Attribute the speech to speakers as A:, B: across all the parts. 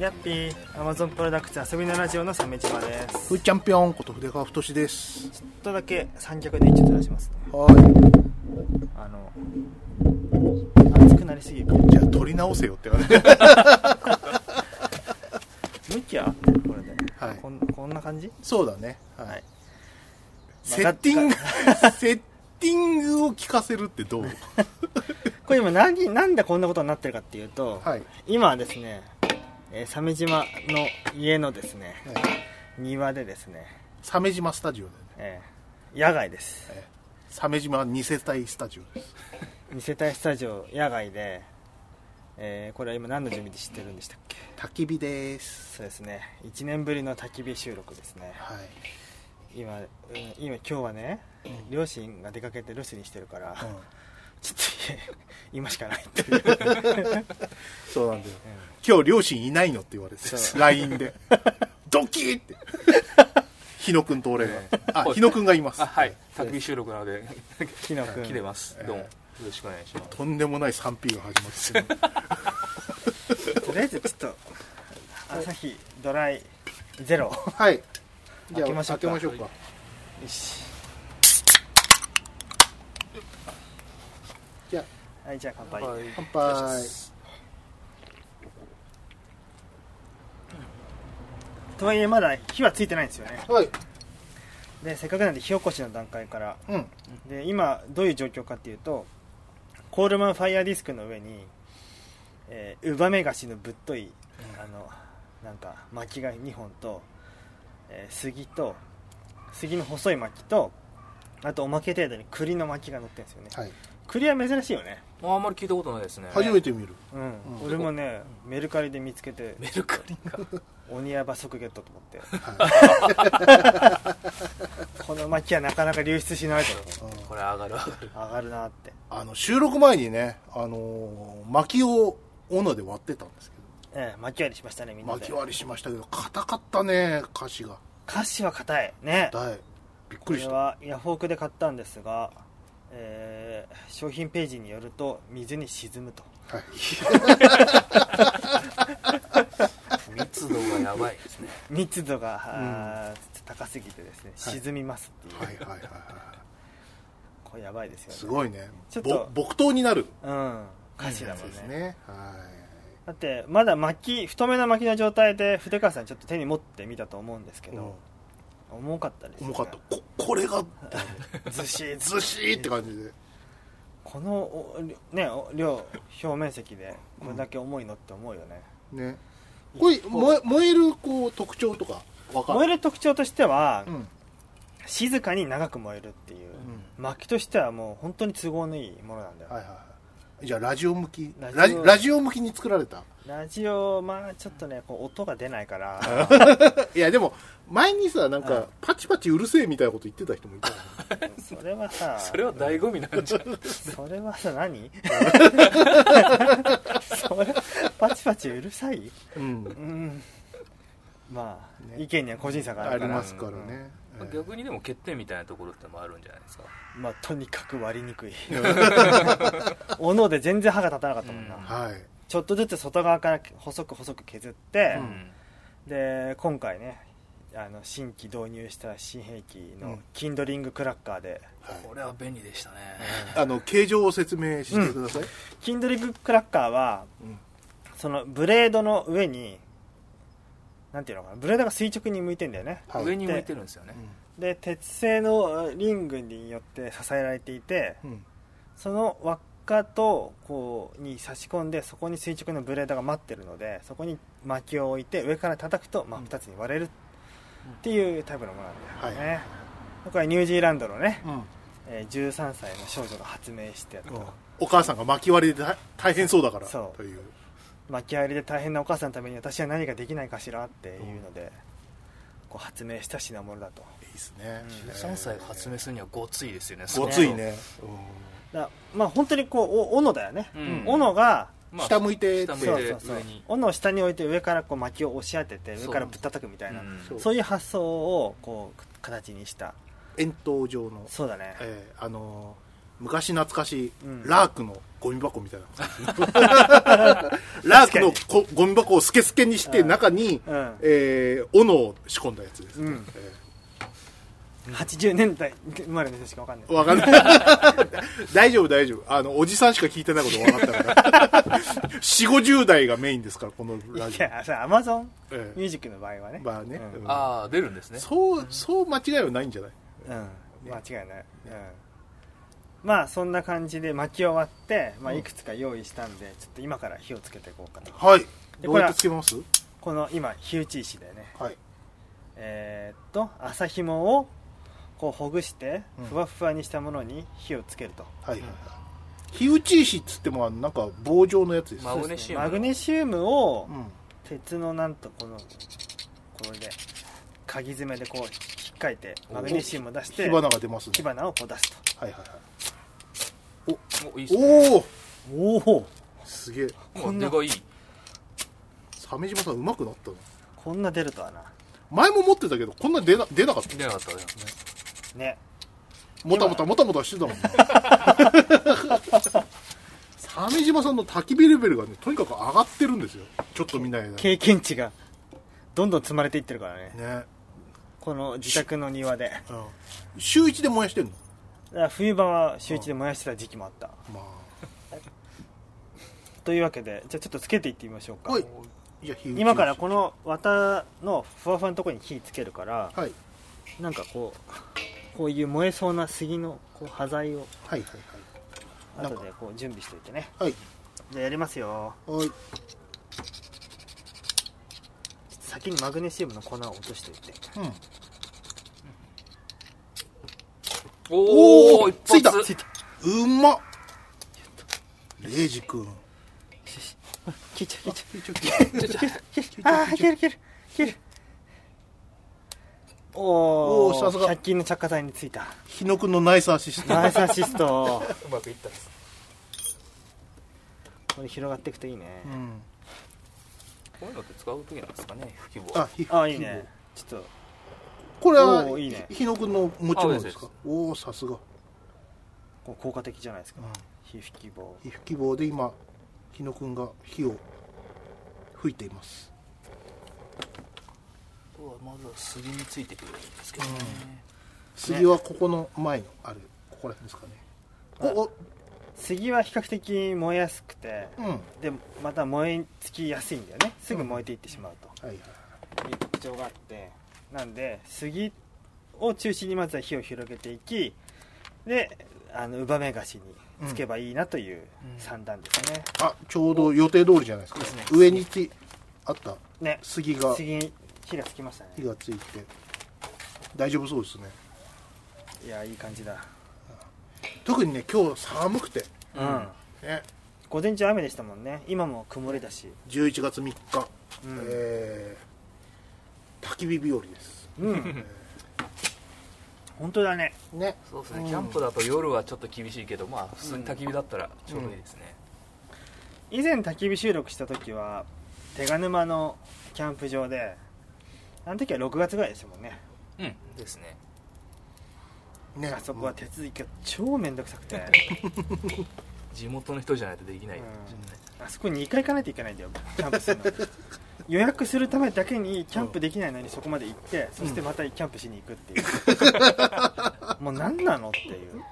A: ラッピー Amazon プロダクツ遊びのラジオの鮫島ですち
B: ふーちゃんぴょんこと筆川太です。
A: ょっとだけ三脚で一応ずらしますね
B: は
A: あの熱くなりすぎる
B: い。じゃあ撮り直せよって言われて。
A: 向きは合ってるこれで、
B: はい
A: こんこんな感じ
B: そうだね。は
A: はい
B: い。セッティング
A: わ、
B: セッティングを聞かせるってどう
A: これ今何なんでこんなことになってるかっていうと、
B: はい。
A: 今はですね、えー鮫島の家のですね庭でですね、
B: 鮫島スタジオでね。
A: えー野外です
B: 鮫島二世帯スタジオです。
A: 二世帯スタジオ野外で、えーこれは今何の準備で知ってるんでしたっけ
B: 焚き火です。
A: そうですね1年ぶりの焚き火収録ですね
B: はい。
A: 今、うん今今日はね、両親が出かけて留守にしてるから、
B: うん
A: ちょっと家今しかないって いう
B: そうなんだよ。今日両親いないのって言われて
A: そ、
B: LINE で。ドキーって。日野くんと俺が。あ、日野くんがいます。
C: あはい焚き火収録なので
A: 木野君
C: 来てますどうもよろしくお願いします
B: とんでもない 3P が始まってる
A: とりあえずちょっと朝日ドライゼロよ
B: はい。じゃあ、
A: 開けましょうか
B: 開けましょうか。
A: し
B: じゃあ、
A: はいじゃあ乾杯、
C: はい
B: 乾杯。
A: とはいえまだ火はついてないんですよね
B: はい。
A: でせっかくなんで火起こしの段階から
B: うん。
A: で今どういう状況かっていうとコールマンファイアディスクの上に、えー、ウバメガシのぶっとい、あのなんか薪が2本と、えー杉と杉の細い薪とあとおまけ程度に栗の薪が乗ってるんですよね、
B: はい。
A: 栗は珍しいよね、
C: もうあんまり聞いたことないですね
B: 初めて見る。
A: うん
B: うん
A: 俺もねメルカリで見つけて
C: メルカリか
A: 鬼ヤバ即ゲットと思って
B: はい。
A: この薪はなかなか流出しないと思って
C: これ上がる上が る
A: 上がるなって
B: あの、収録前にね、あのー薪を斧で割ってたんですけ
A: ええ薪割りしましたねみん
B: ど、
A: なで
B: 薪割りしましたけど、硬かったね、歌詞が。
A: 歌詞は硬いね
B: はい。びっくりし
A: これ
B: た。
A: はヤフオクで買ったんですが、えー商品ページによると水に沈むと
B: はい。
C: 密度がやばいですね
A: 密度が、あーちょっと高すぎてですね沈みますっていう、
B: はいはいはいは
A: これやばいですよ
B: い。
A: ね
B: すごいね。
A: ちょっ
B: ぼ
A: と
B: 木刀になる。
A: うん歌詞だもん
B: そう
A: ね
B: ですね。は
A: だってまだ巻き太めの巻きの状態で筆川さんちょっと手に持ってみたと思うんですけ
B: い。うん
A: ど、重かったですね
B: 重かった。こ、これが、
A: ずし ーず
B: ずしーって感じで。
A: このおねお量表面積でこれだけ重いのって思うよね、
B: ね。 これ、燃え燃える、こう、特徴とか、わかる
A: 燃える特徴としては、
B: うん。
A: 静かに長く燃えるっていう、薪としてはもう本当に都合のいいものなんだよ、
B: はいはいはいじゃあラジオ向き
A: ラ
B: ラ
A: ジ
B: ジ
A: オ
B: ラジオ向きに作られた
A: ラジオまあちょっとねこう音が出ないから
B: いやでも前にさなん
A: うん
B: かパチパチうるせえみたいなこと言ってた人もいたよね
A: それはさ
C: それは醍醐味なんじゃない
A: それはさ何それパチパチうるさい
B: うん
A: うんまあ、
B: ね
A: 意見には個人差がある
B: あり
A: から
B: ますからね、ええ
C: 逆にでも欠点みたいなところってもあるんじゃないですか
A: まあとにかく割りにくい斧で全然歯が立たなかったもんな、
C: うん
B: はい
A: ちょっとずつ外側から細く細く削って、
B: う
C: うんん
A: で今回ねあの新規導入した新兵器
B: う
A: の
B: ん
A: キンドリングクラッカーで、
C: これは便利でしたね
B: あの形状を説明してください、
A: キンドリングクラッカーは
B: うん
A: そのブレードの上になんていうのかなブレードが垂直に向いてんだよね
B: はい
C: 上に向いてるんですよね
A: で鉄製のリングによって支えられていて
B: うんうん
A: その輪っかとこうに差し込んでそこに垂直のブレードが待ってるのでそこに薪を置いて上から叩くと真っ二つに割れるっていうタイプのものなんだよね、今回ニュージーランドのね、
B: うん
A: えー13歳の少女が発明してやった、
B: お母さんが薪割りで大大変そうだから
A: そう
B: という
A: 巻き上げで大変なお母さんのために私は何ができないかしらっていうので、こう発明した品物だと
B: いいですね、
A: うん
C: 13歳が発明するにはごついですよね
B: ごついね、
A: だからまあ本当にこうお斧だよね、
C: うん
A: 斧が
B: うん
C: まあ
B: 下向いて
C: 下向い
A: そう
C: て
A: そうそう
C: 上に
A: 斧を下に置いて上からこう薪を押し当てて上からぶったたくみたいな
C: うん
A: そう,、
B: そう
A: いう発想をこう形にした
B: 円筒状の、
A: そうだね、
B: ええあのー昔懐かしい
A: うん
B: ラークのゴミ箱みたいな 感じラークのこゴミ箱をスケスケにして中に、
A: うん
B: えー斧を仕込んだやつです、
A: うん80年代生まれの人しかわかんない
B: わかんない。 大丈夫、大丈夫。あの、おじさんしか聞いてないこと分かったから。 四五十代がメインですから、このラ
A: い
B: ジオ。
A: やそれアマゾン
B: え
A: ミュージックの場合はね
B: えまあね、
A: う
B: うん
C: ああ、出るんですね。
B: そう、そう間違いはないんじゃない
A: うん、間違いない、うん、まあそんな感じで巻き終わって、まあ、いくつか用意したんで、ちょっと今から火をつけていこうかと
B: はい。
A: で
B: ど
A: こ
B: う
A: れ
B: やっ
A: は
B: てつけます
A: この今火打ち石でね
B: はい。
A: えーっと朝紐をこうほぐして
B: うん
A: ふわふわにしたものに火をつけると、
B: はい。火打ち石っつっても、あのなんか棒状のやつです。
C: マグネシウム。
A: マグネシウムを
B: うん。
A: 鉄のなんとこのこれで鍵爪でこう引っかいてマグネシウムを出し
B: 火
A: て
B: 花が出ますね。
A: 火
B: は
A: 花をこう出すと
B: いはいはい。
C: お、いいっすね。
B: おお
A: おお
B: すげえ。
C: こんながいい。
B: 鮫島さんうまくなったな。
A: こんな出るとはな
B: 前も持ってたけど、こんな出な、出なかった。
C: 出なかったね。
A: ね
B: もたもたもたもたしてたもんね。鮫島さんの焚き火レベルがね、とにかく上がってるんですよ。ちょっと見ない間に
A: 経験値がどんどん積まれていってるからね
B: ね。
A: この自宅の庭で
B: うん。週一で燃やしてんの
A: だから冬場は週一で燃やしてた時期もあった
B: ま
A: というわけでじゃあちょっとつけていってみましょう
B: あ。
A: か、
B: はい。いや、火打ち
A: 今からこの綿のふわふわのところに火つけるから
B: はい。
A: なんかこうこういう燃えそうな杉のこう端材を
B: はいはいなん
A: 後
B: か
A: でこう準備しておいてね
B: はい。
A: じゃあやりますよ
B: はい。はい。
A: ちょっと先にマグネシウムの粉を落としておいて
B: うん。
C: お
B: お
C: お
B: ー
C: 一発
B: ついたついたうまっレイジ君
A: 切っちゃう切っちゃ
C: ちょちょ
A: うああいけるいけるいけるお
B: おーさす
A: お
B: が
A: 100均の着火剤についた
B: 日野君のナイスアシスト
A: ナイスアシスト
C: うまくいったです。
A: これ広がっていくといいね
B: うん
C: こういうのって使う時なんですかね、吹き棒。
B: あ、ひ
A: ああいいねちょっと
B: これは
A: おーいいね
B: 日野君の持ち物ですか
C: あ
B: おおさすが
A: こう効果的じゃないですか
B: うん
A: 火吹き棒
B: 火吹き棒で今日野君が火を吹いています
C: 僕はまだ杉についてくるんですけどね。
B: 次はここの前のあるここら辺ですかねおお
A: 杉は比較的燃えやすくて
B: うんはい
A: でまた燃えつきやすいんだよねすぐ燃えていってしまう
B: はいはい
A: という特徴があってなんで杉を中心にまずは火を広げていきであのウバメガシにつけばいいなという
C: うん
A: 算段ですね、
B: あちょうど予定通りじゃないですか
C: ですね
B: 上についあった
A: ね
B: 杉が
A: 杉に火がつきました
B: 火
A: ね
B: がついて大丈夫そうですね
A: いやいい感じだ
B: 特にね今日寒くて、
A: うん、
B: ね、
A: 午前中雨でしたもんね今も曇りだし
B: 11月3日、
A: うん、
B: えー焚き火日和です
A: うん、本当だね
B: ね
C: そうです
B: うん
C: ね、キャンプだと夜はちょっと厳しいけど、まあ、普通に焚き火だったらちょうどいいですね。
A: 以前焚き火収録した時は手賀沼のキャンプ場であの時は6月ぐらいでしたもんね
C: うん、ですね。
B: ね
A: あそこは手続きが超めんどくさくて、
C: 地元の人じゃないとできない。
A: うんあそこ2回行かないといけないんだよキャンプするのに予約するためだけにキャンプできないのにそこまで行ってそしてまたキャンプしに行くっていうもう何なのっていう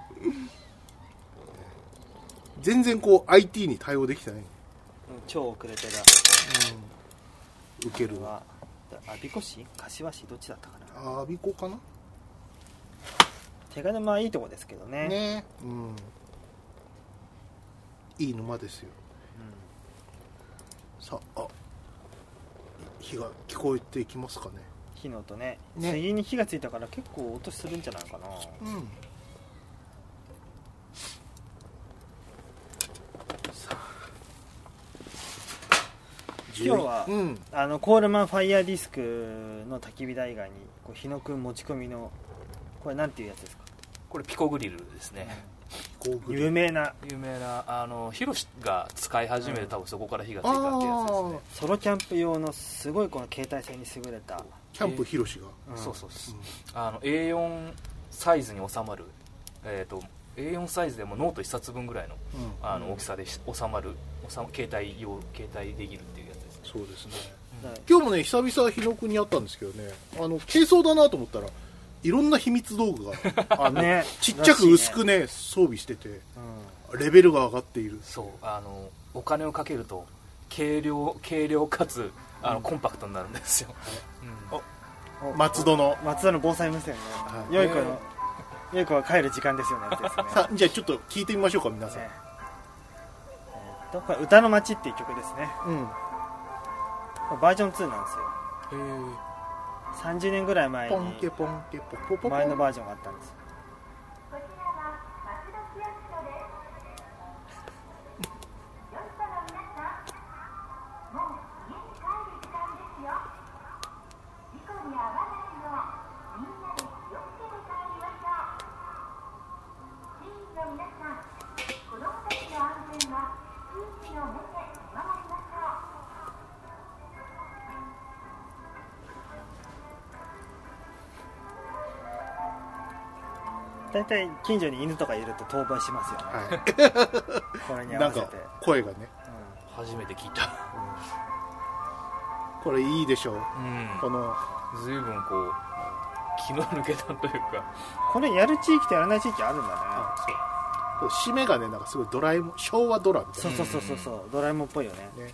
B: 全然こう IT に対応できてない
A: 超遅れてる
B: 受け
A: こ
B: る
A: れ
B: わ
A: は阿鼻子市柏市どっちだったかな
B: あびこかな
A: 手賀沼はいいとこですけどね
B: ねうんいい沼ですよさああ火が聞こえてきますかね
A: 火の音ね
B: ね
A: 杉に火がついたから結構音するんじゃないかな
B: うんさあ
A: 今日は
B: うん
A: あのコールマンファイヤーディスクの焚き火台以外にこう日野くん持ち込みのこれなんていうやつですか
C: これ、ピコグリルですね。
B: ゴーグル
A: 有名な
C: 有名な、あの、ヒロシが使い始め
A: うん
C: て、多分そこから火がつい
B: あ
C: たってやつですね
B: ー。
A: ソロキャンプ用のすごいこの携帯性に優れた、
B: キャンプひろしが、
A: ん
C: そうそうそうあの A4 サイズに収まる、えー、と A4 サイズでもノート1冊分ぐらいの
B: うん
C: あの大きさでし収まる収ま携帯用携帯できるっていうやつですね
B: そうですね
A: はい
B: 今日もね久々日野君に会ったんですけどねあの軽装だなと思ったらいろんな秘密 道具があの
A: ね
B: ちっちゃく薄くね装備しててレベルが上がっている
C: そうあのお金をかけると軽量軽量かつあの、コンパクトになるんですよ、うん
A: うんお
B: 松戸の
A: 松田の防災無線ね
B: は、い
A: 良い子の、良い子は帰る時間ですよねってやつですね。
B: さあじゃあちょっと聞いてみましょうか 皆さん、
A: ねえーっとこれ歌の街っていう曲ですね。
B: うん
A: バージョン2なんですよ。30年ぐらい前
B: ポンケ
A: に
B: ポンケポポポポン
A: 前のバージョンがあったんです。大体近所に犬とかいると遠吠えしますよね。
B: は
A: これ
B: い、
A: に合
B: なん
A: わせて
B: か。声がね
C: 初めて聞いた
B: これいいでしょう
C: うん
B: この
C: 随分こう気の抜けたというか
A: これやる地域とやらない地域あるんだね。
B: そう締めがねなんかすごいドラえもん昭和ドラみた
A: そ
B: いう
A: そうそうそうそう、ドラえもんっぽいよね。
B: なね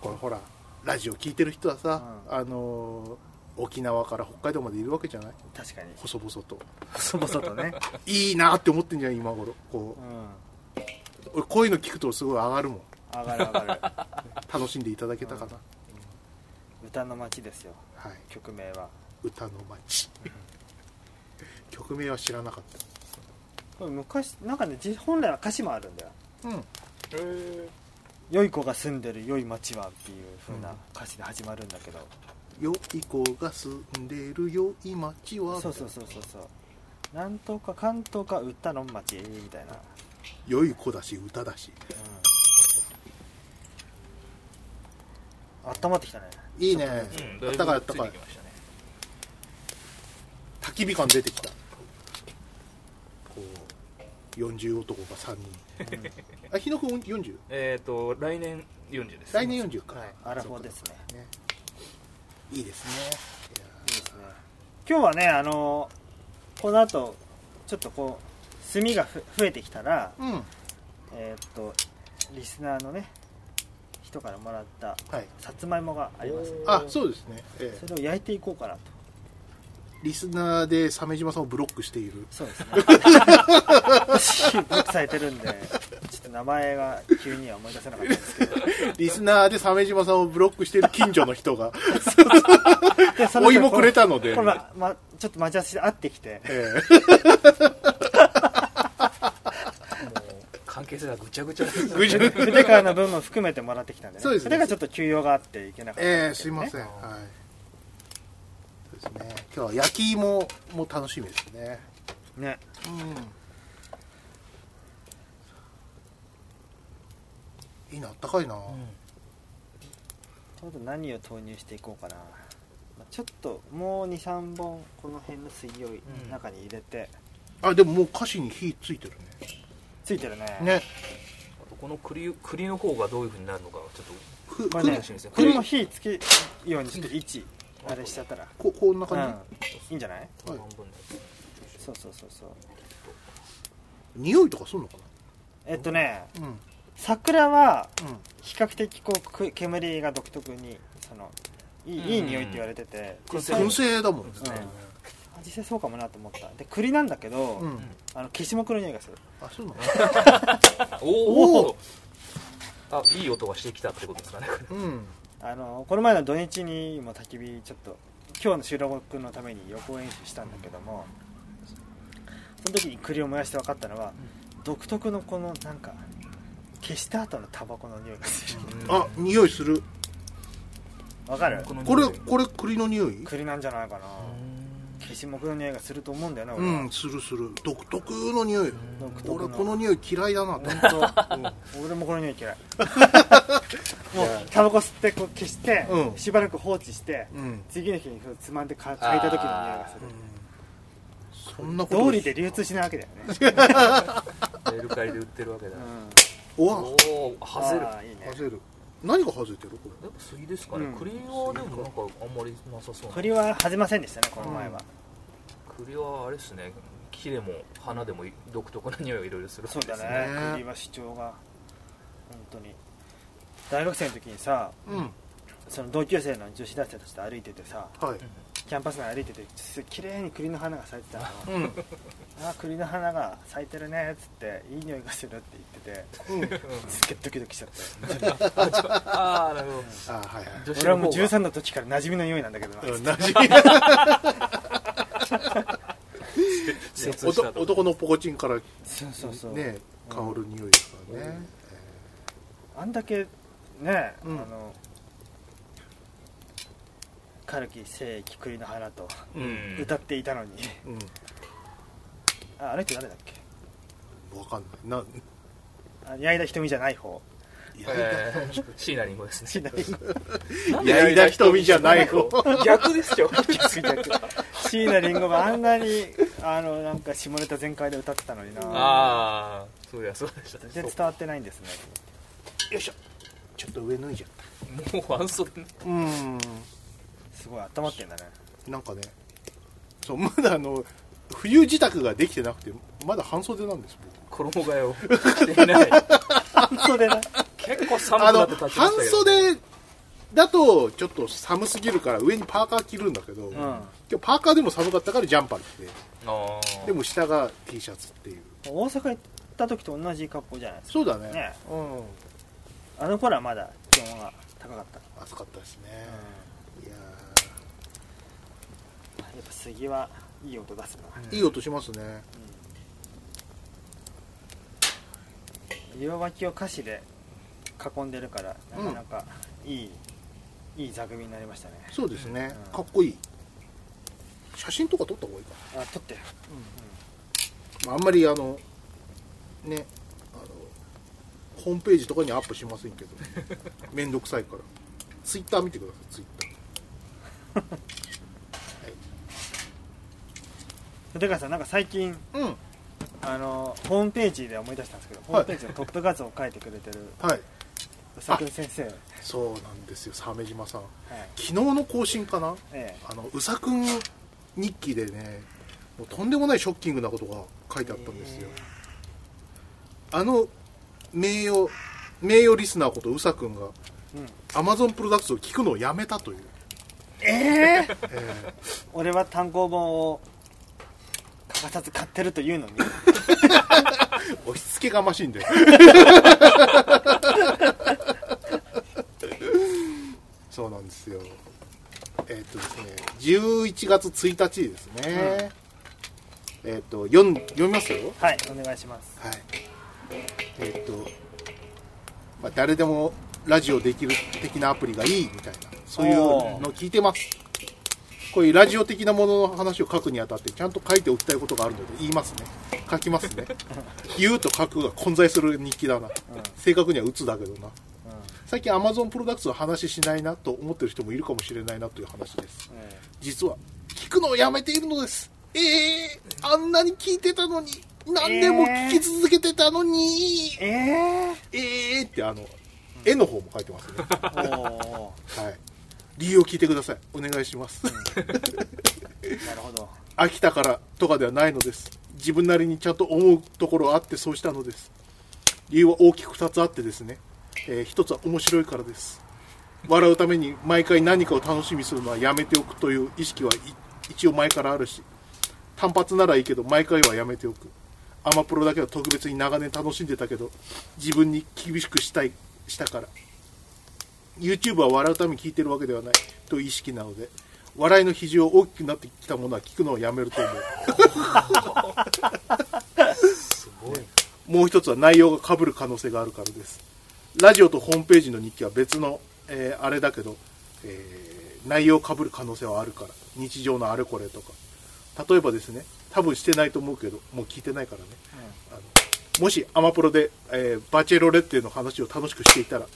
B: これほらラジオ聞いてる人はさ、あのー沖縄から北海道までいるわけじゃない
A: 確かに。
B: 細々と
A: そもそもね。
B: いいなって思ってんじゃん今頃こ
A: う
B: う俺こういうの聞くとすごい上がるもん
A: ん。上がる上がる。
B: 楽しんでいただけたかな、
A: 歌の街ですよ、
B: はい
A: 曲名は。
B: 歌の街曲名は知らなかっ
A: これ昔、なんかね、じ本来は歌詞もあるんだよ。
B: たうん
A: 良い子が住んでる良い町はっていう風な歌詞で始まるんだけど、
B: よい子が住んでるよい町は
A: そうそうそうそうそうなんとか関東か歌の町みたいな、うん
B: 良い子だし歌だし
A: 温まってきたね
B: いいね
C: うん
B: あったかいあったか
C: だ
B: い
C: ぶつてきましたね
B: 焚き火感出てきたこう40男が3人、あ日野君 40?
C: えっ、と来年40です
B: 来年40か、
A: はいアラフォーですね
B: ねいいですねいや
A: いいですね今日はねあのこの後ちょっとこう炭がふ増えてきたら
B: うんは
A: えーっとリスナーのね人からもらった
B: い
A: さつまいもがありますね
B: あそうですね、ええ
A: それを焼いていこうかなと
B: リスナーで鮫島さんをブロックしている
A: そうですね 私ブロックされてるんでちょっと名前が急には思い出せなかったん ですけど
B: リスナーで鮫島さんをブロックしている近所の人が
A: でその
B: お
A: 人
B: 芋くれたので、
A: これ、まま、ちょっと待ち合わせで会ってきて
B: ええ
C: もう関係性がぐちゃぐちゃです
B: ぐじゅぐじゅ
A: 筆川の分も含めてもらってきたんでね
B: そうですね
A: れがちょっと休養があっていけなかった
B: ええ
A: ですけ
B: い
A: どね
B: ません、はいそうですね今日は焼き芋も楽しみですね
A: ね
B: うんいいなあったかい
A: ち
B: な、
A: ょっと何を投入していこうかなまあちょっともう23本この辺の水を
C: うん
A: 中に入れて、
B: あでももう歌詞に火ついてる
A: ついてるね
B: ねね
C: あとこの栗栗の方がどういう風になるのかはちょっと
B: ふ
A: これね
B: く
C: そうですね
A: これも火つけようにちょっと位置あれしちゃったら
B: ここんな
A: うん
B: 感
A: いいんじゃない
B: はい
C: 半分だけ
A: そうそうそうそう
B: じ、匂いとかするのか
A: えっとね
B: なうんうん
A: 桜は比較的こうく煙が独特にそのいい,、
C: うん
A: いい匂いって言われてて
C: 燻製
B: 燻製だもん、
C: そうですね、
A: あ実際そうかもなと思ったで栗なんだけど、
B: うん
A: あの消しもくの匂いがする
B: あそうなの
C: お
B: お
C: おあいい音がしてきたってことですかねこれ
B: うん
A: あのこの前の土日にも焚き火ちょっと今日の収録のために予行演習したんだけどもその時に栗を燃やして分かったのは、独特のこのなんか消した後のタバコの匂いがする
B: あ匂いする
A: 分かる
C: この
B: これ
C: 匂い
B: これ栗の匂い
A: 栗なんじゃないかな消しもくの匂いがすると思うんだよな俺
B: う
A: は、
B: んするする独特の匂い
A: 独特
B: 俺
A: の
B: この匂い嫌いだな
A: 本当俺もこの匂い嫌いもうタバコ吸ってこう消して、
B: うん
A: しばらく放置して
B: うん
A: 次の日につまんでか嗅いだ時の匂いがする
B: そんなこと
A: 道理で流通しないわけだよね
C: メルカリで売ってるわけだ、
B: おわ
C: おお外れる
A: あーいいね
B: 外れる何が外れてるこ
C: やっぱ杉ですかね、
A: うん
C: 栗はでもなんかあんまりなさそうな
A: 鳥は外れませんでしたねこの前は、
C: 栗はあれですね木でも花でも独特な匂いがいろいろするん
A: そうだ
C: です
A: ね
B: ね
A: 栗は主張が本当に大学生の時にさ
B: れうん
A: その同級生の女子大生たちと歩いててさ
B: はい
A: キャンパス内歩いててす綺麗に栗の花が咲いてたの
B: うん
A: あー栗の花が咲いてるねっつっていい匂いがするって言ってて
B: うん
A: すっげえドキドキしちゃって
C: ああなるほど
B: あはいはい
C: 女子
A: 俺は
C: の
A: もう
C: 方が
A: 13の時から馴染みの匂いなんだけどな
B: うん馴染
C: 精通
B: み
C: した
B: 男
C: と
B: 男のポコチンから
A: そうそうそう、
B: ね香る匂いですからね
A: あんだけね、
B: うん
A: あのカルキ聖騎栗の花と
C: うん
A: 歌っていたのに、
B: うん
A: ああの人誰だっけ
B: わかんないな
A: あ矢井田瞳じゃない方
C: えー椎名林檎です
A: し
C: ね
A: ない
B: 矢井田瞳じゃない 方
C: 逆ですよ
A: 椎名林檎があんなにあのなんか下ネタ全開で歌ってたのにな
C: ああそうやそうでした
A: 全然伝わってないんですね
B: よいしょちょっと上脱いじゃっ
C: もう半袖
B: たうん
A: すごい温まってんだね
B: なんかねそうまだあの冬支度ができてなくてまだ半袖なんです僕
C: 衣替えをしていない
A: 半袖だ
C: 結構
B: あ
C: 寒くな
B: の
C: って立ちま
B: 半
C: したけど
B: 袖だとちょっと寒すぎるから上にパーカー着るんだけど、
A: ん
B: 今日パーカーでも寒かったからジャンパー着て
C: あー
B: でも下が T シャツっていう
A: 大阪行った時と同じ格好じゃないです
B: そうだね
A: かね
B: うん
A: あの頃はまだ気温が高かった、
B: 暑かったですね、いや
A: やっぱ杉はいい音出すな、
B: ーいい音しますね
A: 両脇を歌詞で囲んでるからなかなかいい、いい座組になりましたね
B: そうですね、
A: うん
B: かっこいい写真とか撮った方がいいか
A: あ撮って
B: な、まあ、あんまりあのねあのホームページとかにはアップしませんけどめんどくさいからツイッター見てくださいツイッター
A: 立川さんなんか最近
B: うん
A: あのホームページで思い出したんですけど、ホームページのトップ画像を書いてくれてる
B: はい
A: 佐久先生、はい
B: そうなんですよ鮫島さん昨日の更新かな
A: え
B: あのうさくん日記でねもうとんでもないショッキングなことが書いてあったんですよ、あの名誉名誉リスナーことうさくんが
A: えうん、
B: アマゾンプロダクツを聞くのをやめたという、
A: え
B: えー
A: 俺は単行本を欠かさず買ってるという のに
B: 押し付けがましいんだよそうなんですよえーっ、とですね11月1日ですね、えーっ、と読ん読みますよ
A: はいお願いします
B: はい。えーっと、まあ、誰でもラジオできる的なアプリがいいみたいな、そういう
A: おー
B: のを聞いてます。こういうラジオ的なものの話を書くにあたって、ちゃんと書いておきたいことがあるので、言いますね。書きますね。 言うと書くが混在する日記だな。正確には打つだけどな。
A: うん
B: 最近 Amazon プロダクツの話しないなと思ってる人もいるかもしれないなという話です。
A: え
B: 実は聞くのをやめているのですええあんなに聞いてたのに何年も聞き続けてたのに
A: ええ
B: ええってあの絵の方も書いてますねは
A: ー、お
B: い理由を聞いてくださいお願いします
A: ーなるほど
B: 飽きたからとかではないのです自分なりにちゃんと思うところあってそうしたのです理由は大きく2つあってですね、え1つは面白いからです笑うために毎回何かを楽しみにするのはやめておくという意識はい一応前からあるし単発ならいいけど毎回はやめておくアマプロだけは特別に長年楽しんでたけど自分に厳しくしたいしたから YouTube は笑うために聞いてるわけではないという意識なので笑いの比重を大きくなってきたものは聞くのをやめると思う
C: すごい
B: もう一 つは内容が被る可能性があるからです。ラジオとホームページの日記は別の、えーあれだけど、えー内容被る可能性はあるから。日常のあれこれとか。例えばですね、多分してないと思うけど、もう聞いてないからね。あのもしアマプロで、えーバチェロレッテの話を楽しくしていたら、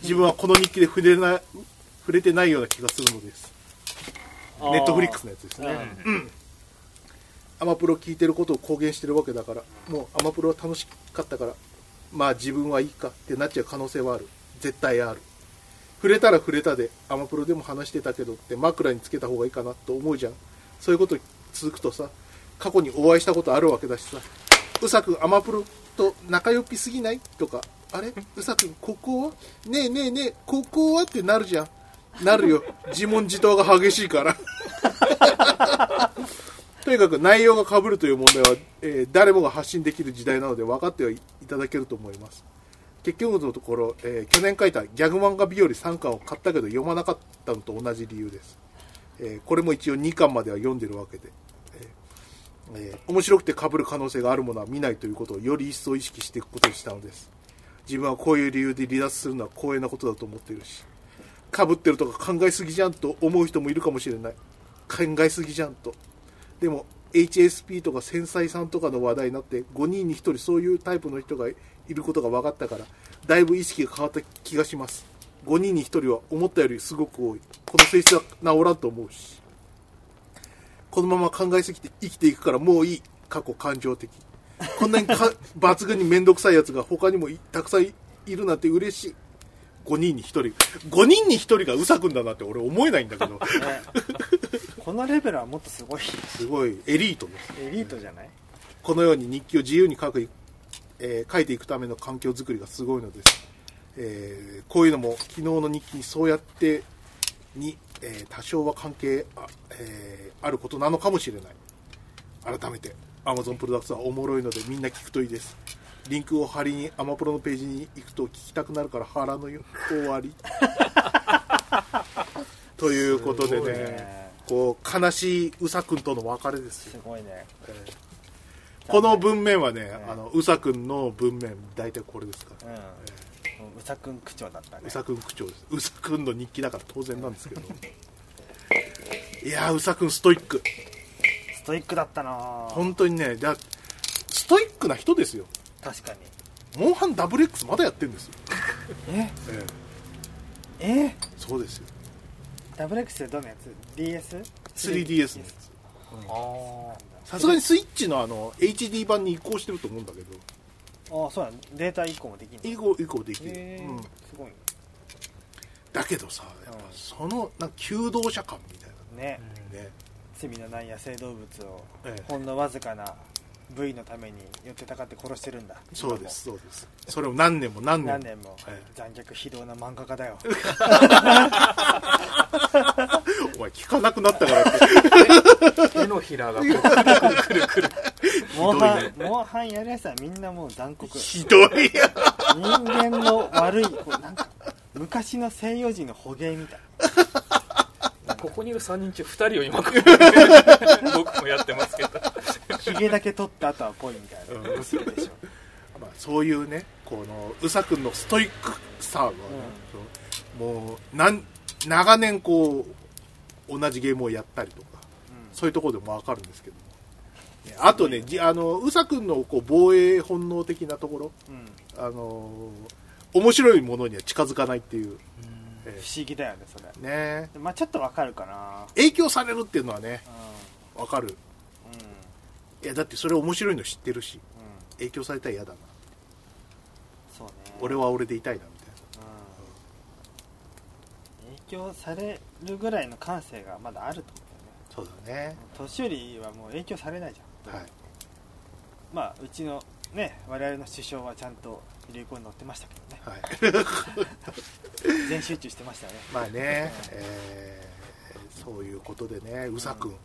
B: 自分はこの日記で触れな触れてないような気がするのです。ネットフリックスのやつですね。
A: うん
B: アマプロ聞いてることを公言してるわけだからもうアマプロは楽しかったからまあ自分はいいかってなっちゃう可能性はある絶対ある触れたら触れたでアマプロでも話してたけどって枕につけた方がいいかなと思うじゃんそういうこと続くとさ過去にお会いしたことあるわけだしさうさくんアマプロと仲良きすぎないとかあれうさくんここはねえねえねえここはってなるじゃんなるよ自問自答が激しいからとにかく内容が被るという問題は、えー誰もが発信できる時代なので分かってはいただけると思います結局のところ、えー去年書いたギャグ漫画日和3巻を買ったけど読まなかったのと同じ理由です、えーこれも一応2巻までは読んでるわけで、えーえー面白くて被る可能性があるものは見ないということをより一層意識していくことにしたのです自分はこういう理由で離脱するのは光栄なことだと思っているし被ってるとか考えすぎじゃんと思う人もいるかもしれない考えすぎじゃんとでも HSP とか繊細さんとかの話題になって5人に1人そういうタイプの人がいることが分かったからだいぶ意識が変わった気がします5人に1人は思ったよりすごく多いこの性質は治らんと思うしこのまま考えすぎて生きていくからもういい過去感情的こんなにか 抜群に面倒くさいやつが他にもいたくさんいいるなんて嬉しい5人に1人5人に1人がうさくんだなって俺思えないんだけど
A: ねこのレベルはもっとすごい
B: すごいエリートです
A: エリートじゃない
B: このように日記を自由に書く、えー書いていくための環境づくりがすごいのです、えーこういうのも昨日の日記にそうやってに、えー多少は関係あ,、えーあることなのかもしれない改めて Amazon プロダクツはおもろいのでみんな聞くといいですリンクを貼りにアマプロのページに行くと聞きたくなるから腹のよ終わ りということでねこう悲しいうさくんとの別れですよ
A: すごいね
B: この文面はね、あのうさくんの文面大体これですから、
A: うんもううさくん口調だったね
B: うさくん口調ですうさくんの日記だから当然なんですけど いやーうさくんストイック
A: ストイックだったなぁ
B: 本当にねだストイックな人ですよ
A: 確かに
B: モンハン WX まだやってるんですよ、
A: え
B: ええ
A: え
B: そうですよ
A: WX ってどのやつ DS?3DS
B: DS のやつ
C: あ
B: さすがにスイッチのあの HD 版に移行してると思うんだけど
A: ああそうなんデータ移行もできんの
B: 移行移行できる、
A: へえ
B: うん、
A: すごい
B: だけどさやっぱそのなんか求道者感みたい
A: ねね
B: なね、
A: 罪のない野生動物を
B: ええ
A: ほんのわずかな部位のために寄ってたかって殺してるんだ
B: そうですそうですそれを何年も何
A: 今
B: 年
A: も
B: も
A: 何年も
B: ええ
A: 残虐非道な漫画家だ よ
B: お前聞かなくなったからって
C: 手のひらがこうくるくるくるくる
A: モンハンモンハンやるやつはみんなもう残酷
B: ひどいや
A: 人間の悪いこうなんか昔の西洋人の捕鯨みたい
C: ここにいる3人中2人を 今こう僕もやってますけど
A: ひげだけ取った後はぽいみたいな
B: うん
A: するでしょ
B: まあそういうねこのうさくんのストイックさはね、そうもうなん長年こう同じゲームをやったりとか、そういうところでも分かるんですけどもねあとねじあのうさくんのこう防衛本能的なところ
A: うん
B: あの面白いものには近づかないっていう、え
A: 不思議だよねそれ
B: えね
A: まあちょっとわかるかな
B: 影響されるっていうのはね
A: う
B: 分かる
A: んうん
B: いやだってそれ面白いの知ってるし
A: うん
B: 影響されたら嫌だな
A: そうね
B: 俺は俺でいたいなみたいな
A: うん影響されるぐらいの感性がまだあると思うんだよね
B: そうだね
A: 年寄りはもう影響されないじゃん、
B: はい
A: まあうちのね我々の首相はちゃんと流行に乗ってましたけ どね
B: はい
A: 全集中してましたよね
B: まあね、えーそういうことでねうさくん、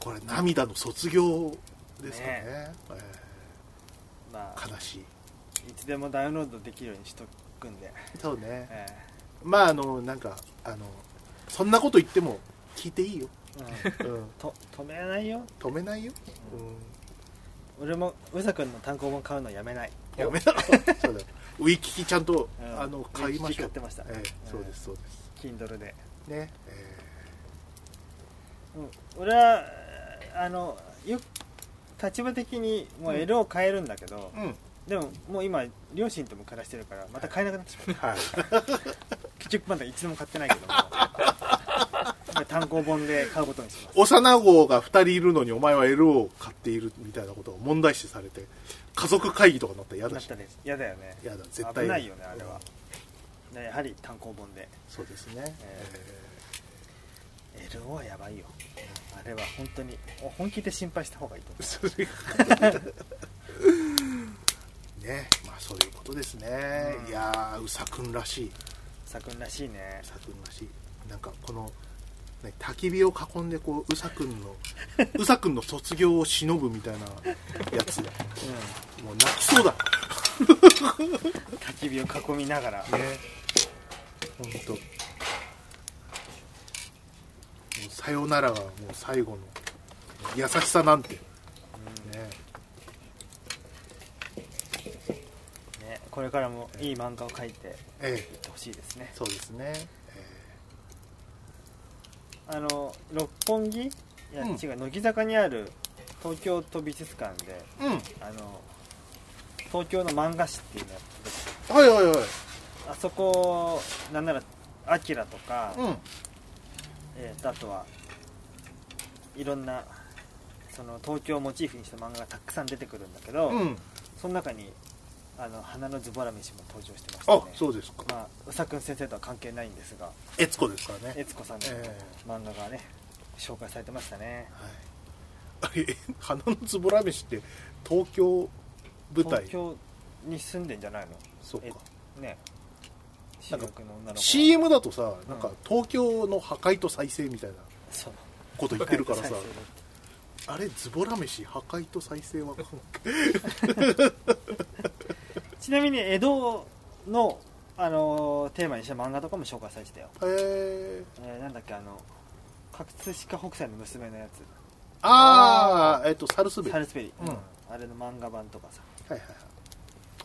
B: これ涙の卒業ですかね
A: ねま
B: え
A: あ
B: ー 悲しい
A: いつでもダウンロードできるようにしとくんで、
B: そうね
A: え
B: まああのなんかあのそんなこと言っても聞いていいよ、
A: え
B: うん、
A: と止めないよ
B: 止めないよ、
A: 俺もうさくんの単行本買うのやめない
B: うん、やめな そうだウィキキちゃんと、
A: うん
B: あの買いま
A: ウィ
B: しょ
A: キキ買
B: う
A: ってました
B: えー
A: うん
B: そうですそうです
A: Kindle で、
B: ね、え
A: うん、俺はあのよ立場的にもう L を変えるんだけど、
B: ーうん
A: でももう今両親とも暮らしてるからまた 買えなくなってしまう
B: はい
A: 結局まだ一度も買ってないけども れ単行本で買うことにします
B: 幼子が2人いるのにお前は L を買っているみたいなことが問題視されて家族会議とかになったら嫌
A: な
B: だ
A: っ
B: した
A: です嫌だよね
B: 嫌だ絶対
A: 危ないよねあれ
B: う
A: は
B: ん、
A: ねやはり単行本で
B: そうですね、
A: LO はやばいよあれは本当に本気で心配した方がいいと思
B: それ ねまあそういうことですね、
A: うん
B: いやーうさくんらしいう
A: さくんらしいね
B: うさくんらしいなんかこの、ね、焚き火を囲んでこううさく んのうさくんの卒業をしのぶみたいなやつも
A: う
B: う泣きそうだ
A: ん焚き火を囲みながら
B: ね本当。もうさよならがもう最後の優しさなんて、ね
A: ねこれからもいい漫画を描いて
B: え
A: い
B: え
A: ってほしいですね
B: そうですね、え
A: あの六本木いや、
B: うん
A: 違う乃木坂にある東京都美術館で
B: えうん
A: あの東京の漫画誌っていうのやってて
B: はいはいはい
A: あそこなんならアキラとか、
B: うん
A: えーとあとはいろんなその東京をモチーフにした漫画がたくさん出てくるんだけど、
B: うん、
A: その中にあの花のズボラ飯も登場してましたね
B: あそうですか
A: まあ、うさくん先生とは関係ないんですが
B: 悦子ですからね、
A: 悦子さんの漫画がね、紹介されてましたね
B: はい、あれ「花のつぼら飯」って東京舞台
A: 東京に住んでんじゃない
B: そうか
A: のね主
B: なんか
A: 役の女の子が
B: CM だとさなん
A: う
B: か
A: ん
B: 東京の破壊と再生みたいな
A: そう
B: こと言ってるからさ
A: 再生
B: あれズボラ飯破壊と再生は
A: ちなみに江戸の、あのーテーマにした漫画とかも紹介されてたよ、
B: へえ
A: えーなんだっけあの葛飾北斎の娘のやつ
B: ああえっとサルスベリ
A: サ
B: は
A: ル
B: い
A: スベリ、
B: うん
A: あれの漫画版とかさ
B: はいはい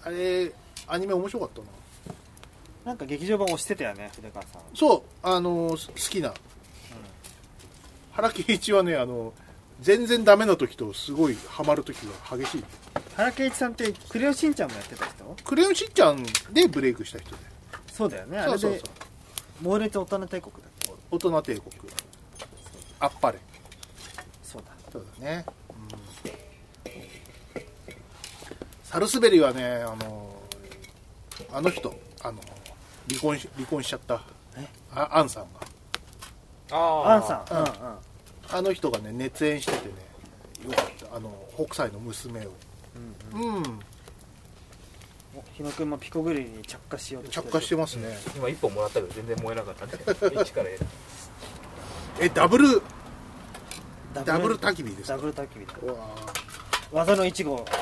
B: あれアニメ面白かったな
A: なんか劇場版押してたよね筆川さん、
B: そうあのす好きな原敬一はねあの全然ダメな時とすごいハマる時が激しい
A: 原敬一さんって「クレヨンしんちゃん」もやってた人
B: クレヨンしんちゃんでブレイクした人で
A: そうだよねあれ
B: そう
A: で
B: そうそう
A: 猛烈大人帝国だっけ
B: 大人帝国あっぱれ
A: そうだ
B: そうだね、うん、サルスベリはねあのあの人あの離婚し離婚しちゃった
A: え
B: あアンさんが
C: ああ
A: アンさんうんうん
B: あの人がね熱演しててねよかったあの北斎の娘を
A: うん
B: うん
A: うん、お日野君もピコグリに着火しようと
B: 着火してますね
C: 今一本もらったけど全然燃えなかったんで 一からやる
B: えダブル
A: ダ
B: ダブル焚き火です
A: ダ
B: か
A: ブル焚き火だ
B: うわー
A: 技の1号あ違う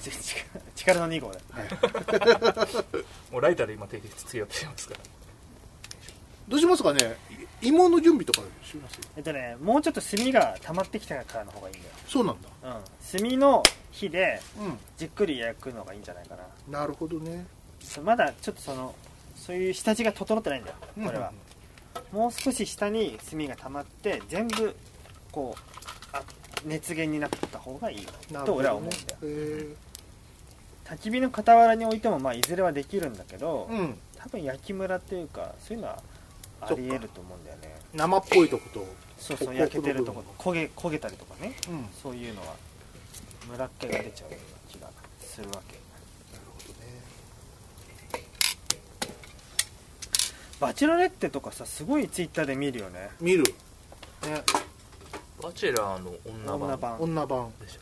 A: 違う力の2号だ
C: もうライターで今手でつけようとしてますから
B: どうしますかねい芋の準備とかします
A: えっとねもうちょっと炭が溜まってきたからの方がいいんだよ
B: そうなんだ
A: うん、炭の火で
B: う
A: じっくり焼くのがいいんじゃないかなん
B: なるほどね
A: そうまだちょっとそのそういう下地が整ってないんだよこれは、もう少し下に炭が溜まって全部こうあ熱源になった方がいいと俺は思うんだよ
B: へえ
A: 焚き火の傍らに置いてもまあいずれはできるんだけど、
B: うん
A: 多分焼きムラっていうかそういうのはありえると思うんだよね
B: 生っぽいとこと
A: そうそう
B: ここ
A: 焼けてるとこ
B: こ
A: 焦げ焦げたりとかね
B: うんなる
A: そういうのはムラっ気が出ちゃうような気がするわけ
B: ほどね
A: バチェロレッテとかさすごいツイッターで見るよね
B: 見るね
C: バチェラーの女版
A: 女版
B: 女版
C: でし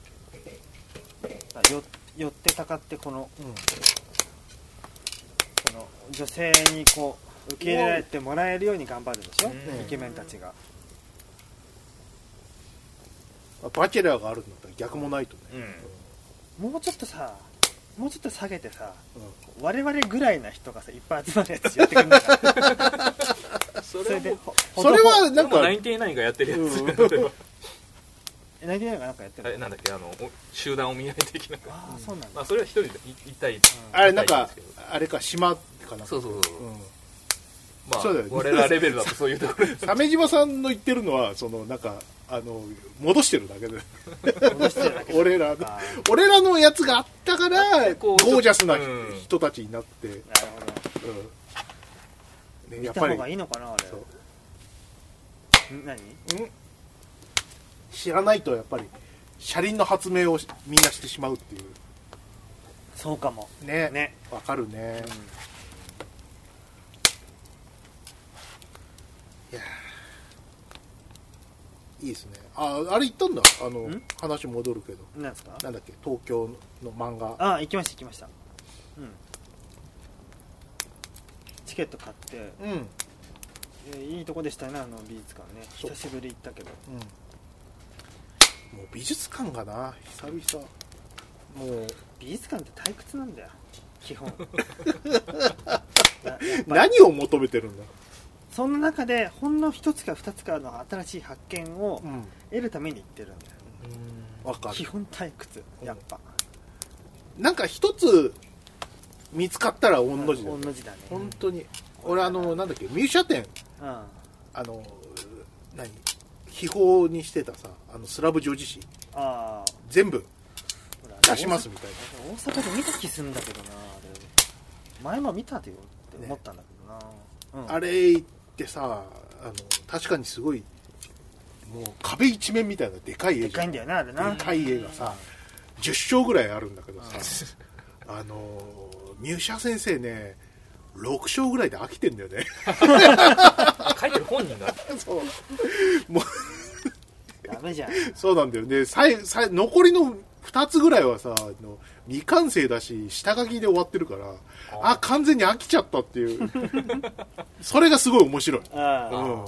C: たっけ
A: よ寄ってたかってこの
B: うん
A: この女性にこう受け入れられてもらえるように頑張るでしょ
C: うん
A: イケメンたちが
B: あバチェラーがあるんだったら逆もないとね
C: うん
A: もうちょっとさもうちょっと下げてさ
B: う
A: 我々ぐらいな人がさいっぱい集まるやつやってくんないかな
C: そ
A: そ
C: れ
A: れ
C: はも
A: で
C: う
A: ほ
B: それ
A: ほ
B: はな
C: なんん
B: か
C: かナインティナインがやってるやつ、
B: う
A: え泣いてないのかなんかやって
C: あれ
A: る
C: なんだっけあのお集団お見合い的な
A: ああそうなん
C: ま
A: だ
C: あそれは一人で一対一
B: あれなんかあれか島かな
C: そうそうそう
B: うん
C: まあ
B: そうだよね
C: 我らレベルだとそういうところです
B: 鮫島さんの言ってるのはそのなんかあの戻してるだけで
A: 戻してるだけだ
B: 俺らの
A: あー
B: 俺らのやつがあったからゴ
C: こう
B: ージャスな
C: うん
B: 人たちになって、
A: なるほど
B: うんね、
A: 見
B: やったぱ
A: 方
B: り
A: がいいのかなあれ
B: そう
A: ん何
B: 知らないとやっぱり車輪の発明をしみんなしてしまうっていう
A: そうかも
B: ね
A: ね
B: わかるね、いいですねああれ行ったんだあの
A: ん
B: 話戻るけど
A: なんですか
B: なんだっけ東京の漫画
A: あ行きました行きましたうんチケット買って、
B: うん、うん、
A: えーいいとこでしたねあの美術館ね
B: そう
A: 久しぶり行ったけど
B: もう美術館がな久々もう
A: 美術館って退屈なんだよ基 本なやっぱ
B: 何を求めてるんだ、
A: その中でほんの一つか二つかの新しい発見を
B: うん、
A: 得るために行ってるんだよ、
B: わか
A: 基
B: る
A: 本退屈やっぱ
B: なんか一つ見つかったら御の字だよ、
A: うん同じだね
B: 本当に俺あのなんだっけミューシャ店
A: うん
B: あの何秘宝にしてたさあのスラブ女子誌
A: ああ
B: 全部
A: ほら
B: 出しますみたい
A: 大阪で見た気すんだけどなあれ前も見たでよって思ったんだけどな、うん、
B: なあれ行ってさあの確かにすごいもう壁一面みたいなでかい絵
A: で
B: じゃ
A: かい
B: ん
A: んだよねあれな
B: でかい絵がさ10章ぐらいあるんだけどさ あのミューシャ先生ね6章ぐらいで飽きてんだよね
C: 書いてる本人が
B: そう
A: ダメじゃ ん
B: そうなんだよねさいさい残りの2つぐらいはさあの未完成だし下書きで終わってるからあ完全に飽きちゃったっていう それがすごい面白い
A: ああ
B: うん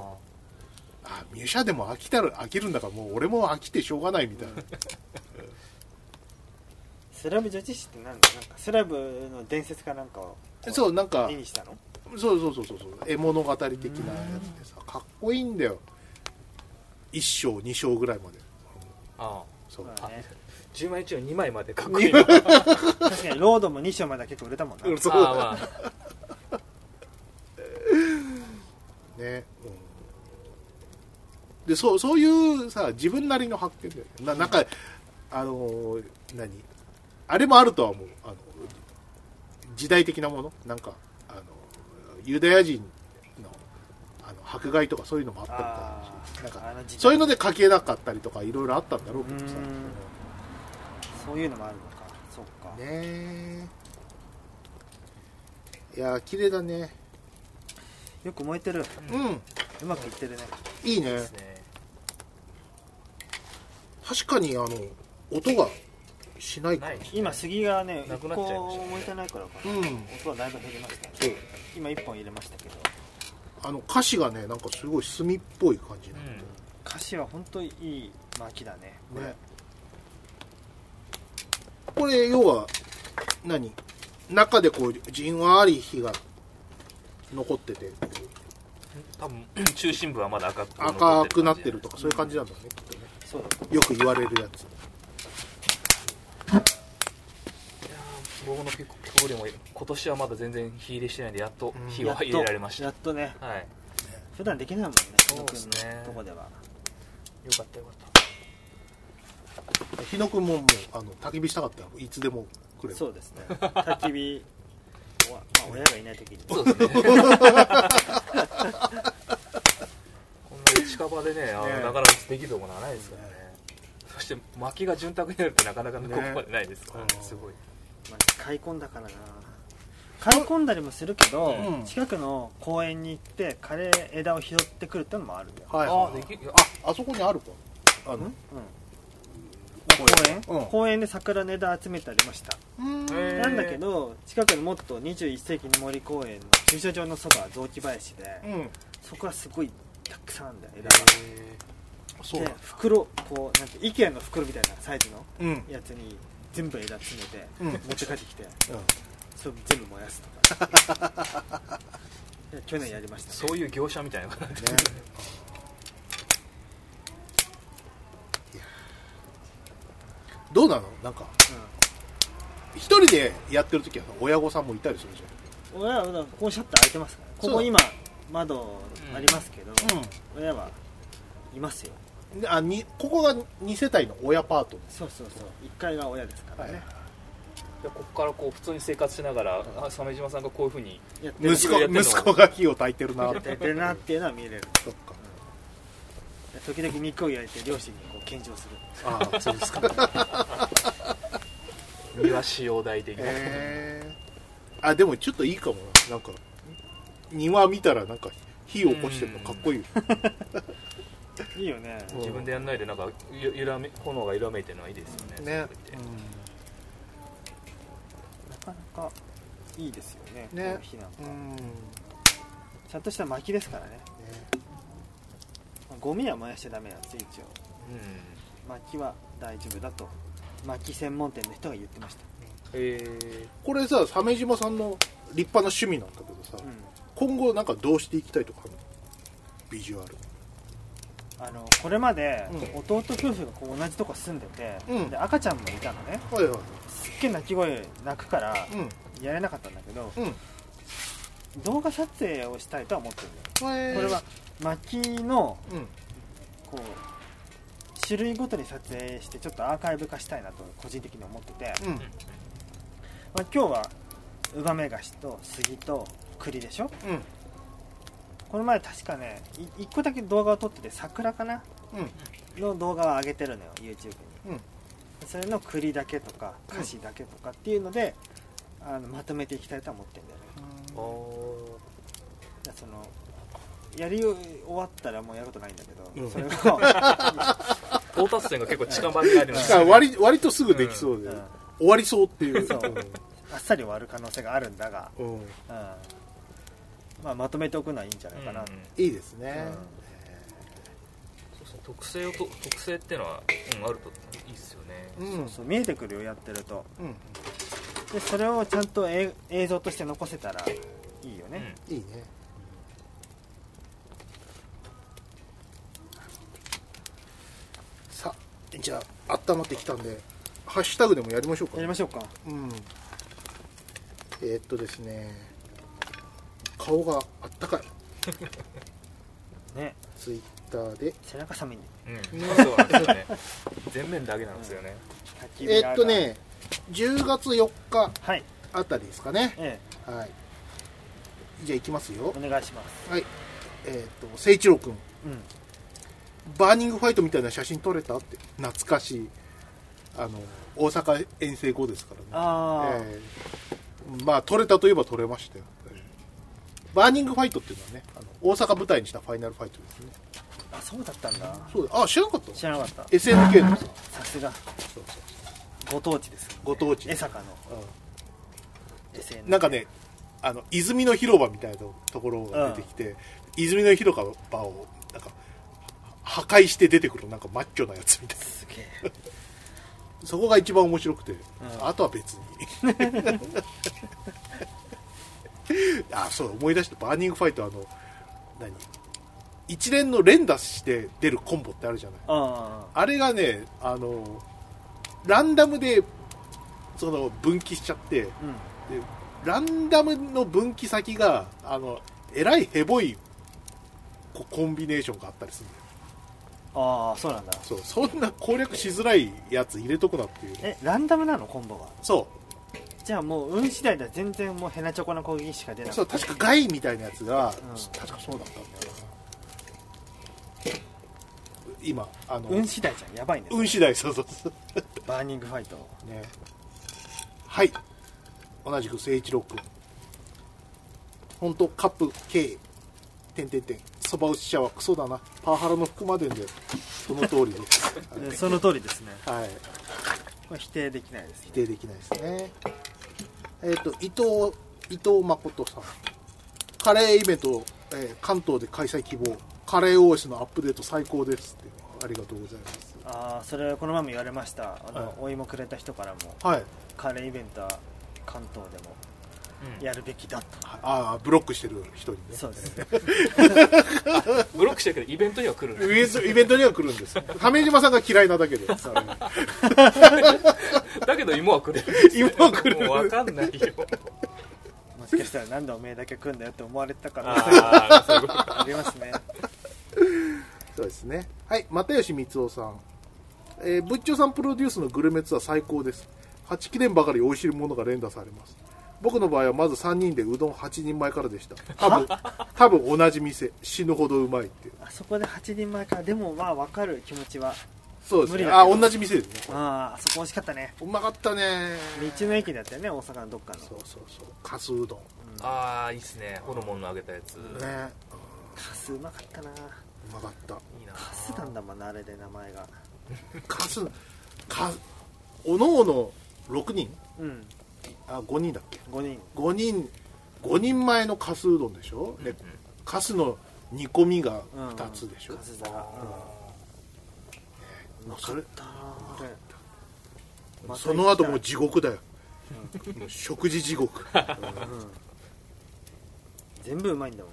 B: あミュシャでも飽きたら飽きるんだからもう俺も飽きてしょうがないみたいな
A: スラブ女子誌って何だなんかスラブの伝説かなんかを
B: そうなんか
A: 絵にしたの
B: そうそうそうそうそう絵物語的なやつでさかっこいいんだよ1章2章ぐらいまで
C: あ
B: そう
A: まあね
C: 10枚中2枚までかっこいいな
A: 確かにロードも2章までは結構売れたもんな
B: うんそう
C: あまあ
B: ね、うん、でそうそういうさ自分なりの発見だよねななんか、あのー何あれもあるとは思うあの時代的なものなんかあのユダヤ人のあの迫害とかそういうのもあったみ
A: ああ
B: たいだしなんか
A: あの時代
B: そういうので書けなかったりとかいろいろあったんだろうけどさ
A: うそういうのもあるのかそっか、
B: ねえいやー綺麗だね
A: よく燃えてる
B: うん
A: うまくいってるね
B: いいね
C: ですね
B: 確かにあの音がしないか
C: な
B: ら
C: いですね
A: 今杉がね
C: な
A: 1個
C: くなっちゃいましたね
A: 燃えてないからか
B: う
A: な、
B: ん
A: 音はだいぶ減りましたね
B: そう
A: 今1本入れましたけど
B: あの歌詞がねなんかすごい墨っぽい感じ
C: う
B: なの、
C: ん
A: 歌詞は本当にいい巻きだねこれ
B: ねこれ要は何中でこうじんわり火が残っててこう
C: 多分中心部はまだ赤く残ってる感
B: 赤
C: じ
B: くなってるとかそういう感じなんだねきっとね
A: そうだ
B: よく言われるやつ
C: いやー僕のピコピコリも今年はまだ全然火入れしてないんでやっと
B: うん
C: 火は入れられました、
A: やっとね
C: はい
A: 普段できないもんね
C: そうですね
A: 佐野君のとこでは
C: よかったよかっ
B: 日野君ももうあの焚き火したかったらいつでもくれ
A: そうですね焚き火おまあ親がいない時に
C: たそうですねこんな近場でねあの
B: ねえ
C: なかなかできるところないですからねそして薪が潤沢になるってなかなかね
B: ね
C: ここまでないですからね
B: うん
C: すごい
A: まあ買い込んだからな買い込んだりもするけど、
B: うん
A: 近くの公園に行って枯れ枝を拾ってくるってのもあるんだよ、
B: はい
C: あ
B: はい
C: できるあ
B: ああそこにあるかあの
A: うん公園、
B: うん
A: 公園で桜の枝集めてありました、
B: うん
C: へー
A: なんだけど近くのもっと21世紀の森公園の駐車場のそばは雑木林で、
B: うん
A: そこはすごいたくさんあるんだよ枝が
C: へ
B: そうだ
A: で袋こうなんて IKEA の袋みたいなサイズの
B: うんうん
A: やつに全部枝詰めて、
B: うん
A: 持って帰ってきてそれ全部燃やすとか いや去年やりまし
C: ー
A: た
C: そういう業者みたいな 感じ
B: ねどうなのなんか一人でやってる時はさ親御さんもいたりするじ
A: うん、親はだからここシャッター開いてますからこ
B: そ
A: こ
B: う
A: 今窓ありますけど、
B: ゃん、
A: 親はいますよ
B: であにここが2世帯の親パート
A: そうそうそう1階が親ですからね、
B: はい
C: でここからこう普通に生活しながらあ鮫島さんがこういうふうに
A: やってる
B: 息
C: 息
B: 子
C: 子
B: 息子が火を焚いてるな
A: やってるなっていうのは見れる
B: そっか
A: 時々肉を焼いて両親にこう献上する
B: ああそうですか
C: 身は使用代的な、
B: えー、あでもちょっといいかもななんか庭見たらなんか火を起こしてるのかっこいい
A: いいよね
B: うん
C: 自分でやんないでなんかゆゆらめ炎が揺らめいてるのはいいですよ
B: ね
C: ねそういう時って
A: なかなかいいですよね
B: ね
A: この日なんか
B: うん、うんね
A: ちゃんとした薪ですからねゴミは燃やしちゃダメなんですよ一応
C: うん
A: 薪は大丈夫だと薪専門店の人が言ってました、
C: えー
B: これさ鮫島さんの立派な趣味なんだけどさ、
A: うん
B: 今後なんかどうしていきたいとかあるのビジュアル
A: あのこれまで
B: う
A: 弟夫婦がこう同じとこ住んでて、
B: うん
A: で赤ちゃんもいたのね
B: はいはい
A: すっげえ泣き声泣くから
B: うん
A: やれなかったんだけど、
B: うん
A: 動画撮影をしたいとは思ってるんだよ
B: これ
A: これは薪の
B: うん
A: こう種類ごとに撮影してちょっとアーカイブ化したいなと個人的に思ってて、
B: うん
A: まあ、今日はウバメガシと杉と栗でしょ
B: うん
A: この前確かねい1個だけ動画を撮ってて桜かな
B: うん
A: の動画を上げてるのよ YouTube に、
B: うん
A: それの栗だけとか菓子だけとかっていうので、あのまとめていきたいとは思ってんだよね
C: お
A: だからそのやり終わったらもうやることないんだけど、
B: うん
A: それ が、
C: 到達点が結構近場にありま
B: し
C: す
B: か
C: ね
B: も割割とすぐできそう
A: う
B: で、
A: ん
B: 終わりそうっていう
A: そうあっさり終わる可能性があるんだが、
B: うんうん
A: うんまあ、まとめておくのはいいんじゃないかな、
C: うん
B: いいですね、
C: そうそう特性をと特性ってのは、うん、あるといいっすよね、
B: うん
A: そうそう見えてくるよやってると
B: うん
A: でそれをちゃんとえ映像として残せたらいいよ
C: う
A: ね
C: ん、
B: いいねさあじゃあ温まってきたんでハッシュタグでもやりましょうか
A: やりましょうか
B: うんえーっとですね顔があったかい
A: ね
B: ツイッターで
A: 背中寒いんで
C: うん、そうなんですよね全面だけなんですよね、
A: 焚き火が
B: えーっとね10月4日
A: はい
B: あたりですかね
A: え
B: はいじゃあいきますよ
A: えお願いします
B: はいえーっと誠一郎君
A: うん
B: バーニングファイトみたいな写真撮れたって懐かしいあの大阪遠征後ですからね
A: ああ、
B: ええまあ撮れたといえば撮れましたよ、ええバーニングファイトっていうのはねあの大阪舞台にしたファイナルファイトですね
A: あそうだったんだ
B: そうだあ知らなかった
A: 知らなかった
B: SNK のさ
A: さすが
B: そうそう
A: ご当地です
B: ご当地
A: 江坂の
B: う
A: SN
B: んなんかねあの泉の広場みたいなところが出てきて、泉の広場をなんか破壊して出てくるなんかマッチョなやつみたいな
A: すげえ
B: そこが一番面白くて、
A: ん
B: あとは別に あそう思い出してバーニングファイトあの何一連の連打して出るコンボってあるじゃない
A: あ
B: あれがねあのランダムでその分岐しちゃって
A: あうん
B: でランダムの分岐先があのえらいヘボいこコンビネーションがあったりするんだよ
A: ああそうなんだ
B: そうそんな攻略しづらいやつ入れとくなっていう
A: えランダムなのコンボは
B: そう
A: じゃあもう運次第では全然もうヘナチョコの攻撃しか出ない
B: そう確かガイみたいなやつが、
A: うん
B: 確かそうだったんだよな今あの
A: 運次第じゃんやばいね
B: 運次第そうそうそ
A: バーニングファイト
B: うねはい同じく誠一郎君本当カップ K 点点点そば打ち者はクソだなパワハラの服までんだよその通りです、
A: えその通りですね
B: はい、
A: これ否定できないです
B: 否定できないですねえっ、と伊藤伊藤誠さんカレーイベント、えー関東で開催希望カレー OS のアップデート最高ですってありがとうございます
A: ああそれこの前も言われましたあの、
B: はい
A: お芋くれた人からも
B: はい
A: カレーイベントは関東でも
C: うん
A: やるべきだと、
B: ああブロックしてる人にね
A: そうですね
C: ブロックしてるけどイベントには来るん
B: イ
C: で
B: ベントイベントには来るんです亀島さんが嫌いなだけで
C: だけど芋は来る
B: 今は来
C: もう
B: る
C: 分かんないよ
A: もしかしたらなんでおめえだけ来んだよって思われてたからあ
C: ああそういうこと
A: りますね
B: そうですねはい又吉光雄さん、えー、仏長さんプロデュースのグルメツアー最高です8期連ばかり美味しいものが連打されます僕の場合はまず3人でうどん8人前からでした多分多分同じ店死ぬほどうまいっていう
A: あそこで8人前かでもまあ分かる気持ちは
B: そうです
A: 無理
B: ね
A: だ
B: あ
A: けど
B: 同じ店ですね
A: あああそこ美味しかったね
B: うまかったね
A: 道の駅だったよね大阪のどっかの
B: そうそうそうかすうどん
C: ああいいっすねホルモンの揚げたやつ、
B: ね
A: カスうまかったな
B: うまかった
C: いいな
A: カスなんだもんなあれで名前が
B: かすかおのおの6人
A: うん
B: あ5人だっけ
A: 5人
B: 5人5人前のかすうどんでしょで
C: うん
B: かすの煮込みが
A: うん
B: 2つでしょ、
A: カスだが
B: もうそれ
A: だーあれまた行きたい
B: その後もう地獄だよ、もう食事地
A: う
B: 獄、
A: ん全部うまいんだもん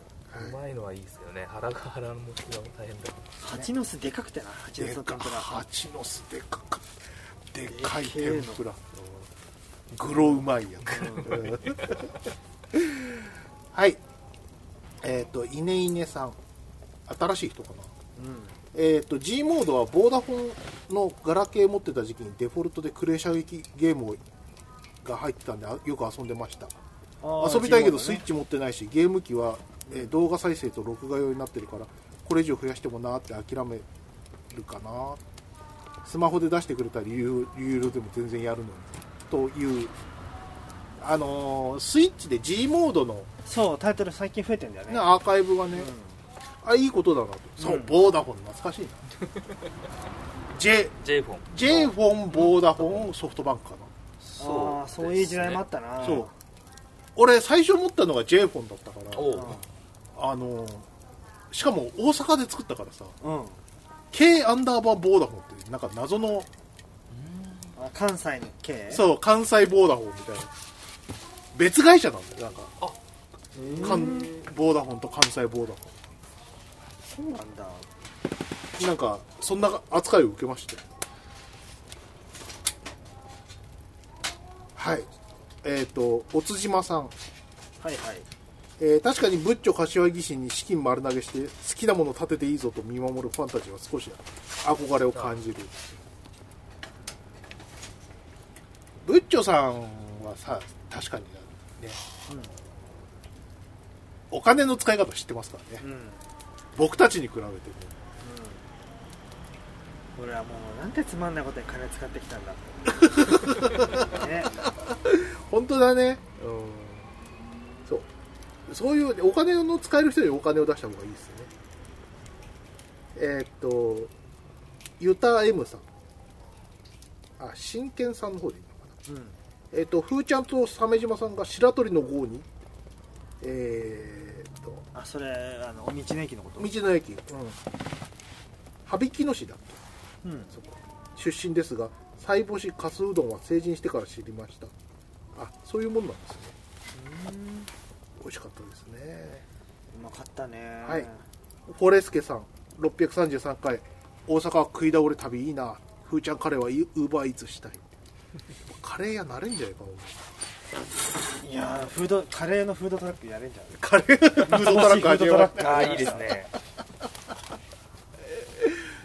C: うまいのはいいですよね腹が腹の持ちが大変だ
A: 蜂の巣でかくてな蜂の
B: で
A: 巣の
B: か
A: 天ぷら
B: 蜂の巣でかかでかい
A: でけえ
B: 天
A: の
B: ぷらグロうまいやつ、はいえっ、とイネイネさん新しい人かな
A: うん
B: えー、と G モードはボーダフォンのガラケー持ってた時期にデフォルトでクレー射撃ゲームが入ってたんであよく遊んでました
A: あー
B: 遊びたいけど
A: 地元
B: スイ
A: ね
B: ッチ持ってないしゲーム機は、えー動画再生と録画用になってるからこれ以上増やしてもなーって諦めるかなスマホで出してくれたら有有料でも全然やるのにというあのースイッチで G モードの、ね
A: そうタイトル最近増えてんだよね
B: アーカイブがね、
A: う
B: あいいことだなと、そううんボーダフォン懐 かしいな J
C: J フォン
B: J フォンボーダフォンソフトバンクかな
A: ああそういう時代もあったな
B: そう俺最初持ったのが J フォンだったか
C: お
B: ら
C: う
B: あのーしかも大阪で作ったからさ
A: うん、うん
B: K アンダーバーボーダフォンってなんか謎の
A: あ関西の K
B: そう関西ボーダフォンみたいな別会社なんだよなんか
A: うん
B: 関ボーダフォンと関西ボーダフ
A: そうなんだ
B: ォンなんかそんな扱いを受けましたよはいえっ、とおつじまさん
A: はいはい
B: えー確かに仏頂柏木市に資金丸投げして好きなもの立てていいぞと見守るファンたちは少し憧れを感じる仏頂さんはさ確かにね、お金の使い方知ってますからね
A: うん、うん、
B: 僕たちに比べても
A: 俺はもうなんてつまんないことに金使ってきたんだ ね
B: 本当だねうんそうそういうお金の使える人にお金を出した方がいいですねえーっとユタ M さんあ真剣さんの方でいいのかな
A: うん
B: えーっとふーちゃんと鮫島さんが白鳥の号にえーっと
A: あそれあのお道の駅のこと
B: 道の駅、うん、羽曳野市だっけ
A: うん
B: そこ出身ですが細干しかすうどんは成人してから知りましたあそういうもんなんですね
A: うん
B: 美味しかったですね
A: うまかったね
B: はいフォレスケさん633回大阪は食い倒れ旅いいなふーちゃんカレーはウーバーイーツしたい カレー屋なれんじゃないかも
A: いやーフードカレーのフードトラックやれんじゃん
B: カレーフードトラック 味わっ
A: フードトラック
C: ああいいですね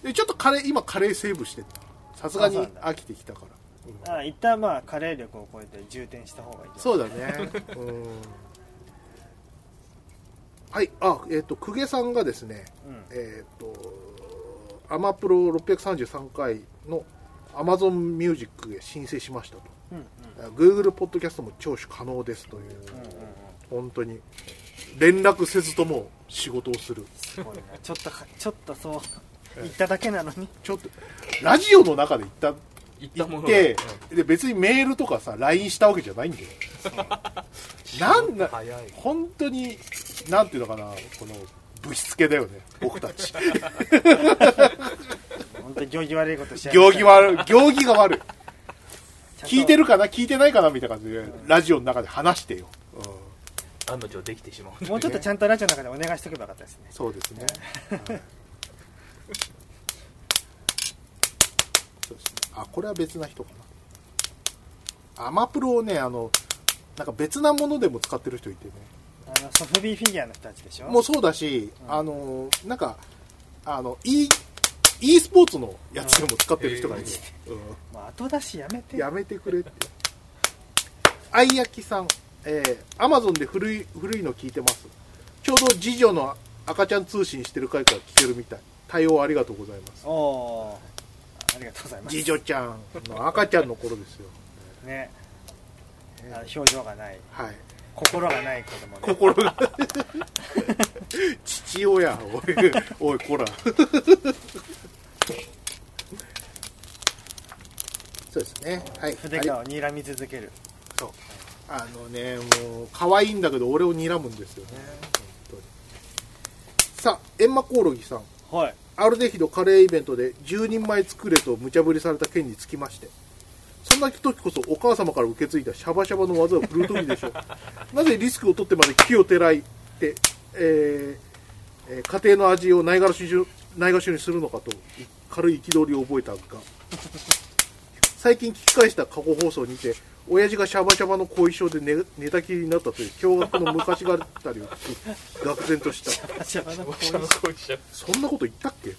B: てちょっとカレー今カレーセーブしてんださすがに
A: あそうなんだ
B: 飽きてきたから今
A: あ一旦まあカレー力を超えて充填した方がいいじゃん
B: そうだ ねうんはいあえっ、と公家さんがですね
A: うん
B: えっ、とアマプロ633回の Amazon Music へ申請しましたと
A: うんうん
B: Google ポッドキャストも聴取可能ですという、
A: うんうんうん
B: 本当に連絡せずとも仕事をする
A: すごいなちょっとかちょっとそう言っただけなのに
B: ちょっとラジオの中で言った
C: 行った
B: 言
C: も
B: っ
C: のが
B: て、で別にメールとかさ LINE したわけじゃないんだよな んだ
C: 早い
B: 本当になんていうのかなこのぶしつけだよね僕たち
A: 本当に行儀悪いことしやが
B: 行
A: って
B: 儀悪い行儀が悪い
A: ちゃんと
B: 聞いてるかな聞いてないかなみたいな感じでラジオの中で話してよ、うん、
C: 案の定できてしまう
A: もうちょっとちゃんとラジオの中でお願いしとけばよかったですね
B: そうですね。そうですね。あ、これは別な人かな。アマプロをね、あの、なんか別なものでも使ってる人いてね。
A: あのソフビーフィギュアの人たちでしょ
B: もうそうだし、
A: うん
B: あの、なんか、あの、e、e スポーツのやつでも使ってる人がいる。うん
A: もう後出しやめて
B: やめてくれって。あいやきさん、えー、Amazon で古い古いの聞いてますちょうど次女の赤ちゃん通信してる回から聞けるみたい対応ありがとうございます
A: おおーありがとうございます
B: 次女ちゃんの赤ちゃんの頃ですよ、
A: ね
B: え
A: あ
B: ー
A: 表情がない
B: はい
A: 心がない子供ね
B: 心が 父親おいおいこらそうですねはい
A: 筆
B: あ
A: 川を睨み続ける
B: りそうあのねもう可愛いんだけど俺を睨むんですよね本当にさあエンマコオロギさん
A: はい
B: アルデヒドカレーイベントで10人前作れと無茶ぶりされた件につきましてそんな時こそお母様から受け継いだシャバシャバの技を振るう時でしょうなぜリスクを取ってまで木をてらいて、えーえー家庭の味をないがしろないがしろにするのかと軽い憤りを覚えたが最近聞き返した過去放送にて親父がシャバシャバの後遺症で寝寝たきりになったという驚愕の昔があったりを聞き愕然とした
A: シャバシャバの
C: この声しちゃう
B: そんなこと言ったっけ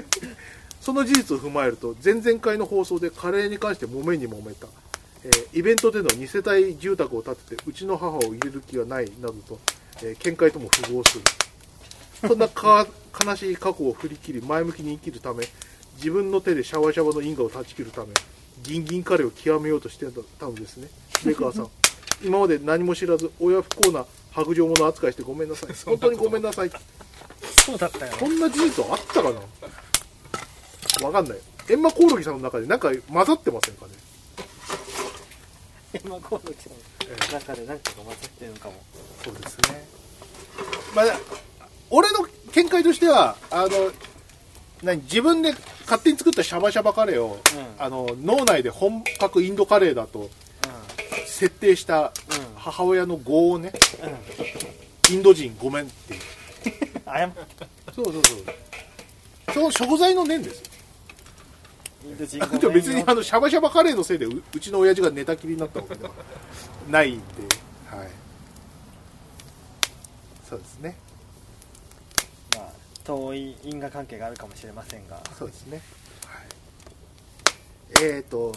B: その事実を踏まえると前々回の放送でカレーに関して揉めに揉めた、えーイベントでの2世帯住宅を建ててうちの母を入れる気はないなどと、えー見解とも符合するそんなか 悲しい過去を振り切り前向きに生きるため自分の手でシャワシャワの因果を断ち切るためギンギンカレーを極めようとしてたのですね梅川さ ん今まで何も知らず親不幸な白状者扱いしてごめんな さい本当にごめんなさい
A: そうだったよ
B: こ
A: ね
B: んな事実あったかなわかんない。エンマコオロギさんの中でなんか混ざってませんかね
A: 今コールちゃんの中で何かが混ざってるのかも
B: そうですね。まあ、俺の見解としては、あの、何自分で勝手に作ったシャバシャバカレーを、
A: うん
B: あの脳内で本格インドカレーだと設定した
A: うん
B: 母親の業をね、
A: うんうん
B: インド人ごめんっていう
A: 謝って
B: そうそうそうその食材の念ですよ
A: インド人
B: あ
A: ごめん
B: と
A: よ
B: 別にあのシャバシャバカレーのせいでううちの親父が寝たきりになったわけではないんで、はい、そうですね
A: まあ遠い因果関係があるかもしれませんが
B: そうですね、はい、えっ、ー、と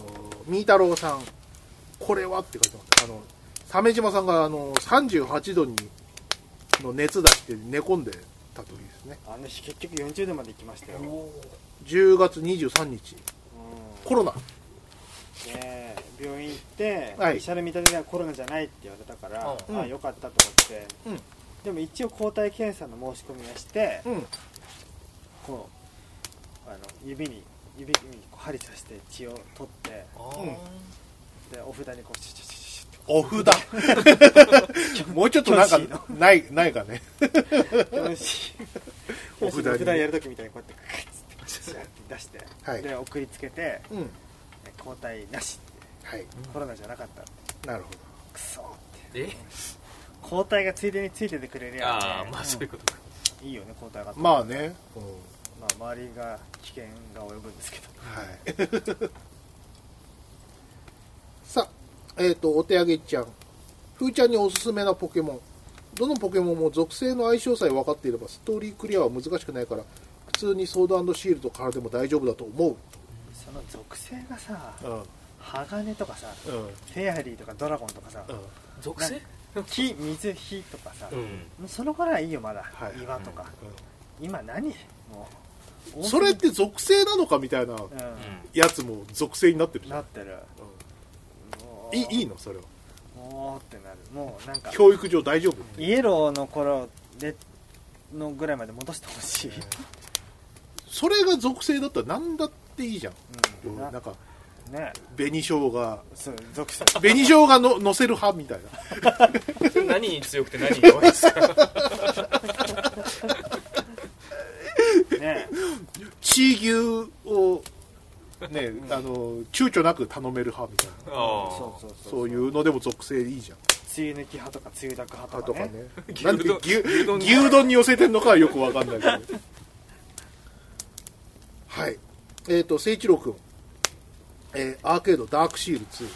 B: みーたろうさんこれはって書いてますあの鮫島さんがあの38度にの熱出して寝込んでた時ですね
A: あの日結局40度まで行きましたよ、うん、ね
B: 10月23日コロナ
A: え病院行って、
B: はい
A: 医者の見立てではコロナじゃないって言われたから、
C: う
B: うん
A: ああよかったと
B: う
A: 思って
B: ん、
A: でも一応抗体検査の申し込みはして、
B: うん
A: こうあの指に指にこう針刺して血を取ってでお札にこうシュシュシュシュシ
B: お札も うちょっとなんか
A: キョンシ
B: ないないかね
A: ュよし
B: お
A: お
B: 札
A: 札
B: に
A: やるときみたいにこうやってクッつってシャッて出して、
B: はい
A: で送りつけて
B: うん
A: 抗体なし
B: はい
A: コロナじゃなかった
B: なるほ
A: クソって
C: え
A: 抗体がついでについててくれるやん、ね
C: ああまあそういうことか
A: いいよね抗体があって
B: どまあね、うん
A: まあ、周りが危険が及ぶんですけど
B: はいさあえっ、とお手上げちゃんふーちゃんにおすすめなポケモンどのポケモンも属性の相性さえ分かっていればストーリークリアは難しくないから普通にソードシールドからでも大丈夫だと思う、
A: その属性がさ
B: うんうん
A: 鋼とかさフェアリーとかドラゴンとかさ、
C: 属性
A: 木水火とかさ、
C: う
A: も
C: ん
A: うその頃はいいよまだ、
B: はい
A: 岩とか、今何もう
B: それって属性なのかみたいな
A: うん、
B: やつも属性になってるじゃん
A: なってるもう
B: いいいい
A: の
B: のそれは
A: もうってなるもうなんか
B: 教育上大丈夫
A: イエローの頃でのぐらいまで戻してほしい、
B: それが属性だったら何だっていいじゃん
A: うんな
B: なんか
A: ね
B: 紅生姜
A: そう属性
B: 紅生姜ののせる派みたいな
C: それ何に強くて何に弱いですか
A: ね
B: チー牛をね、あの躊躇なく頼める派みたいな
A: そう
C: あ
A: そうそう
B: そういうのでも属性いいじゃん
A: 梅雨抜き派とか梅雨だく
B: 派
A: 派
B: と
A: と
B: か
A: か
B: ね
A: ね
B: なんで牛
C: 牛丼
B: 牛丼に寄せてんのかはよくわかんないけどはいえっ、と誠一郎君、えーアーケードダークシール2、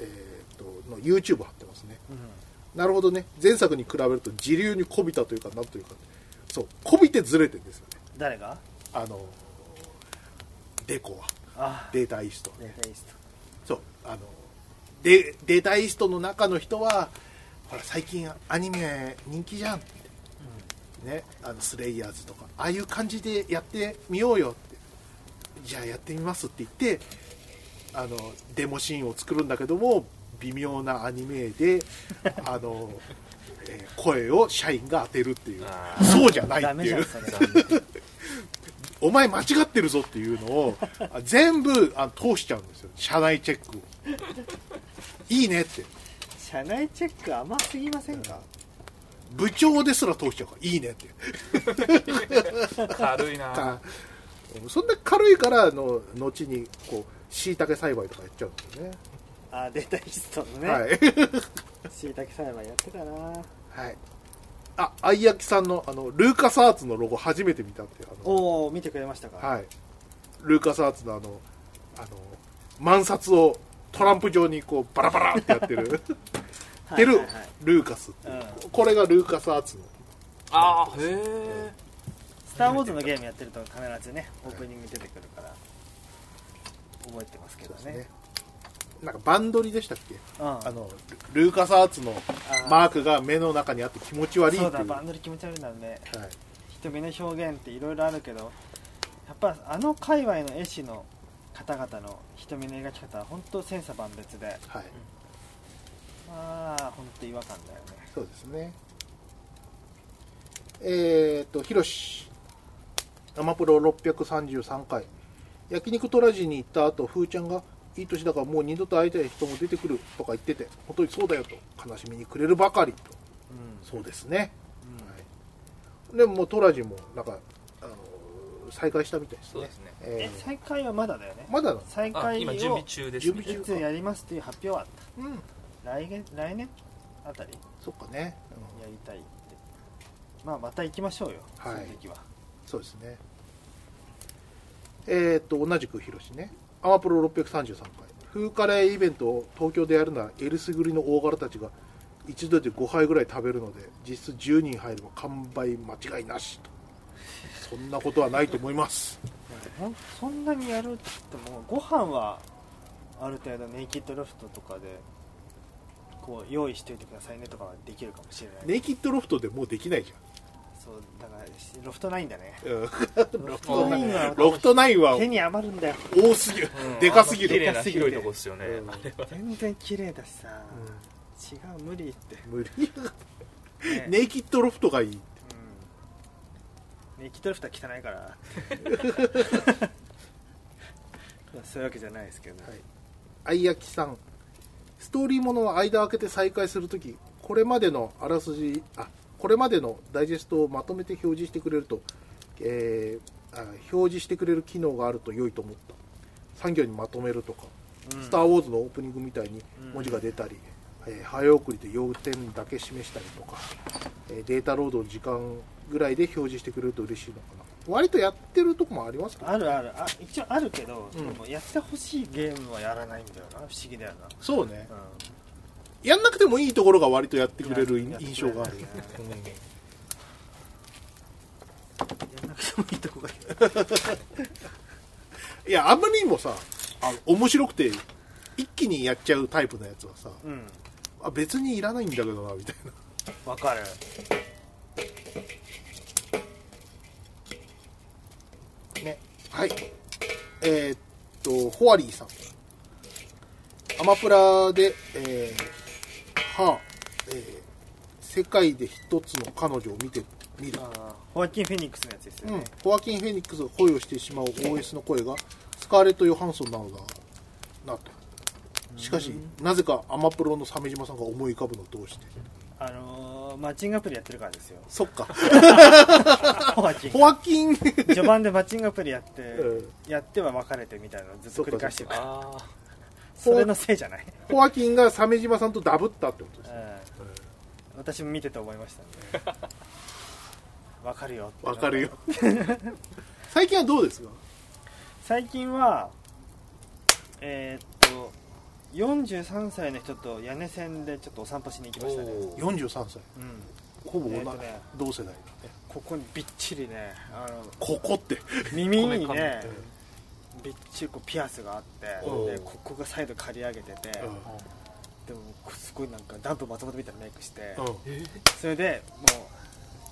B: えー、との YouTube 貼ってますねなるほどね前作に比べると時流にこびたというかなんというかそうこびてずれてんですよね
A: 誰が
B: あのデコは
A: あ
B: データイーストはね
A: テイス
B: そうあのでデータイーストの中の人はほら最近アニメ人気じゃん、ねあのスレイヤーズとかああいう感じでやってみようよってじゃあやってみますって言ってあのデモシーンを作るんだけども微妙なアニメであの、えー声を社員が当てるっていう
C: あ
B: そうじゃない
A: ダ
B: って
A: メじ
B: い
A: ゃん
B: う
A: それ
B: お前間違ってるぞっていうのを あ全部あ通しちゃうんですよ社内チェックをいいねって
A: 社内チェック甘すぎませんか
B: 部長ですら通しちゃうからいいねって
C: 軽いな
B: あそんな軽いからあの後にこうしいたけ栽培とかやっちゃうんだよね
A: あデータヒストの
B: は
A: ね
B: い、
A: しいたけ栽培やってたな
B: はい、 あ愛焼さんのあのルーカスアーツのロゴ初めて見たってあの、
A: おお見てくれましたか、
B: はい、ルーカスアーツのあのあの万札をトランプ状にこうバラバラってやってる
A: は
B: てる
A: はいはい
B: ルーカスっていう
A: うん
B: これがルーカスアーツの
C: あーへえ
A: スター・ウォーズのゲームやってると必ずねオープニング出てくるから覚えてますけど
B: です
A: ね
B: ねなんかバンドリでしたっけ
A: うん
B: あのルルーカスアーツの
A: あー
B: マークが目の中にあって気持ち悪いっ
A: そ
B: てい
A: ううだバンドリ気持ち悪いんだよね
B: はい
A: 人目の表現っていろいろあるけどやっぱあの界隈の絵師の方々の人目の描き方は本当千差万別で
B: はい、
A: まあ本当違和感だよね
B: そうですね。えっ、と、ひろし、アマプロ633回、焼肉トラジに行った後、ふーちゃんが、いい年だからもう二度と会いたい人も出てくるとか言ってて、本当にそうだよと、悲しみにくれるばかりと、
A: うん
B: そうですね。
A: うん
B: はい、でももうトラジも、なんか、あのー再開したみたいです
C: そう
B: ね
C: で。すね
B: え
A: え
B: ー
A: 再開はまだだよね
B: まだなの
A: 再
C: あ
A: 開
C: 今準備
A: を
C: 中です
B: 準備
A: い
B: 中
A: つやりますという発表はあっ
B: うん、
A: た来月来年あたり
B: そっかね。うん
A: やりたいってまあまた行きましょうよ、
B: はい
A: その時は
B: そうですね。えーっと、同じく広しね。アマプロ633回。風カレーイベントを東京でやるなら、えりすぐりの大柄たちが一度で5杯ぐらい食べるので、実質10人入れば完売間違いなしと。そんなことはないと思います。
A: ほんそんなにやるってもうご飯はある程度ネイキッドロフトとかでこう用意しといてくださいねとかはできるかもしれない、
B: ネイキッドロフトでもうできないじ
A: そうだからしロフトないんだね
B: ゃん。うん
A: ロフ
C: ト
A: ト
C: な
A: ないいは
B: ロフト9は
A: 手に余るんだよ
B: 多すぎる
C: うん。
B: でかすぎ
C: あの綺麗
B: る。
C: な広いとこですよね
B: うん
C: あれ
A: 全然綺麗だしさ、
B: う
A: 違う無理って、
B: ん無理。
A: ね
B: ネイキッドロフトがいい。
A: うんネイキッドロフトは汚いから そういうわけじゃないですけど、
B: はい愛焼さんストーリーものは間を空けて再開するときこれまでのあらすじあこれまでのダイジェストをまとめて表示してくれると、えーあ表示してくれる機能があると良いと思った産業にまとめるとか「
A: うん
B: スター・ウォーズ」のオープニングみたいに
A: うん
B: 文字が出たり、えー早送りで要点だけ示したりとか、えーデータロードの時間ぐらいで表示してくれると嬉しいのかな割とやってるとこもありますけど
A: あるあるあ一応あるけど、
B: うん
A: でもやってほしいゲームはやらないんだよな不思議だよな
B: そうね
A: うん
B: やんなくてもいいところが割とやってくれる
A: や
B: 印象がある
A: やってくれないねやんなくてもいいとこがいい
B: いやあんまりにもさあの面白くて一気にやっちゃうタイプのやつはさ
A: うん
B: あ別にいらないんだけどなみたいな
A: わかる
B: ねはいえーっとホワリーさんアマプラでえーはあ、えー世界で一つの彼女を見て見る
A: あーホワキン・フェニックスのやつですよ
B: う
A: ね
B: ん、、ホアキン・フェニックスが恋をしてしまう OS の声がスカーレット・ヨハンソンなのだなとしかしなぜかアマプロの鮫島さんが思い浮かぶのをどうして
A: あのーマッチングアプリやってるから ですよ
B: そっか
A: ホワキン
B: ホアキン
A: 序盤でマッチングアプリやって、
B: うん
A: やっては別れてみたいなのをずっと繰り返してるから
C: ああ
A: それのせいじゃない、
B: ホアキンが鮫島さんとダブったってことです
A: う
B: ね
A: ん私も見てて思いました ねわかるよって
B: わか るよ最近はどうですか
A: 最近はえーっと43歳の人と屋根線でちょっとお散歩しに行きましたね、
C: おー
B: 43歳
A: うん、
B: ほぼ同じ、
A: えーとね
B: 同世代だね
A: ここにびっちりねあの
B: ここって
A: 耳に
C: こめか
A: ねびっちりこうピアスがあって
B: おー
A: でここがサイド刈り上げてて、
B: うん
A: でもすごいなんかダンプ松本みたいなメイクして、
B: うん
C: え
A: それでも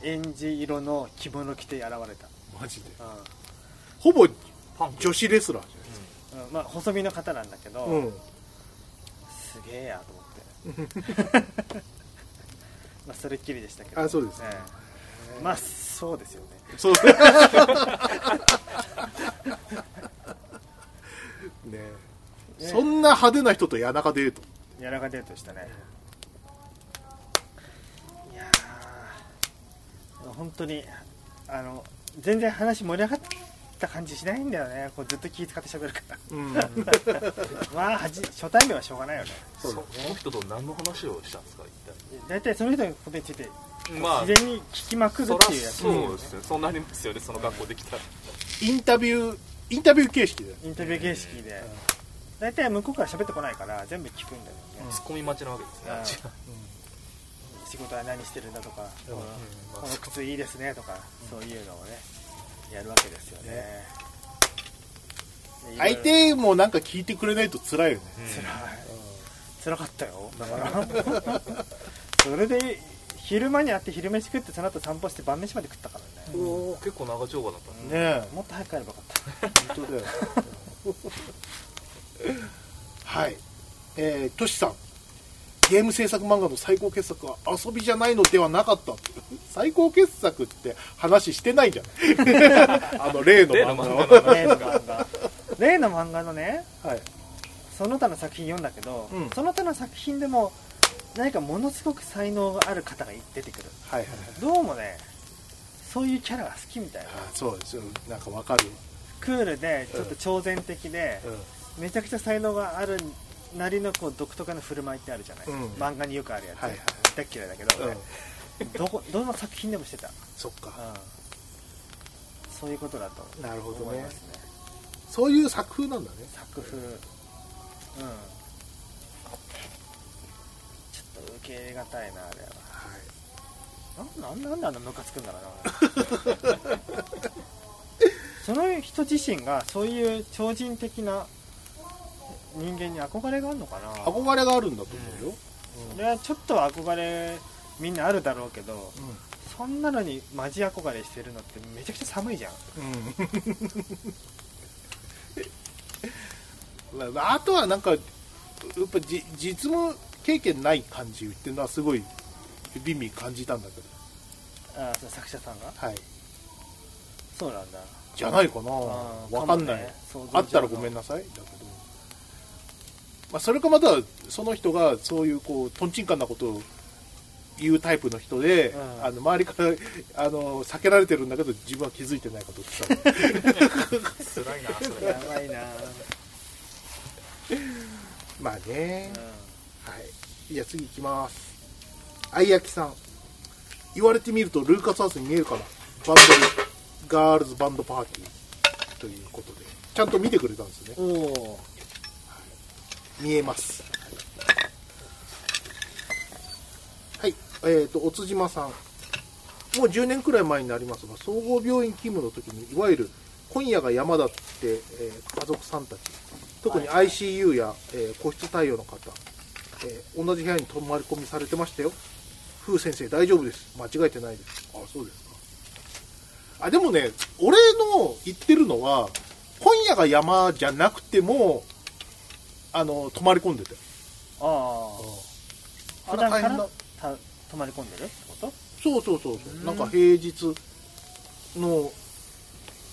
A: うエンジ色の着物着て現れた、
B: マジで
A: うん
B: ほぼ
C: パンク
B: 女子レスラーじ
A: うんまあ、細身の方なんだけど、
B: ゃないです
A: すげえやと思ってまあそれっきりでしたけど
B: あそうです
A: ええまあそうですよね
B: かうんそうね ねえ
A: ね
B: そんな派手な人と谷中デート
A: やらかデートしたねいやー本当にあの全然話盛り上がった感じしないんだよねこうずっと気使って喋るから まあはじ初対面はしょうがないよね
C: そその人と何の話をしたんですか
A: 大体その人のことについて
C: 一体
A: 自然に聞きまくる
C: そ
A: っていう
C: ら
A: やつ、
C: そうですよね、そうなりますよねその学校できたら
B: インタビューインタビュー形式で
A: インタビュー形式で大体向こうから喋ってこないから全部聞くんだよね、
C: ツッコミ待ちなわけですね
A: 仕事は何してるんだとか、
B: うん
A: この
C: まあ
A: この靴いいですねとか、そういうのをねやるわけですよねで
B: 相
A: い
B: 手もなんか聞いてくれないと辛いよね
C: うん
A: ろいろ辛い辛かったよだから それで昼間に会って昼飯食ってその後散歩して晩飯まで食ったからね、
C: おー結構長丁場だったね
B: ねえ
A: もっと早く帰ればよか っ
B: 本当だよはいえー、トシさんゲーム制作漫画の最高傑作は遊びじゃないのではなかった 最高傑作って話してないじゃない あの例の
C: 例の
B: 漫画
C: 漫
A: た例の
C: 画の
A: 漫画例の漫画のね
B: はい
A: その他の作品読んだけど、
B: うん
A: その他の作品でも何かものすごく才能がある方が出てくる
B: はいはい
A: どうもねそういうキャラが好きみたいな
B: あーそうですよなんかわかるわ
A: クールでちょっと超然的で、めちゃくちゃ才能があるなりのこう独特な振る舞いってあるじゃない、
B: うん
A: 漫画によくあるやつ、
B: はいはい
A: 大っ嫌いだけど、
B: うん、
A: 俺どこどの作品でもしてた、
B: そっか
A: そういうことだと
B: なるほど
A: 思い
B: ね
A: ますね
B: そういう作風なんだね
A: 作風うんちょっと受け入れがたいなあれはな
B: はい
A: んなんなんであんなムカつくんだろうな その人自身がそういう超人的な人間に憧れがあるのかな
B: 憧れがあるんだと思うよ、
A: それはちょっとは憧れみんなあるだろうけど
B: うん
A: そんなのにマジ憧れしてるのってめちゃくちゃ寒いじゃん
B: うん まああとはなんかやっぱじ実務経験ない感じっていうのはすごい美味感じたんだけど
A: あその作者さんが
B: はい
A: そうなんだ
B: じゃないかな
A: あー
B: わかんない、
A: もね
B: あったらごめんなさいだけど、まあ、それかまたその人がそういうこうとんちんかんなことを言うタイプの人で、
A: うん
B: あの周りからあの避けられてるんだけど自分は気づいてないこ とってさ
C: 辛いなそ
A: や
C: れ
A: ばいな、
B: まあね、
A: う
B: はい。じゃあ次行きます。あいやきさん。言われてみるとルーカスハウスに見えるから。バンド、ガールズバンドパーティーということで。ちゃんと見てくれたんですね。
A: ん、 おお
B: 見えます。はい。えっ、と、おつじまさん。もう10年くらい前になりますが、総合病院勤務の時に、いわゆる今夜が山だって、えー家族さんたち、特に ICU や、えー個室対応の方、えー同じ部屋に泊まり込みされてましたよ。風先生、大丈夫です。間違えてないです。あ、そうですか。あ、でもね、俺の言ってるのは、今夜が山じゃなくても、あの、泊まり込んでて。
A: ああ
B: それは大
A: 普
B: 変だ
A: 段からた泊まり込んでるってこと
B: そうそうそうそうなんか平日の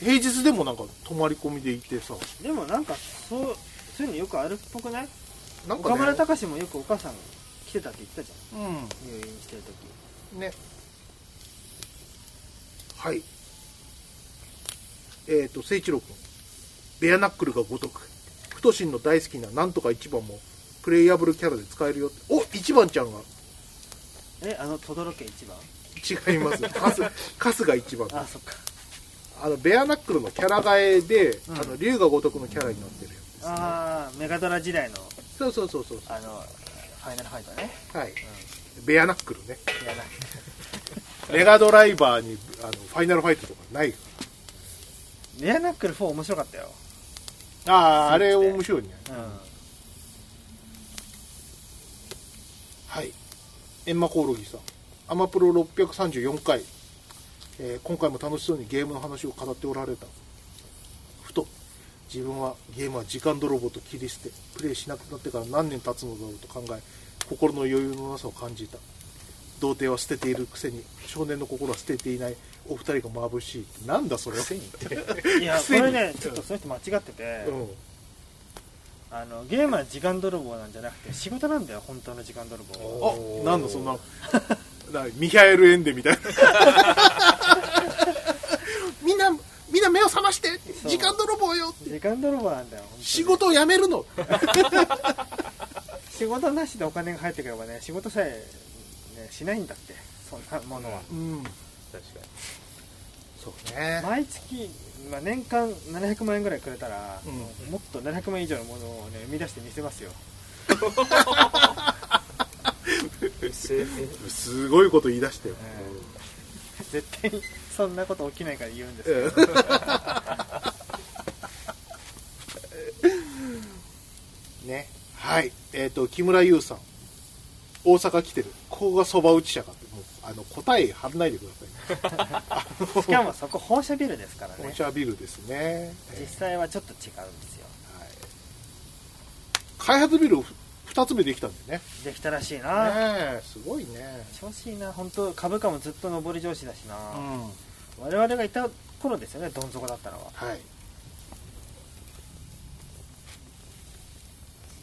B: 平日でもなんか泊まり込みでいてさ
A: でもなんかそうそういうのよくあるっぽくない
B: なん
A: 岡村
B: か、ね、
A: 隆史もよくお母さん来てたって言ってたじ
B: う
A: ゃん入院してる時
B: んねはいえっ、ー、と誠一郎君ベアナックルがごとくふとしんの大好きななんとか一番もプレイヤブルキャラで使えるよってお一番ちゃんが
A: えあの轟家一番
B: 違い ます春春日一番
A: あそっか
B: あのベアナックルのキャラ替えで、
A: うん
B: あの龍が如くのキャラになってるよ
A: ああメガドラ時代の
B: そうそうそうそうそ
A: あのファイナルファイトね
B: うはい、ベアナックルね
A: いやな
B: メガドライバーにあのファイナルファイトとかない
A: レアナックル4面白かったよ
B: あああれ面白いね
A: うん
B: エンマコオロギさんアマプロ634回、えー今回も楽しそうにゲームの話を語っておられたふと自分はゲームは時間泥棒と切り捨てプレイしなくなってから何年経つのだろうと考え心の余裕のなさを感じた童貞は捨てているくせに少年の心は捨てていないお二人が眩しいってなんだそれは、
A: い やこ
B: ついに
A: れねちょっとその人間違ってて、
B: うん、
A: あのゲームは時間泥棒なんじゃなくて仕事なんだよ本当の時間泥棒は
B: あなんだそんな なミハエル・エンデみたいな みんなみんな目を覚まして
A: う
B: 時間泥棒よ
A: 時間泥棒なんだよ本当に
B: 仕事を辞めるの
A: 仕事なしでお金が入ってくればね仕事さえ、ね、しないんだってそんなものは、
B: うん
C: 確かに
B: そうね
A: 毎月、まあ、年間700万円ぐらいくれたら、
B: う
A: もっと700万円以上のものをね生み出してみせますよ
B: すごいこと言い出したよ、
A: 絶対にそんなこと起きないから言うんですけど、
B: うんねはいえっ、と木村優さん大阪来てるここがそば打ち社かってもうあの答え貼らないでくださいね
A: しかもそこ本社ビルですからね
B: 本社ビルですね、
A: 実際はちょっと違うんですよ
B: はい開発ビルを2つ目できたんだよね
A: できたらしいな、
B: ねえすごいね
A: 調子いいな本当株価もずっと上り調子だしな、
B: うん
A: 我々がいた頃ですよねどん底だったのは
B: はい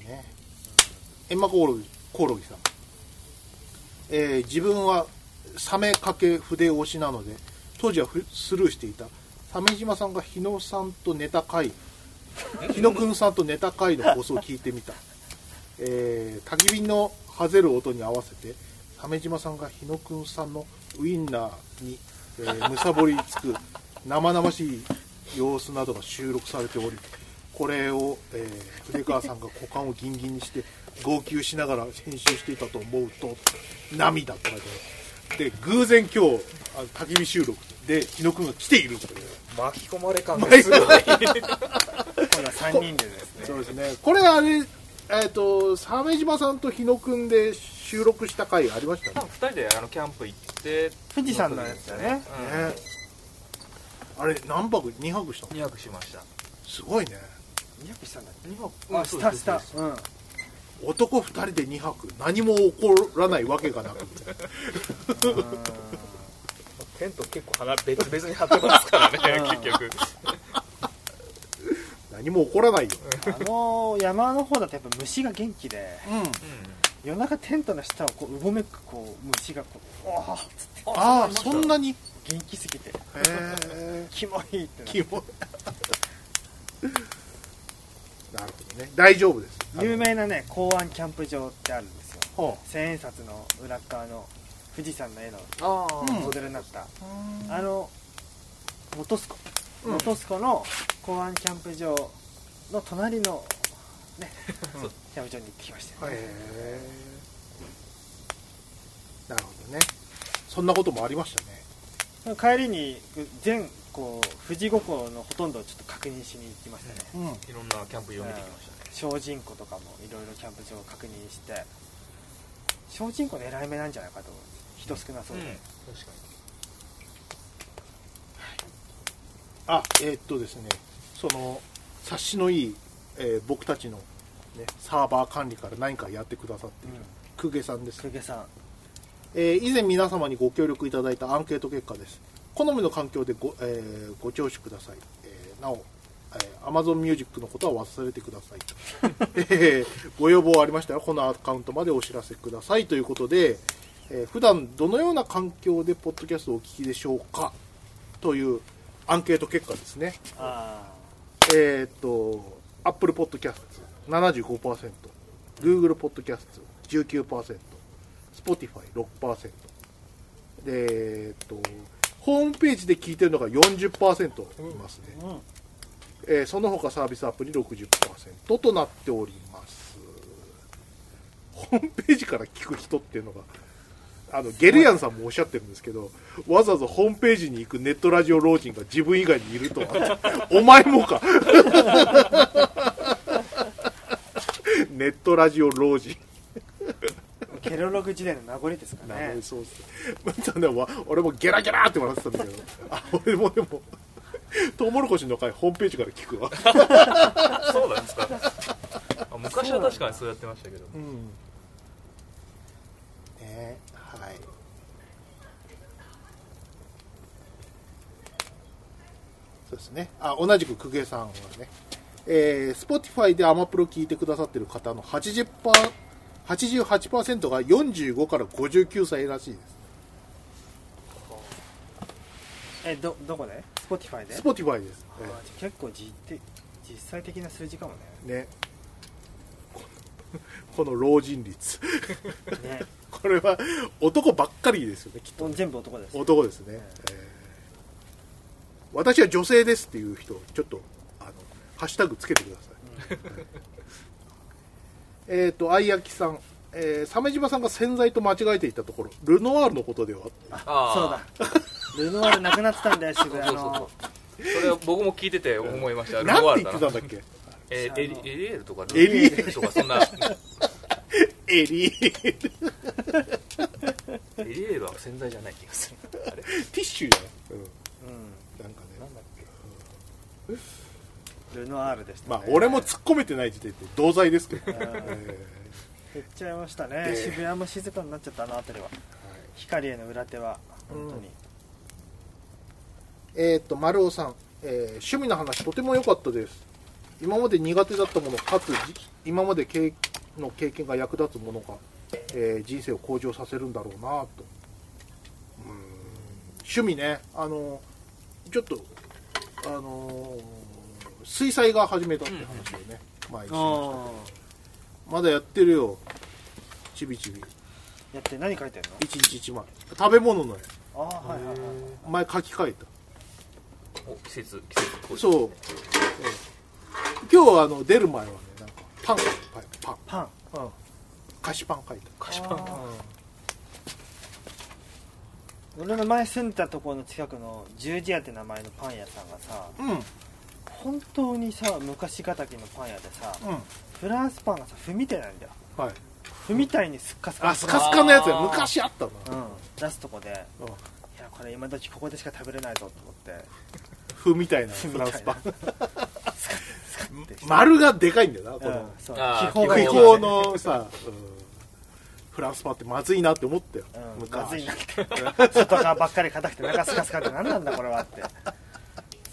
B: ねエンマコオロギコオロギさん、えー自分はサメかけ筆推しなので当時はふスルーしていた鮫島さんが日野さんとネタ会日野くんさんとネタ会の放送を聞いてみたえー焚き火のはぜる音に合わせて鮫島さんが日野くんさんのウインナーに、えー、むさぼりつく生々しい様子などが収録されておりこれを、えー、筆川さんが股間をギンギンにして号泣しながら編集していたと思うと涙って書いてあるで偶然今日あの焚き火収録で日野くんが来ているという
C: 巻き込まれ感がすごい
A: 今度は3人でですね
B: そうですね。これあれ、えっ、と、鮫島さんと日野くんで収録した回ありました
C: 多
B: ね。
C: 分2人であのキャンプ行って
A: 富士山のやつだね、
C: うん
B: ねあれ、何泊 ?2 泊したの
C: 2泊しました
B: すごいね。
A: 200したんだっ
C: 2
A: けあしたしたうん
B: 男2人で2泊。何も起こらないわけがなく。
C: テント結構離別々に張ってますからね結局
B: 何も起こらないよ。
A: あの山の方だとやっぱ虫が元気で
B: うん。
A: 夜中テントの下をこううごめくこう虫がこう「おーっつって
B: ああ、そんなに。へ
A: 元気すぎて
B: え。
A: キモいってな
B: キモい。なるほどね。大丈夫です。
A: 有名なね港湾キャンプ場ってあるんですよ
B: ほ
A: 千円札の裏っ側の富士山の絵の
C: ああ、
B: うん
A: モデルになった、
B: う。うん
A: あの本栖湖
B: うん
A: 本栖湖の港湾キャンプ場の隣のね
B: うん
A: キャンプ場に行ってきましたよ、
B: へえなるほどねそんなこともありましたね
A: 帰りに全こう富士五湖のほとんどをちょっと確認しに行きましたね、
B: うん
C: いろんなキャンプ場見てきまし
A: 精進湖とかもいろいろキャンプ場を確認して精進湖狙い目なんじゃないかと思う人少な
C: た
A: そう
C: ね、
A: で、
C: うん、確か
B: あえーっとですねその察しのいい、えー僕たちの、ね、サーバー管理から何かやってくださっている、
A: うん
B: 公家さんです
A: 久毛さん
B: えー以前皆様にご協力いただいたアンケート結果です好みの環境でご,、えーご聴取ください、えーなお、えー、Amazon Music のことは忘れてくだ さい、えーご要望ありましたらこのアカウントまでお知らせくださいということで、えー普段どのような環境でポッドキャストをお聞きでしょうかというアンケート結果ですね
A: あ
B: えーっと、Apple Podcast 75%、Google Podcast 19%、Spotify 6%、でえーっと、ホームページで聞いてるのが40%いますね、
A: あうん
B: えーその他サービスアプリ60%となっております。ホームページから聞く人っていうのが、あのゲルヤンさんもおっしゃってるんですけど、わざわざホームページに行くネットラジオ老人が自分以外にいるとは、 お前もか、ネットラジオ老人、
C: に
A: ケロログ時代の名残ですか
B: な
A: ね
B: るそうですまあただわ俺もゲラゲラって笑ってたんだけどあ俺もでもトウモロコシの会ホームページから聞くわ、
C: そうなんですか あ昔は確かにそうやってましたけど
B: うんねはいそうですねあ同じく久下さんはねえー、Spotify でアマプロ聞いてくださってる方の80パー88%が45から59歳らしいです
A: えどどこで Spotify で
B: スポティファイです。
A: あーじゃあ結構実的実際的な数字かも ね
B: ね。このこの老人率。
A: ね
B: これは男ばっかりですよね、きっと。
A: 全部男です
B: 男ですね。えー私は女性ですっていう人、ちょっと、あの、ハッシュタグつけてください。はいえっと、あいやきさん。えー、鮫島さんが洗剤と間違えていたところ、ルノワールのことでは
A: そうだ
C: あ
A: ルノワールなくなってたんだよ渋
C: あ
A: 谷
C: そうそう
A: の
C: そうそれは僕も聞いてて思いました
B: な
C: ルノ
B: ん
C: ワ
B: て
C: ー
B: 言
C: ルだ
B: ってた
C: な
B: んだっけ
C: えーエリ
A: あの
C: エリエールとか
B: エリエー
C: ルとかそんなエ
B: エリー。 テ
C: リエールは洗剤じゃない気がするあれ
B: ィッシュじゃない、
A: う
B: うん、なんかね。
C: なんだっけ
A: んルノワールでした、ね、
B: まあ、俺も突っ込めてない時点で同罪ですけどね。
A: うん
B: え
A: 減っちゃいました
B: え
A: ね
B: え
A: 渋谷も静かになっちゃったあの辺りは
B: ーはい
A: 光への裏手は本当に、
B: えーっと、丸尾さん、えー趣味の話とても良かったです。今まで苦手だったもの、かつ、じ今まで経の経験が役立つものが、えー人生を向上させるんだろうなと。うーん趣味ね、あの、ちょっと、あのー水彩画始めたって話をね、前に
A: あ
B: しましたまだやってるよ。ちびちび。
A: ーやって何書いてん
B: 一日一枚。食べ物
A: の
B: の絵。
A: ああはいはいはい
B: 前書き換えた。
C: お季節季節こ
B: そう、ええ今日はあの出る前はねなんかパンパンパン
A: パン
B: うん菓子パン書いた菓
A: 子パン俺の前住んでたところの近くの十字屋って名前のパン屋さんがさ
B: うんうん
A: 本当にさ昔敵のパン屋でさフランスパンがさ踏みたいなんだよ
B: はい
A: 踏みたいにすっかすか
B: あスカスカのやつや
C: あー
B: 昔あったな
A: うん出すとこでいや
B: うん
A: これ今時ここでしか食べれないぞと思って
B: 風み たいな
A: 風
B: フ
A: み
B: ラ
A: たい
B: ン
A: な
B: スパン
A: って
B: 丸がでかいんだよなこ
A: う
B: の
A: んそう
C: あー
A: 気泡が
C: 気
B: 気
C: 泡
B: 泡のさうんフランスパンってまずいなって思ったよ
A: うんまずい
B: 昔
A: なって外側ばっかり硬くて中スカスカって何なんだこれはって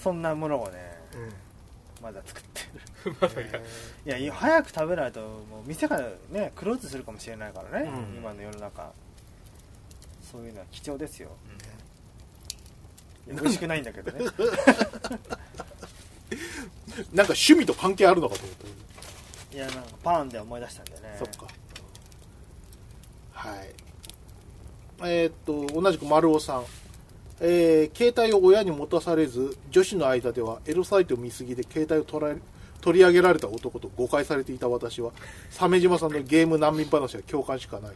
A: そんなものをね
B: うん
A: まだ作ってるいや早く食べないともう店がねクローズするかもしれないからね、
B: うん
A: 今の世の中そういうのは貴重ですよいや美味しくないんだけど ね
B: なんか趣味と関係あるのかと思った
A: いやなんかパンで思い出したんだよね
B: そっか。はい。えーっと、同じく丸尾さん。えー携帯を親に持たされず、女子の間ではエロサイトを見すぎで携帯を取られ取り上げられた男と誤解されていた私は、鮫島さんのゲーム難民話は共感しかない。
A: うん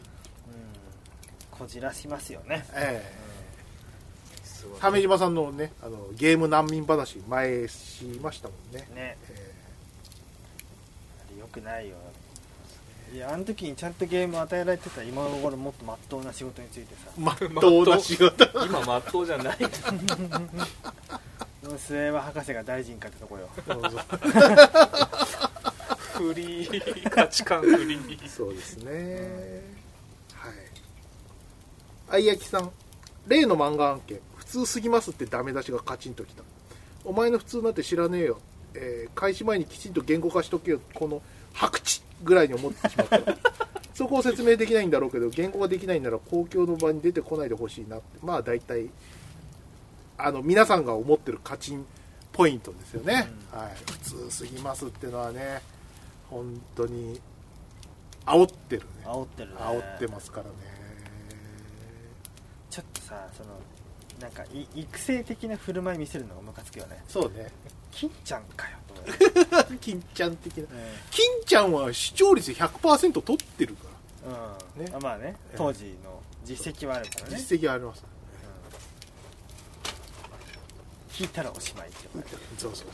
A: こじらしますよね
B: え
C: す
B: え
C: ごい
B: 鮫島さんのね、あの、ゲーム難民話、前しましたもんね。
A: ね
B: え
A: よくないよいやあの時にちゃんとゲーム与えられてたら今頃もっと真っ当な仕事についてさ
B: えまっとうな仕 事。
C: 今まっとうじゃない
A: 末山博士が大臣かってとこよ
C: フリー価値観フリー
B: そうですね、はい愛焼さん例の漫画案件普通すぎますってダメ出しがカチンときたお前の普通なんて知らねえよ、えー開始前にきちんと言語化しとけよこの白痴ぐらいに思ってしまったそこを説明できないんだろうけど言語ができないなら公共の場に出てこないでほしいなってまあ大体あの皆さんが思ってるカチンポイントですよね、はい、普通すぎますってのはね本当に煽ってるね
A: 煽ってるね
B: 煽ってますからね
A: ちょっとさそのなんかい育成的な振る舞い見せるのがムカつくよね
B: そうね
A: 金ちゃんかよと思う、
B: 金ちゃん的な
A: ね
B: 金ちゃんは視聴率100%取ってるか
A: うん
B: ね
A: あまあね
B: ええ
A: 当時の実績はあるから
B: ら
A: ね、
B: 実績はあります
A: うん聞いたらおしまいってことだよ
B: そうそう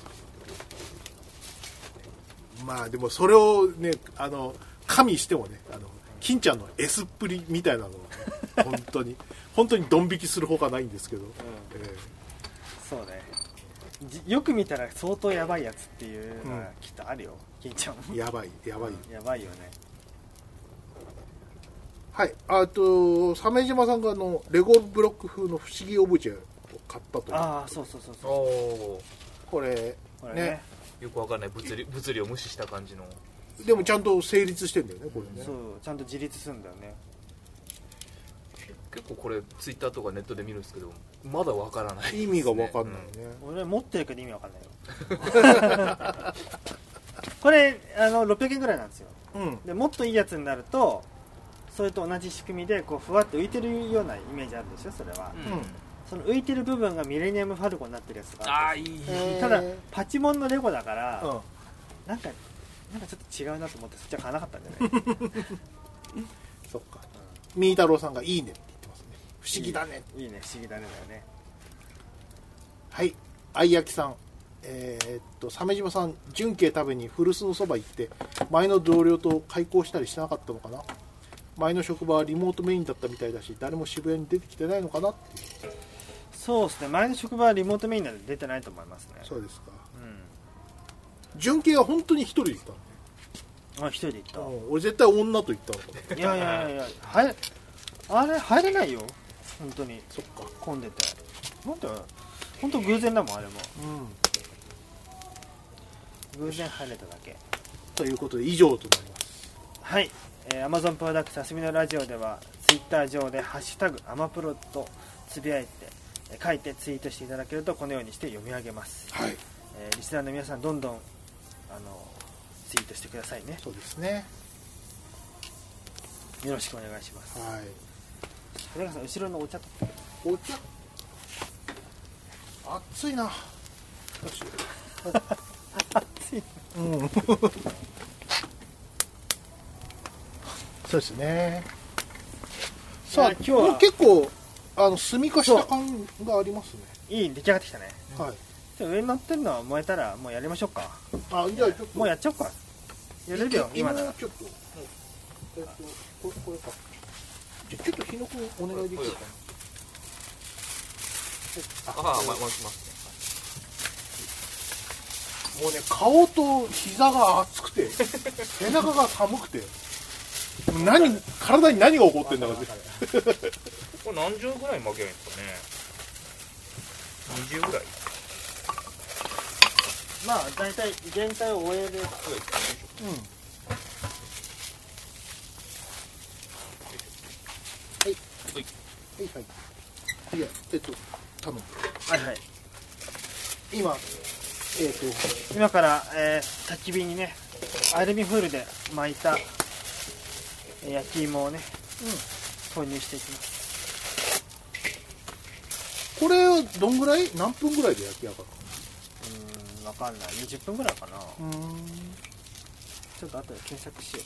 B: そうまあでもそれをねあの加味してもねあの金ちゃんの S っぷりみたいなの がね本当に本当にドン引きするほかないんですけど、え
A: そうねじよく見たら相当やばいやつっていうのがきっとあるよ、金ちゃんも
B: ーやばいやばい
A: やばいよね
B: はいあと鮫島さんがあのレゴブロック風の不思議オブジェを買ったと
A: ああそうそうそう
C: お
A: そう
C: お
B: これ
A: こ
B: ね
A: れね
C: ーよくわかんない物理物理を無視した感じの
B: でもちゃんと成立してんだよねこれね
A: そうちゃんと自立するんだよね
C: 結構これツイッターとかネットで見るんですけどまだわからない
B: 意味が分かんない
C: です
B: ね、
A: 俺持ってるけど意味わかんないよ これあの600円ぐらいなんですよ
B: うん
A: でもっといいやつになるとそれと同じ仕組みでこうふわっと浮いてるようなイメージあるでしょそれは、
C: ねうん
B: うん
A: その浮いてる部分がミレニアムファルコンになってるやつと
C: あ
A: か
C: あいい
B: え
A: た
B: ー
A: だパチモンのレゴだから、
B: うん
A: なんかなんかちょっと違うなと思ってそっちは買わなかったんじゃない
B: そっかみー太郎さんが「いいね」って言ってますね不思議だね
A: いいね不思議だねだよね
B: はい愛焼さんえーっと鮫島さん純慶食べに古巣のそば行って前の同僚と開校したりしてなかったのかな前の職場はリモートメインだったみたいだし誰も渋谷に出てきてないのかなっていう
A: そうですね前の職場はリモートメインなんで出てないと思いますね
B: そうですか
A: う
B: 純慶は本当に一人で行ったのね
A: んあ一人で行った、
B: うん俺絶対女と行ったのかな
A: や
B: い
A: いやいやいや入れあれ入れないよ本当に
B: そっか
A: 混んでてなんで本当偶然だもんあれも
B: うん
A: 偶然入れただけ
B: ということで以上となります
A: はい、えー、Amazon プロダクツ休みのラジオでは Twitter 上で「ハッシュタグアマプロ」とつぶやいてえー書いてツイートしていただけるとこのようにして読み上げます、
B: はい
A: えーリスナーの皆さんどんどんあのツイートしてくださいね
B: そうですね
A: よろしくお願いします
B: はい
A: 皆さん後ろのお茶と
B: お茶熱いな
A: 熱い
B: うんそうですねさ
A: い
B: あ
A: や今
B: 今日
A: 日は
B: は結構あの炭化した感がありますね
A: いい出来上がってきたね
B: はい
A: で上に乗ってるのは燃えたらもうやりましょうか
B: あじゃあちょっと
A: もうやっちゃおうかやれるよ今
B: 今
A: なら
B: ちょっとえっとこれこれかじゃあちょっと日野くんお願いできるか
C: あ
B: な
C: あ
B: え
C: ーま回します
B: もうね顔と膝が熱 くて背中が寒くて何体に何が起こってんだかって
C: これ何畳ぐらい巻けばいいんですかね20ぐらい
A: まあ大体全体を終える
C: そうです
B: うんはい
C: は
B: は
C: い
B: いはいいやえっと頼む
A: はいはい
B: 今えっと
A: 今から、えー焚き火にねアルミホイルで巻いたえー焼き芋をね、投入していきます
B: これはどんぐらい何分ぐらいで焼き上がる
A: うーんわかんない20分ぐらいかな
B: のうん
A: ちょっと後で検索しよ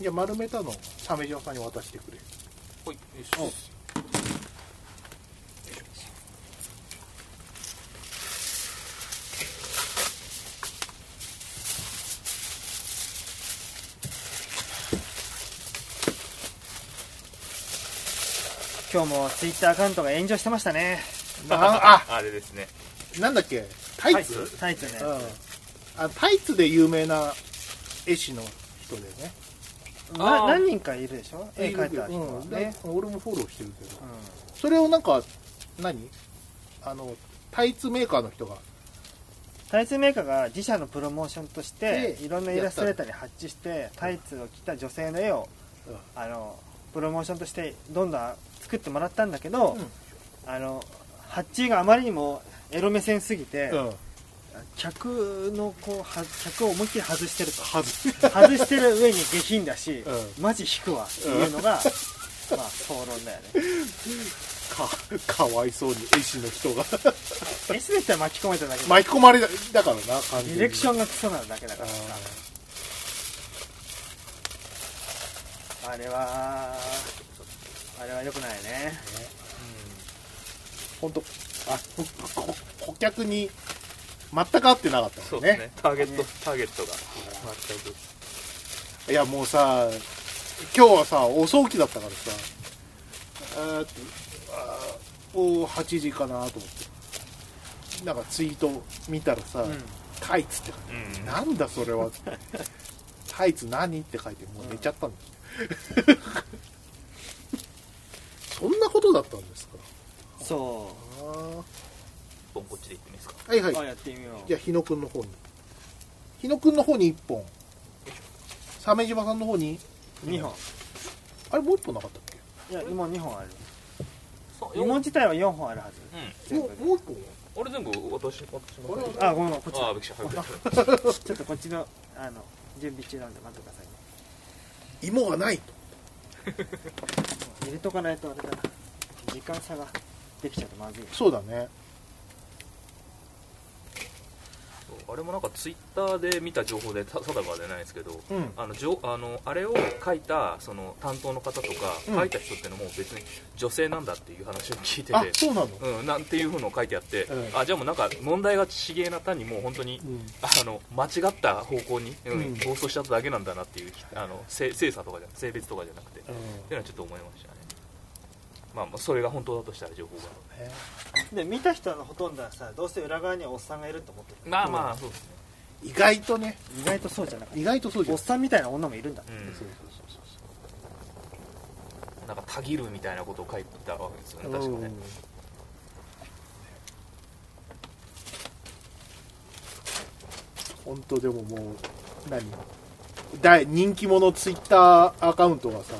B: じゃあ丸めたのを鮫島さんに渡してくれ
C: はいよし
A: おう今日もツイッターアカウントが炎上してましたね
B: あ
C: あれですね
B: あなんだっけタイツ
A: タイツね
B: うんあタイツで有名な絵師の人だよね
A: な
C: あー
A: 何人かいるでしょ絵描いた人は
B: うん
A: ね、
B: 俺もフォローしてるけど
A: うん
B: それをなんか何あのタイツメーカーの人が
A: タイツメーカーが自社のプロモーションとして
B: で
A: いろんなイラストレーターに発注してタイツを着た女性の絵を
B: うん
A: あのプロモーションとしてどんどん作ってもらったんだけど、
B: うん
A: あの発注があまりにもエロ目線すぎて、
B: うん
A: 客のこうは客を思いっきり外してると
B: はず
A: 外してる上に下品だし、
B: う
A: マジ引くわっていうのが、まあ総論だよね
B: かかわいそうに絵師の人が
A: エスでしたら巻き込めただけで
B: 巻き込まれだだからな感
A: デ
B: じ
A: ィレクショ
B: ン
A: ンがクソなだけだ
B: あ
A: からさ
B: ー
A: あれはあれは良くないね
B: 本当あここ顧客に全く合ってなかった
C: そ
B: も
C: うんで
B: ね
C: すねターゲットターゲットが全く
B: いやもうさ今日はさお早期だったからさえーっとあーお8時かなと思ってなんかツイート見たらさ「
A: うん
B: タイツ」って書いてあるなんだそれ はタイツ何って書いてもう寝ちゃったんです、そんなことだったんですか
A: そ、
B: あー
C: 本こっちで行ってみますか
B: はいうはい
A: あやってみよう
B: じゃあ日野くんの方に日野くんの方に1本鮫島さんの方に
A: 2本
B: あれもう1本なかったっ
A: いや今2本ある
C: そう
A: 芋
C: うん
A: 自体は4本あるはず
B: け
A: 全
B: も
A: 部
B: う
A: で
B: もう1本
C: 俺全部私私も
B: あれ
A: あごめんこっち
C: あ
A: だ
C: あびっくりした早く
A: ちょっとこっちのあの準備中なんで待ってくださいね
B: 芋がないと
A: 入れとかないとあれだな時間差ができちゃうとまずい
B: そうだね
C: あれもなんかツイッターで見た情報でた定かは出ないですけど
B: うん
C: あのじょあのあれを書いたその担当の方とか、
B: うん
C: 書いた人ってのも別に女性なんだっていう話を聞いて
B: あ
C: て、
B: そうなの
C: うん、なんていうふうのを書いてあって、
B: うん
C: あじゃあもうなんか問題がちげえな単にもう本当に
B: うん
C: あの間違った方向に、うん
B: うん
C: 暴走しちゃっただけなんだなっていうあの性性差とかじゃ性別とかじゃなくてっていうのはちょっと思いましたね、まあ、まあそれが本当だとしたら情報が
A: で見た人のほとんどはさどうせ裏側にはおっさんがいると思ってる
C: まあまあそうですね、
B: 意外とね
A: 意外とそうじゃなかっ
B: 意外とそう
A: た
B: じゃ
A: おっ
B: ん
A: さんみたいな女もいるんだ
C: う、
B: そうそうんそうそ
C: なんかたぎるみたいなことを書いてたわけですよね
B: う
C: 確か
B: う
C: ね
B: ん本当でももう何大人気者ツイッターアカウントがさ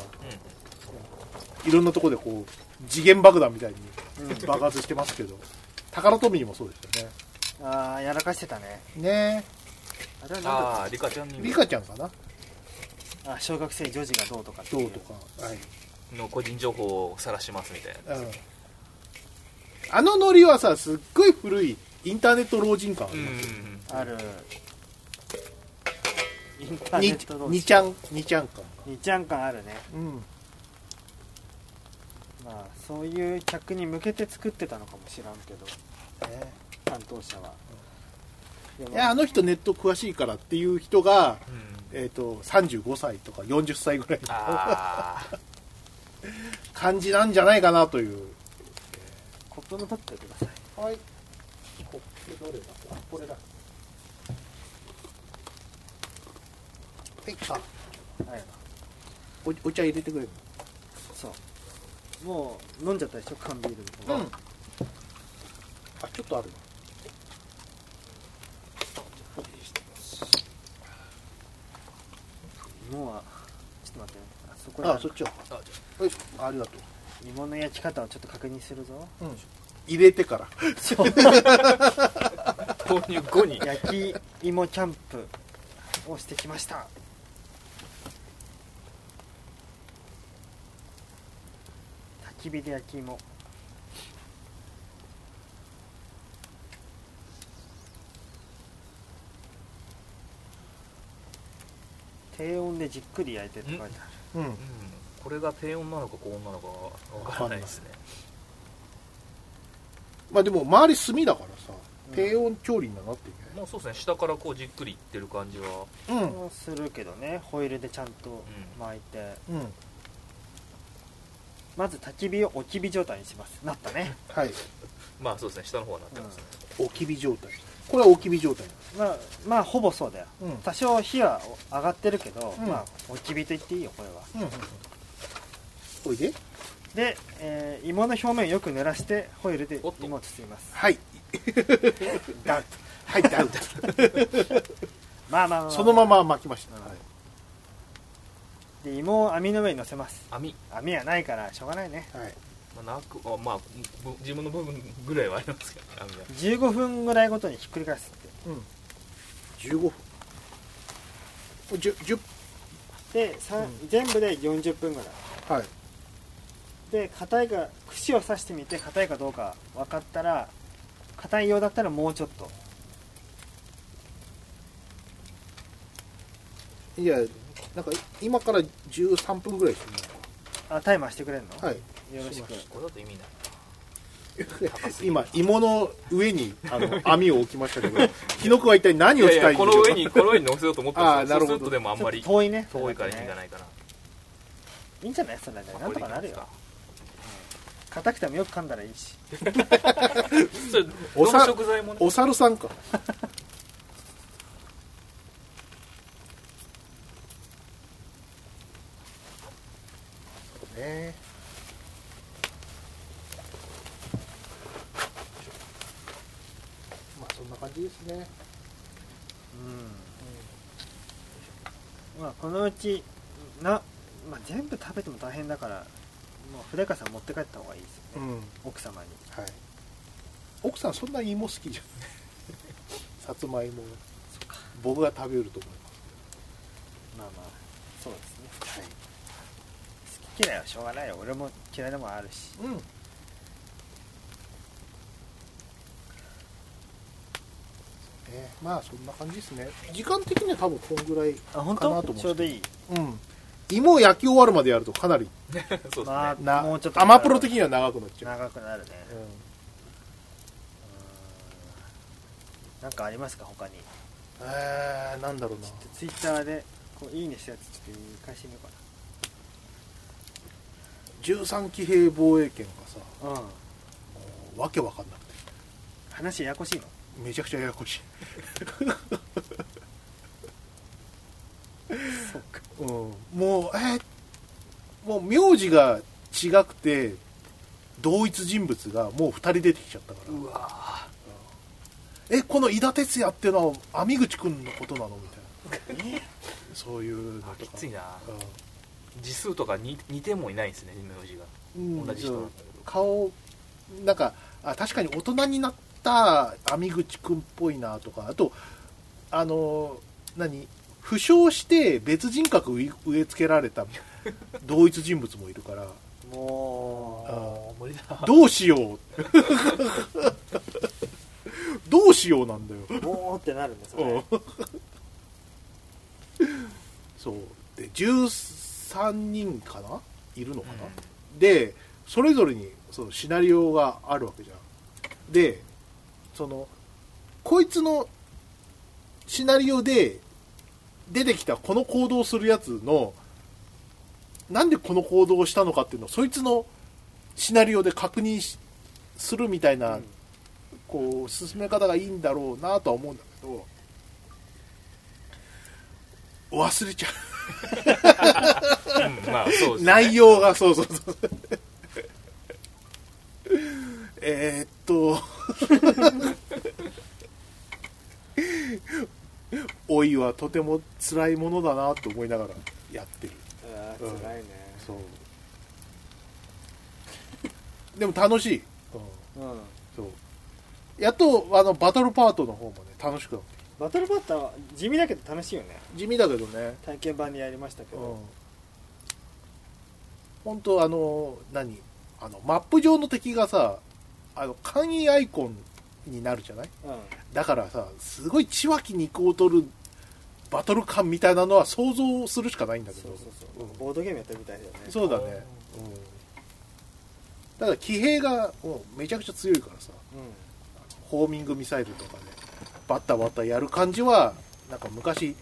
B: いろんなとこでこう次元爆弾みたいに爆発してますけど宝トミーもそうですよね
A: ああやらかしてたね
B: ね
A: あれはなん
C: うん、
A: だ
C: ああリカちゃん
B: え
C: に
B: リカちゃんかな
A: あ小学生女児がどうとかって
B: ど
A: いう
B: とか、はい
C: の個人情報を晒しますみたいな
B: うん、あのノリはさすっごい古いインターネット老人感あり
C: うん
B: ますよ、
A: あるインターネ
B: に
A: ット同
B: に
A: 士
B: ちゃんにちゃん感が
A: にちゃん感あるね
B: うん
A: まあそういう客に向けて作ってたのかもしらんけど
B: ね
A: 担当者は、で
B: い
A: も
B: やあの人ネット詳しいからっていう人が、
C: うん
B: えー、と35歳とか40歳ぐらいの
C: ああ
B: 感じなんじゃないかなという
A: コップも取ってください
B: はいこれどれだあこれだはいあ
A: はい
B: おお茶入れてくれる
A: そうもう飲んじゃったでしょ缶ビールの方
B: うんあちょっとある
A: 芋はちょっと待ってねあそこに
B: わ
A: あ
B: あそ
A: る
B: っちは
C: あ
B: はいありがとう
A: 芋の焼き方をちょっと確認する ぞ
B: 入れてから
A: そう
C: 投入後に
A: 焼き芋キャンプをしてきました焚き火で焼き芋低温でじっくり焼いてって書いてある
B: うん
C: これが低温なのか高温なのかわからないですね
B: まあでも周り炭だからさ
A: うん
B: 低温調理にはなってるね
C: もうそうですね下からこうじっくりいってる感じは
B: うん
A: もうするけどねホイルでちゃんと巻いて、
B: うん
A: まず焚き火を置き火状態にしますなったね
B: はい
C: まあそうですね下の方はなってますね、
B: 置き火状態これは置き火状態
A: まあまあほぼそうだよ
B: うん
A: 多少火は上がってるけど、
B: うん
A: まあ置き火と言っていいよこれは
B: うんおいで
A: で、えー芋の表面をよく濡らしてホイルで
C: おっと
A: 芋を包みます
B: はい
A: ダウト
B: はいダウ ト
A: まあまあまあ、
B: そのまま巻きました
A: うん
B: はい
A: で芋を網の上に乗せます
C: 網、
A: 網はないからしょうがないね
B: はい
C: まあ、なくあまあぶ自分の部分ぐらいはありますけどね網は
A: 15分ぐらいごとにひっくり返すって
B: うん15分じゅ10
A: で、さん全部で40分ぐらい
B: はい
A: で硬いか串を刺してみて硬いかどうか分かったら硬いようだったらもうちょっと
B: いやなんか今から13分ぐらいですね
A: あタイマーしてくれるの、
B: はい
A: よろしく
C: これだと意味ない高すぎる
B: 今芋の上にあの網を置きましたけ どキノコは一体何をし
C: いや
B: た
C: い
B: い
C: や
B: んで
C: この上
B: しょ
C: にこの上に乗せようと思ったんです
B: あーな
C: よ
B: る
C: そ
B: ほ
C: うす
B: ど
C: るとでもあんまり
A: ちょっと遠いね
C: 遠いから意味が
A: い
C: ないかない
A: いんじゃないそれだけ
C: まあ
A: なんとかなるよ硬くてもよく噛んだらいいし
C: それ
B: お
C: ど
B: さ
C: の食材もね
B: お猿さんかねまあそんな感じですね
A: うんまあこのうちな、まあ、全部食べても大変だからもう筆川さん持って帰った方がいいです
B: う
A: よね、
B: ん
A: 奥様に
B: はい奥さんそんなに芋好きじゃない さつまいも僕が食べると思います
A: まあまあそうですね
B: はい
A: 好き嫌いはしょうがないよ俺も嫌いなもんあるし
B: うん。えまあそんな感じですね。時間的には多分こんぐらい。
A: あ本
B: かな
A: 当
B: と思って
A: ちょうどいい
B: うん。芋を焼き終わるまでやるとかなり
C: そうですね、
A: ま
B: な、
A: あもうちょっと
B: アマプロ的には長くなっちゃう。
A: 長くなるね
B: う
A: なんかありますか他に
B: ん。えー、なんだろうな。
A: ツイッターでこういいねしたやつちょっと見返してみよう
B: 13騎兵防衛権がさ、
A: かなうん
B: もうわけわかんなくて、
A: 話ややこしいの
B: めちゃくちゃややこしい。
A: そうか
B: うん、もうえーもう名字が違くて同一人物がもう2人出てきちゃったからうんえこの井田哲也っていうのは網口君のことなのみたい なそういうのと
C: あ
B: か
C: きついな字数とかに似てもいないんですね名字が
B: うん
C: 同じ人
B: う
C: なん
B: ん
C: だけど
B: 顔なんかあ確かに大人になった網口君っぽいなとかあとあの何負傷して別人格植え付けられた 同一人物もいるから
A: も
C: 無理だ
B: どうしよう どうしようなんだよ
A: うおーってなるんです
B: う
A: ね
B: んそうで13人かないるのかな、でそれぞれにそのシナリオがあるわけじゃんでそのこいつのシナリオで出てきたこの行動をするやつのなんでこの行動をしたのかっていうのをそいつのシナリオで確認しするみたいな、
A: うん
B: こう進め方がいいんだろうなとは思うんだけど忘れちゃ
C: うんまあそうで
B: う
C: すね
B: 内容がそうそうそうえーっと老いはとても辛いものだなと思いながらやってる
A: あー辛いね
B: そうでも楽しい、
A: うん
B: そうやっとあのバトルパートの方もね楽しくなって
A: バトルバッターは地味だけど楽しいよね
B: 地味だけどね
A: 体験版でやりましたけど
B: 本当あの何あのマップ上の敵がさあの簡易アイコンになるじゃない
A: うん
B: だからさすごい血湧き肉を取るバトル感みたいなのは想像するしかないんだけ
A: そ
B: ど
A: うそうそう
B: うん
A: ボードゲームやってるみたいだよね
B: そうだねうんただ騎兵がもうめちゃくちゃ強いからさ
A: うん
B: ホーミングミサイルとかでバッタバッタやる感じはなんか昔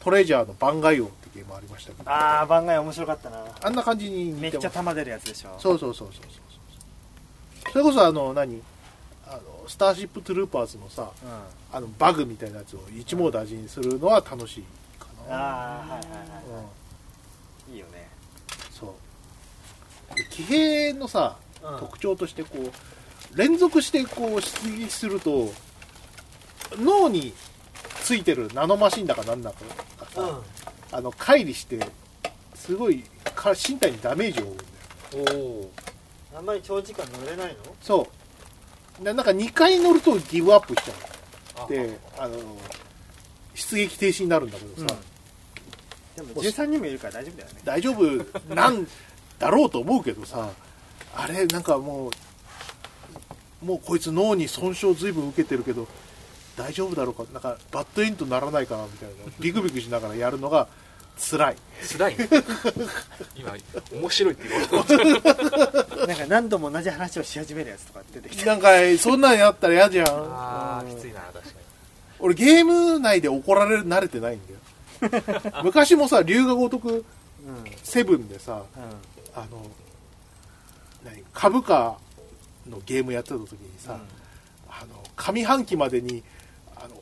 B: トレジャーの番外王ってゲームありましたけど
A: ああ番外面白かったな
B: あんな感じに
A: めって
B: 似ま
A: ち
B: す
A: ゃ弾出るやつでしょ
B: そうそうそうそうそうそうそれこそあの何あのスターシップトゥルーパーズのさ
A: うんあ
B: あのバグみたいなやつを一網打尽にするのは楽しいか
A: あーはい
B: な
A: はいは
B: うん
A: いいいよね
B: そうで騎兵のさ、
A: うん
B: 特徴としてこう連続してこう出撃すると脳についてるナノマシンだかなんだかがさ、あの乖離してすごいか身体にダメージを負うんだよ
C: おお
A: あんまり長時間乗れないの
B: そうななんか2回乗るとギブアップしちゃ
C: あ
B: うであの出撃停止になるんだけどさ、
A: でも13人もいるから大丈夫だよね
B: 大丈夫なんだろうと思うけどさあれなんかもうもうこいつ脳に損傷ずいぶん受けてるけど大丈夫だろうかなんかバッドエンドならないかなみたいなビクビクしながらやるのが辛い
C: 辛いね今面白いって言おうと思っ た
A: なんか何度も同じ話をし始めるやつとか出てきた
B: なんかそんなんやったら嫌じゃん
C: あ
A: う
C: ー
A: ん
C: きついな確かに
B: 俺ゲーム内で怒られる慣れてないんだよ昔もさ龍が如く
A: うんうん
B: セブンでさあの何株価のゲームやってた時にさ、あの上半期までにあの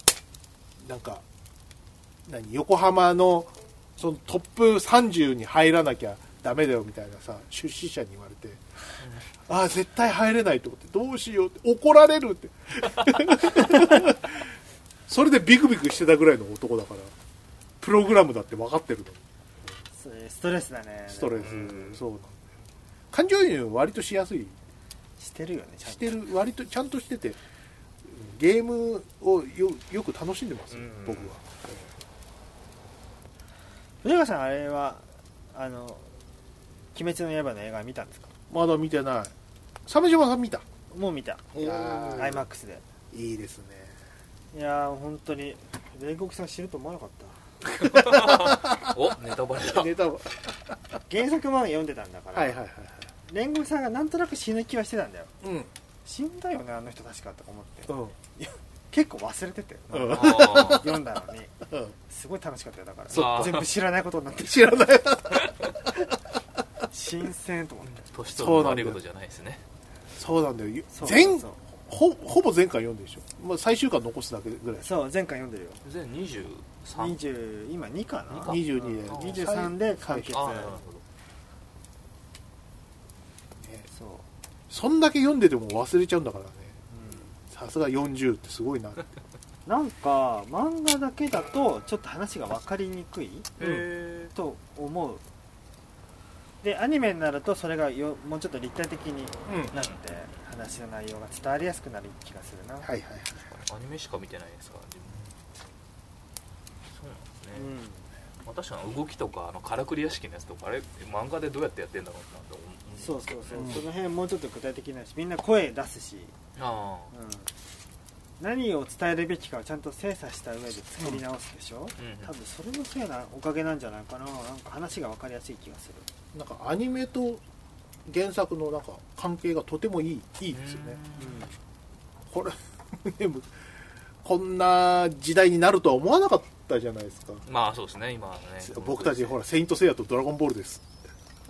B: なんか何横浜のそのトップ30に入らなきゃダメだよみたいなさ出資者に言われて、ああ絶対入れないと思ってどうしようって怒られるってそれでビクビクしてたぐらいの男だからプログラムだって分かってるのに
A: それストレスだね
B: ストレス、
C: うん
B: そうなんだよ感情移入割としやすい
A: してるよねちゃんと
B: してる割とちゃんとしててゲームをよよく楽しんでますよ、
C: うん
B: 僕は
A: 藤川さんあれはあの「鬼滅の刃」の映画見たんですか
B: まだ見てない鮫島さん見た
A: もう見た
B: いやー
A: iMAX で
B: いいですね
A: いやー本当に煉獄さん知ると思わなかっ
C: おネタバレだ
B: ネタは
A: た原作漫画読んでたんだから、
B: はいはいはいはい
A: 煉獄さんがなんとなく死ぬ気はしてたんだよ
B: うん
A: 死んだよねあの人確かとか思って
B: うん
A: 結構忘れてて、
B: うん
C: あ
A: 読んだのに
B: うん
A: すごい楽しかったよだから
C: そっか
A: 全部知らないことにな って
B: 知らない
A: 新鮮と思って
C: ー年取るの悪いことじゃないですね
B: そうなんだよ
A: そう
B: 全
A: そう
B: ほほぼ前回読んでるでしょ、まあ、最終巻残すだけぐらい
A: そう前回読んでるよ
C: 全23
A: 20今2かな
C: 二
B: 22で
A: うん23で完結
C: あーなるほど
A: そう、
B: そんだけ読んでても忘れちゃうんだからね
A: うん
B: さすが40ってすごいな って
A: なんか漫画だけだとちょっと話が分かりにくい
C: へ
A: と思うでアニメになるとそれがよもうちょっと立体的に
B: うん
A: なって話の内容が伝わりやすくなる気がするな、
B: はいはいはい
C: えアニメしか見てないですから自分そうなんですね
A: う、ん、
C: まあ確かに動きとかあのからくり屋敷のやつとかあれ漫画でどうやってやってんだろうなと思う
A: そうそうそう、
B: うん
A: その辺もうちょっと具体的になるしみんな声出すし、
C: あ
A: うん、何を伝えるべきかをちゃんと精査した上で作り直すでしょ、
C: あうんうん
A: 多分それのせいなおかげなんじゃないかななんか話が分かりやすい気がする
B: なんかアニメと原作のなんか関係がとてもいいいいですよねこれ でもこんな時代になるとは思わなかったじゃないですか
C: まあそうですね今はね
B: 僕たちほら「セイント・セイヤ」と「ドラゴンボール」です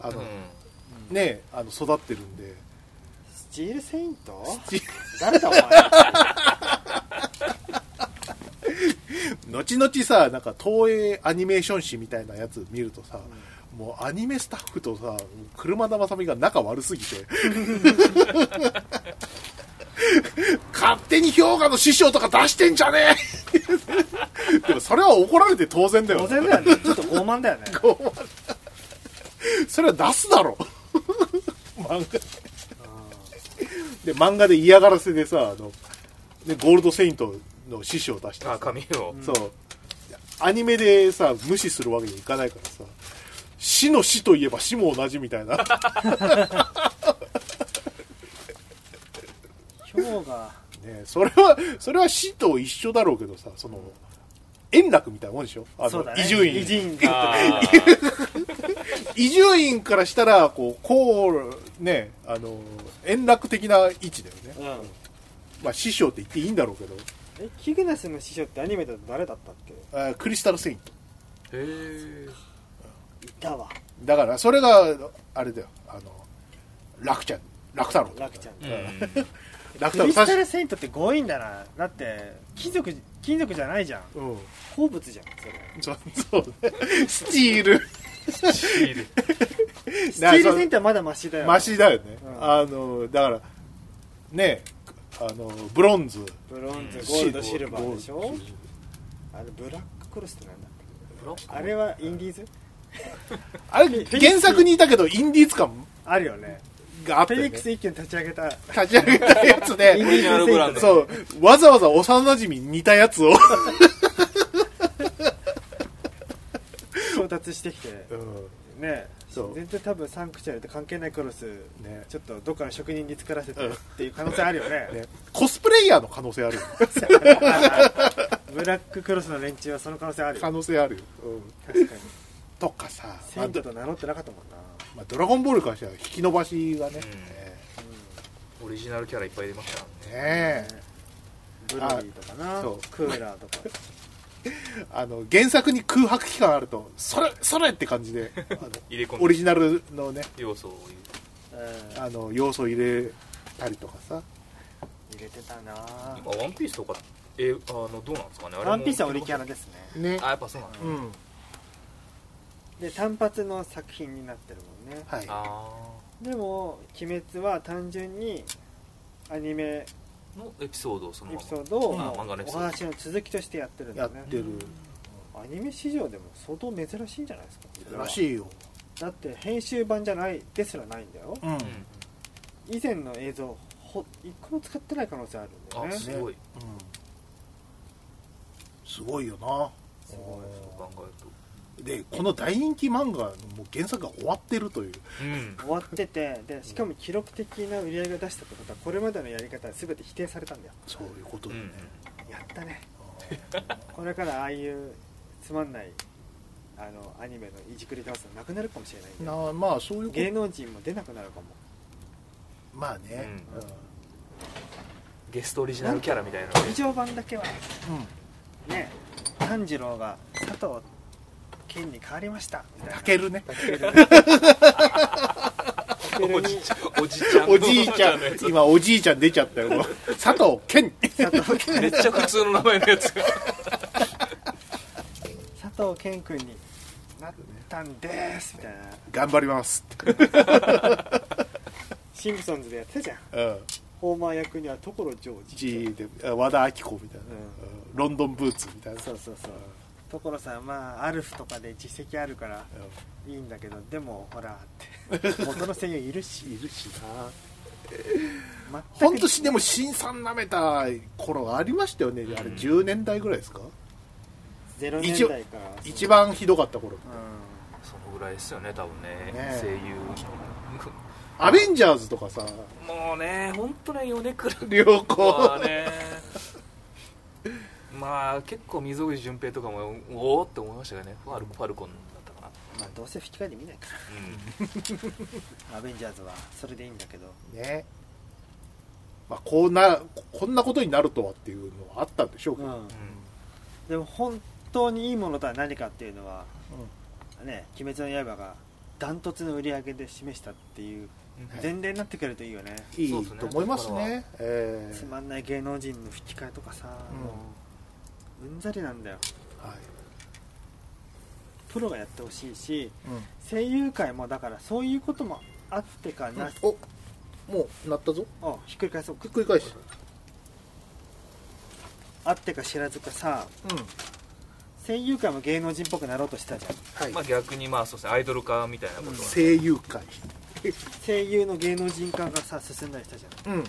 B: あの、
C: うん
A: うん、
B: ねえあの育ってるんで
A: スチールセイント
B: チー
A: 誰だお前
B: 後々さなんか東映アニメーション誌みたいなやつ見るとさ、もうアニメスタッフとさ車田正美が仲悪すぎて 勝手に氷河の師匠とか出してんじゃね えでもそれは怒られて当然だよ
A: 当然だよねちょっと傲慢 だよね
B: それは出す だろ漫画で漫画で嫌がらせでさあのでゴールドセイントの師匠を出してさ
C: あ髪を
B: そうアニメでさ無視するわけにいかないからさ死の死といえば死も同じみたい な
A: 今日が
B: ねそれはそれは死と一緒だろうけどさその円楽みたいなもんでしょあ
A: そう
B: の
A: だね
B: 伊集院
A: 伊集院が
C: あ
B: 伊集院からしたらこうこうねあの円楽的な位置だよね、
A: うん
B: まあ、師匠って言っていいんだろうけど
A: えキグナスの師匠ってアニメだと誰だったっけ
B: あークリスタルセイント
C: ーへえ
A: いたわ
B: だからそれがあれだよあの楽ちゃん楽太郎
A: 楽ちゃん
C: う
A: ク
C: ん
B: 楽太郎
A: リス
B: 確
A: タ
B: か
A: ルセイントって強引だなだって金属金属じゃないじゃん
B: うん
A: 鉱物じゃんそれ
B: そうそうねスチール
C: シール
A: スチールセイントはまだマシだよ
B: マシだよね、
A: うん
B: あのだからねあのブロンズ
A: ブロンズゴールド
C: シ
A: シ
C: ー
A: ルバーでし
B: ゴ
A: ょ
B: ルド
A: あれブラッククロスってなんだっけ
C: ブラック
A: あれはインディーズ
B: あれ原作にいたけどインディーズ感
A: あるよね
B: があっ
A: フ
B: て、
A: ェリッ
B: ね、
A: ク
B: 立
A: ス一軒立ち上げた
B: ち上げたやつ
A: イン
B: で
A: ディーズセイント
C: オリジナルブランド
B: そうわざわざ幼馴染みに似たやつを、
A: 調達してきて
B: う
A: ね
B: そう
A: 全然多分サンクチュアリと関係ないクロス、
B: ね
A: ちょっとどっかの職人に作らせて
B: うん
A: っていう可能性あるよね
B: んね、コスプレイヤーの可能性あるよ
A: ブラッククロスの連中はその可能性あるよ
B: 可能性あるよ、うん
A: 確かに
B: とかさま
A: セ
B: あ
A: イン
B: ど
A: トと名乗ってなかったもんな、
B: まあドラゴンボールからしたら引き伸ばしがね、
C: うん
B: え
C: オリジナルキャラいっぱい入れましたから
B: え
C: ね
B: ね
A: ブロリーとかな
B: あそう
A: クーラーとか
B: えあの原作に空白期間あるとそれそれって感 じであの
C: 入れ込んで
B: オリジナルのね
C: 要素を入
A: うん
B: あの要素を入れたりとかさ
A: 入れてたな
C: れ今ワンピースとかえあのどうなんですかねあれも
A: ワンピースはオリキャラですね
B: ね
C: あやっぱそうなんだ、
A: うんで単発の作品になってるもんね
B: はい
C: あ
A: でも「鬼滅」は単純にアニメ
C: ーのエピソードをその
A: エ
C: ま
A: ピ
C: ま
A: ソードを
C: うん
A: もう
C: 漫画のエピ
A: お
C: ソード
A: 話の続きとしてやってるんだ
B: や
A: よ
B: っ
A: ね
B: てる
A: アニメ史上でも相当珍しいんじゃないですか
B: らしいよ、
A: だって編集版じゃないですらないんだよ
B: うん
C: うん
A: 以前の映像ほ一個も使ってない可能性あるんだよ
C: あ
A: ね
C: すごい
B: すごいよな
A: すごい
C: そう考え
B: でこの大人気漫画のもう原作が終わってるという
C: ると
A: 終わっててでしかも記録的な売り上げを出したってことはこれまでのやり方は全て否定されたんだよ
B: そういうこと
C: うん、
B: で
C: う
B: ね、
C: ん、
A: やったねこれからああいうつまんないあのアニメのいじくりダンスなくなるかもしれないんだよ
B: なまあそういうこ
A: 芸能人も出なくなるかも
B: とまあね
C: うんゲストオリジナルキャラみたいな
A: 劇場版だけは
B: うん、
A: ね炭治郎が佐藤健に変わりましたみたいな
B: たけるね
A: タケルタケル
C: お
A: に
C: じちゃんおじちゃん
B: おじいちゃん
C: のやつ
B: 今おじいちゃん出ちゃったよ 佐藤健
A: 佐藤健
C: めっちゃ普通の名前のやつが
A: 佐藤健君になったんですみたいな
B: 頑張りますって、
A: シンプソンズでやってたじゃん
B: うん、
A: ホーマー役には所ジョージ
B: G であ和田アキ子みたいな、うんロンドンブーツみたいな
A: そうそうそう所さんまあアルフとかで実績あるからいいんだけどでもほらって 元の声優いるし
B: うんいるしな
A: 全
B: 本
A: く
B: 当しでも新さんなめた頃がありましたよねあれ
C: うん
B: 10年代ぐらいですか、
A: 0年代からそう
B: 一番ひどかった頃
A: う
C: そのぐらいですよね多分ね
B: ね
C: 声優
B: アベンジャーズとかさ
C: もうね本当ね米倉
B: 良
C: は
B: 子
C: ねまあ結構溝口純平とかもおおって思いましたよねファルファルコンだったかな、
A: んまあどうせ吹き替えで見ないからアベンジャーズはそれでいいんだけど
B: ねまあこうなこんなことになるとはっていうのはあったんでしょうけど、
A: うんでも本当にいいものとは何かっていうのはね「鬼滅の刃」がダントツの売り上げで示したっていう
C: うん
B: はい
A: 前例になってくれるといいよね、
B: いいと思います
C: そうです
B: ね
C: ね
B: え
A: つ
B: え
A: まんない芸能人の吹き替えとかさ、
B: うん
A: もううんざりなんだよ
B: はい
A: プロがやってほしいし
B: うん
A: 声優界もだからそういうこともあってかな、
B: おもうなったぞ
A: おひっくり返そう
B: ひっくり返し
A: あってか知らずかさ
B: うん
A: 声優界も芸能人っぽくなろうとしたじゃん
B: はい、
C: まあ逆にまあそうですねアイドル化みたいなことは、
B: 声優界
A: 声優の芸能人化がさ進んだりしたじゃん
B: うん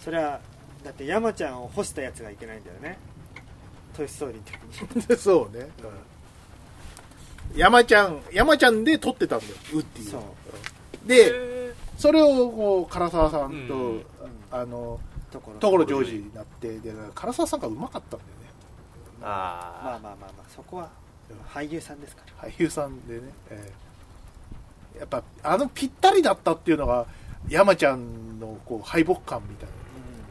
A: それはだって山ちゃんを干したやつがいけないんだよね「トイ・ストーリー」の時に
B: そうね、山ちゃん山ちゃんで撮ってたんだよウッディを
A: そう
B: うんで
C: へ
B: それをこう唐沢さんと、
C: うん
B: あの
A: ところ
B: 所ジョージになってで唐沢さんがうまかったんだよね
C: ー
A: まあ
C: あ
A: まあまあまあそこは
B: うん
A: 俳優さんですから
B: 俳優さんでね、ええやっぱあのぴったりだったっていうのが山ちゃんのこう敗北感みたいな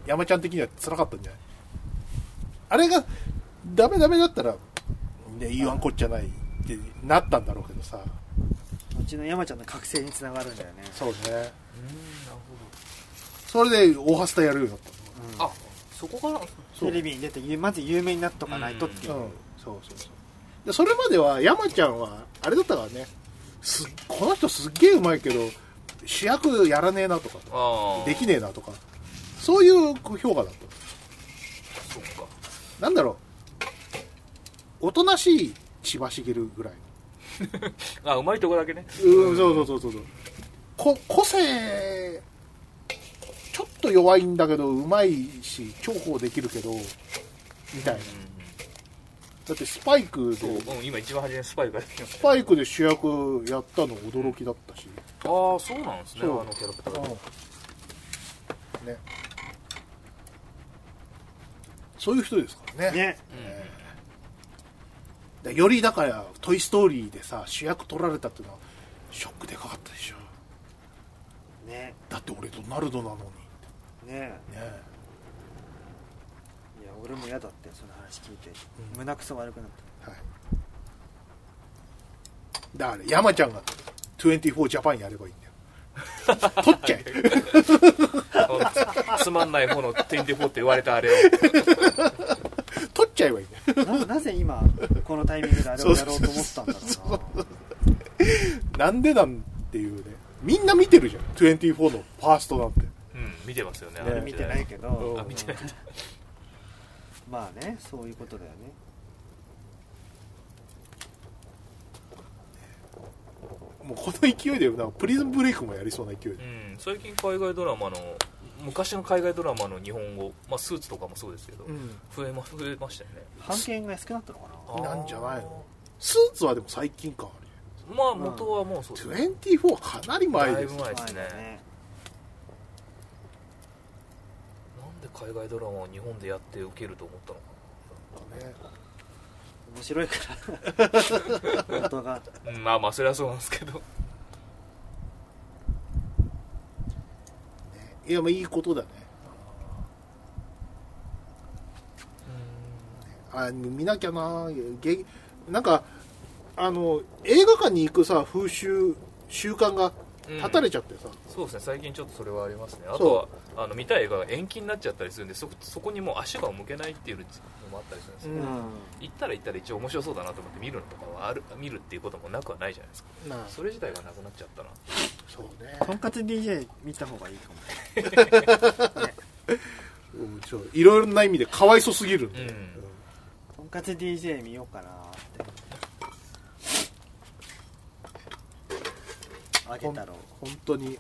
B: 山ちゃん的には辛かったんじゃないあれがダメダメだったら、ね、言わんこっちゃないってなったんだろうけどさ
A: うんうちの山ちゃんの覚醒につながるんだよね
B: そうね
C: あうんなる
B: それで大橋スタやるようになっ
A: うん
C: ほどあそこから
B: そう
A: テレビに出てゆまず有名になっとかないとってい
B: た
A: う、
B: の、うん、そうそうそうでそれまでは山ちゃんはあれだったからねすこの人すっげえうまいけど主役やらねえなとか
C: ああ
B: できねえなとかそういう評価だった
C: そうか
B: なんだろうおとなしい千葉茂ぐらい
C: あうまいとこだけね
B: うん、そうそうそうそうそうこ個性ちょっと弱いんだけどうまいし重宝できるけどみたいなだってスパイク
C: そう、
B: で
C: うん、今一番初めにスパイクが出てきまし
B: ス
C: た
B: パイクで主役やったの驚きだったし、
C: ああそうなんですねあ
B: そう
C: のキャラクターが
B: ねそういう人ですからね
A: ね
C: うん
B: だよりだから「トイ・ストーリー」でさ主役取られたっていうのはショックでかかったでしょ
A: ね
B: だって俺ドナルドなのに
A: ね
B: ねえ
A: いや俺も嫌だってその話聞いて、
B: うん
A: 胸くそ悪くなっ
B: はいだから山ちゃんが24ジャパンやればいいんだよ 取っちゃえ
C: つまんない方の24って言われたあれを
B: 取っちゃえばいいんだよ
A: たななぜ今このタイミングであれをやろうと思ったんだろうな
B: なんでなんていうねみんな見てるじゃん24のファーストなんて
C: うん見てますよね
B: ね
C: あれ
A: 見てないけど、
B: うん
C: あ見てない
A: まあねそういうことだよね
B: もうこの勢いでなんかプリズムブレイクもやりそうな勢いで
C: うん最近海外ドラマの昔の海外ドラマの日本語、まあ、スーツとかもそうですけど、増えま増えましたよね
A: 判権が安くなったのかな
B: なんじゃないのスーツはでも最近かあ
C: あーまあ元はもうそうです
B: れ24はかなり前
C: だい
B: で
C: ぶ
B: す
C: 前ですね
A: 前だね
C: なんで海外ドラマを日本でやって受けると思ったのか
B: ね
A: 面白いから本当が
C: な、うん、まあまあそれはそうなんですけど
B: いやまあいいことだねあ見なきゃなげなんかあの映画館に行くさ風習習慣が
C: うん
B: 断たれちゃってさ、
C: そうですね最近ちょっとそれはありますね
B: う
C: あとはあの見たい映画が延期になっちゃったりするんでそそこにもう足が向けないっていうのもあったりするんですよ、
A: うん、
B: うん
C: 行ったら行ったら一応面白そうだなと思って見るのとかはある見るっていうこともなくはないじゃないですか
B: なあ
C: それ自体がなくなっちゃったな
B: そうね
A: とんかつ DJ 見た方がいいかも
B: うんちょいろいろな意味でかわいそすぎるんで、
C: うん
A: とんかつ DJ 見ようかなってあげたろう
B: 本当に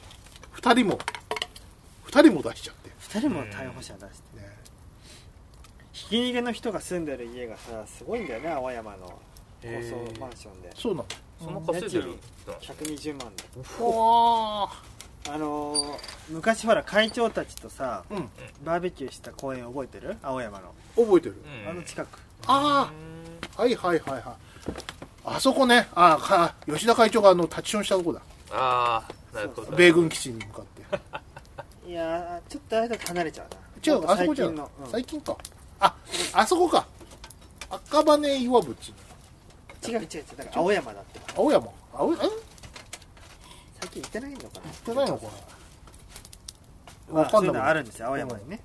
B: 2人も2人も出しちゃって、
A: 2人も逮捕者出して、
B: ね、
A: ひき逃げの人が住んでる家がさすごいんだよね青山の高層マンションで
B: そうな
C: その稼いでる人なんですね
A: 120万で
B: のお
A: あのー昔ほら会長たちとさ
B: うん
A: バーベキューした公園覚えてる青山の、
B: 覚えてる、
C: うん
A: あの近く
B: ああはいはいはいはいあそこねあか吉田会長があの立ちションしたとこだ
C: ああなるほど
B: 米軍基地に向かって
A: いやーちょっとあれだと離れちゃうな
B: 違う、あそこじ
A: 最
B: ゃん
A: 近の、うん
B: 最近か。あ、あそこか。赤羽岩淵。
A: 違う違う違うだから青山だってば
B: 青山。青山、え行
A: 最近行ってないのかな
B: ってないのかな
A: まあ
B: わか
A: そう
B: んない
A: いうのあるんですよ青山にね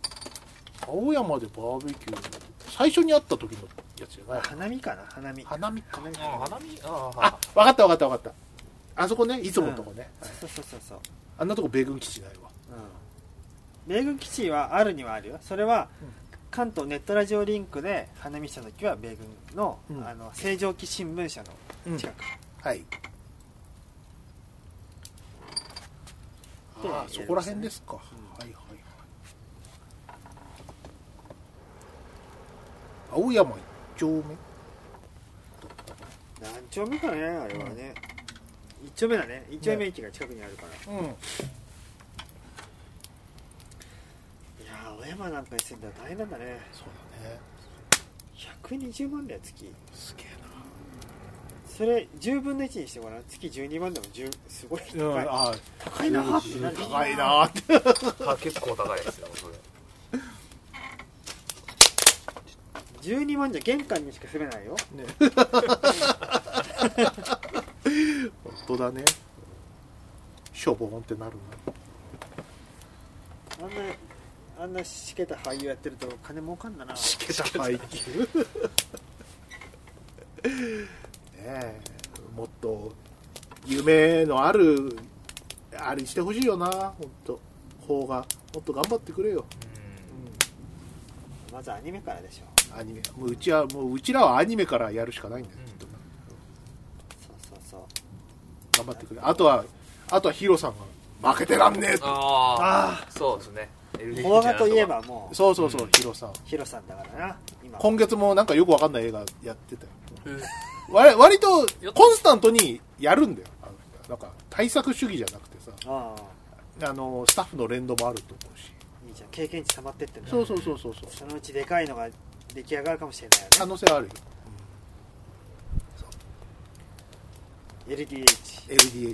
B: 青山でバーベキュー。最初に会った時のやつじゃない
A: 花見かな花見
B: 花見か。
A: 花見
C: あー花見ああ
B: あ、わかったわかったわかった。あそこね、いつものとこね。はい
A: そうそうそうそう
B: あんなとこ米軍基地ないわ。
A: うん米軍基地はあるにはあるよそれは
B: うん
A: 関東ネットラジオリンクで花見した時は米軍の,、
B: うん
A: あの正常期新聞社の近く、
B: はい。
A: で
B: あそこら辺ですか。
A: ん
B: はいはいはい。青山一丁目
A: 何丁目かねあれはね、一丁目だね一丁目駅が近くにあるから、
B: うん。
A: いやー青山なんかに住んだら大変なんだね
B: そうだね。
A: 120万だよ月
B: すげ
A: それ10分の1にしてごらん月12万でも10すごい
B: えな。
A: 高い、
B: あ
A: 高いなーってなる
B: 高いなーって。
C: あ結構高いですよそれ
A: 12万じゃ玄関にしか住めないよ
B: 本当だね。しょぼんってなるな。
A: あんなあんなしけた俳優やってると金儲かんだな
B: しけた配給。ねえ、もっと夢のあるあれしてほしいよな。本当。方がもっと頑張ってくれよ。
A: まずアニメからでしょ
B: アニメ。もううちはもううちらはアニメからやるしかないんだよ。
C: うん
B: きっとな
A: そうそうそう
B: 頑張ってくれ。あとはあとはヒロさんが負けてらんねえって。
C: ああそうですね
A: 邦画といえばもう
B: そうそうそう、
C: うん
B: ヒロさん。
A: ヒロさんだからな今
B: 今月もなんかよくわかんない映画やってたよ
C: うん
B: 割割とコンスタントにやるんだよあの人なんか対策主義じゃなくてさ
A: ああ
B: あのスタッフの連動もあると思うし
A: いいじゃん経験値溜まってってんだ
B: そうそうそうそうそう
A: そのうちでかいのが出来上がるかもしれないよ
B: 可
A: ね
B: 能性はあるよ
A: LDH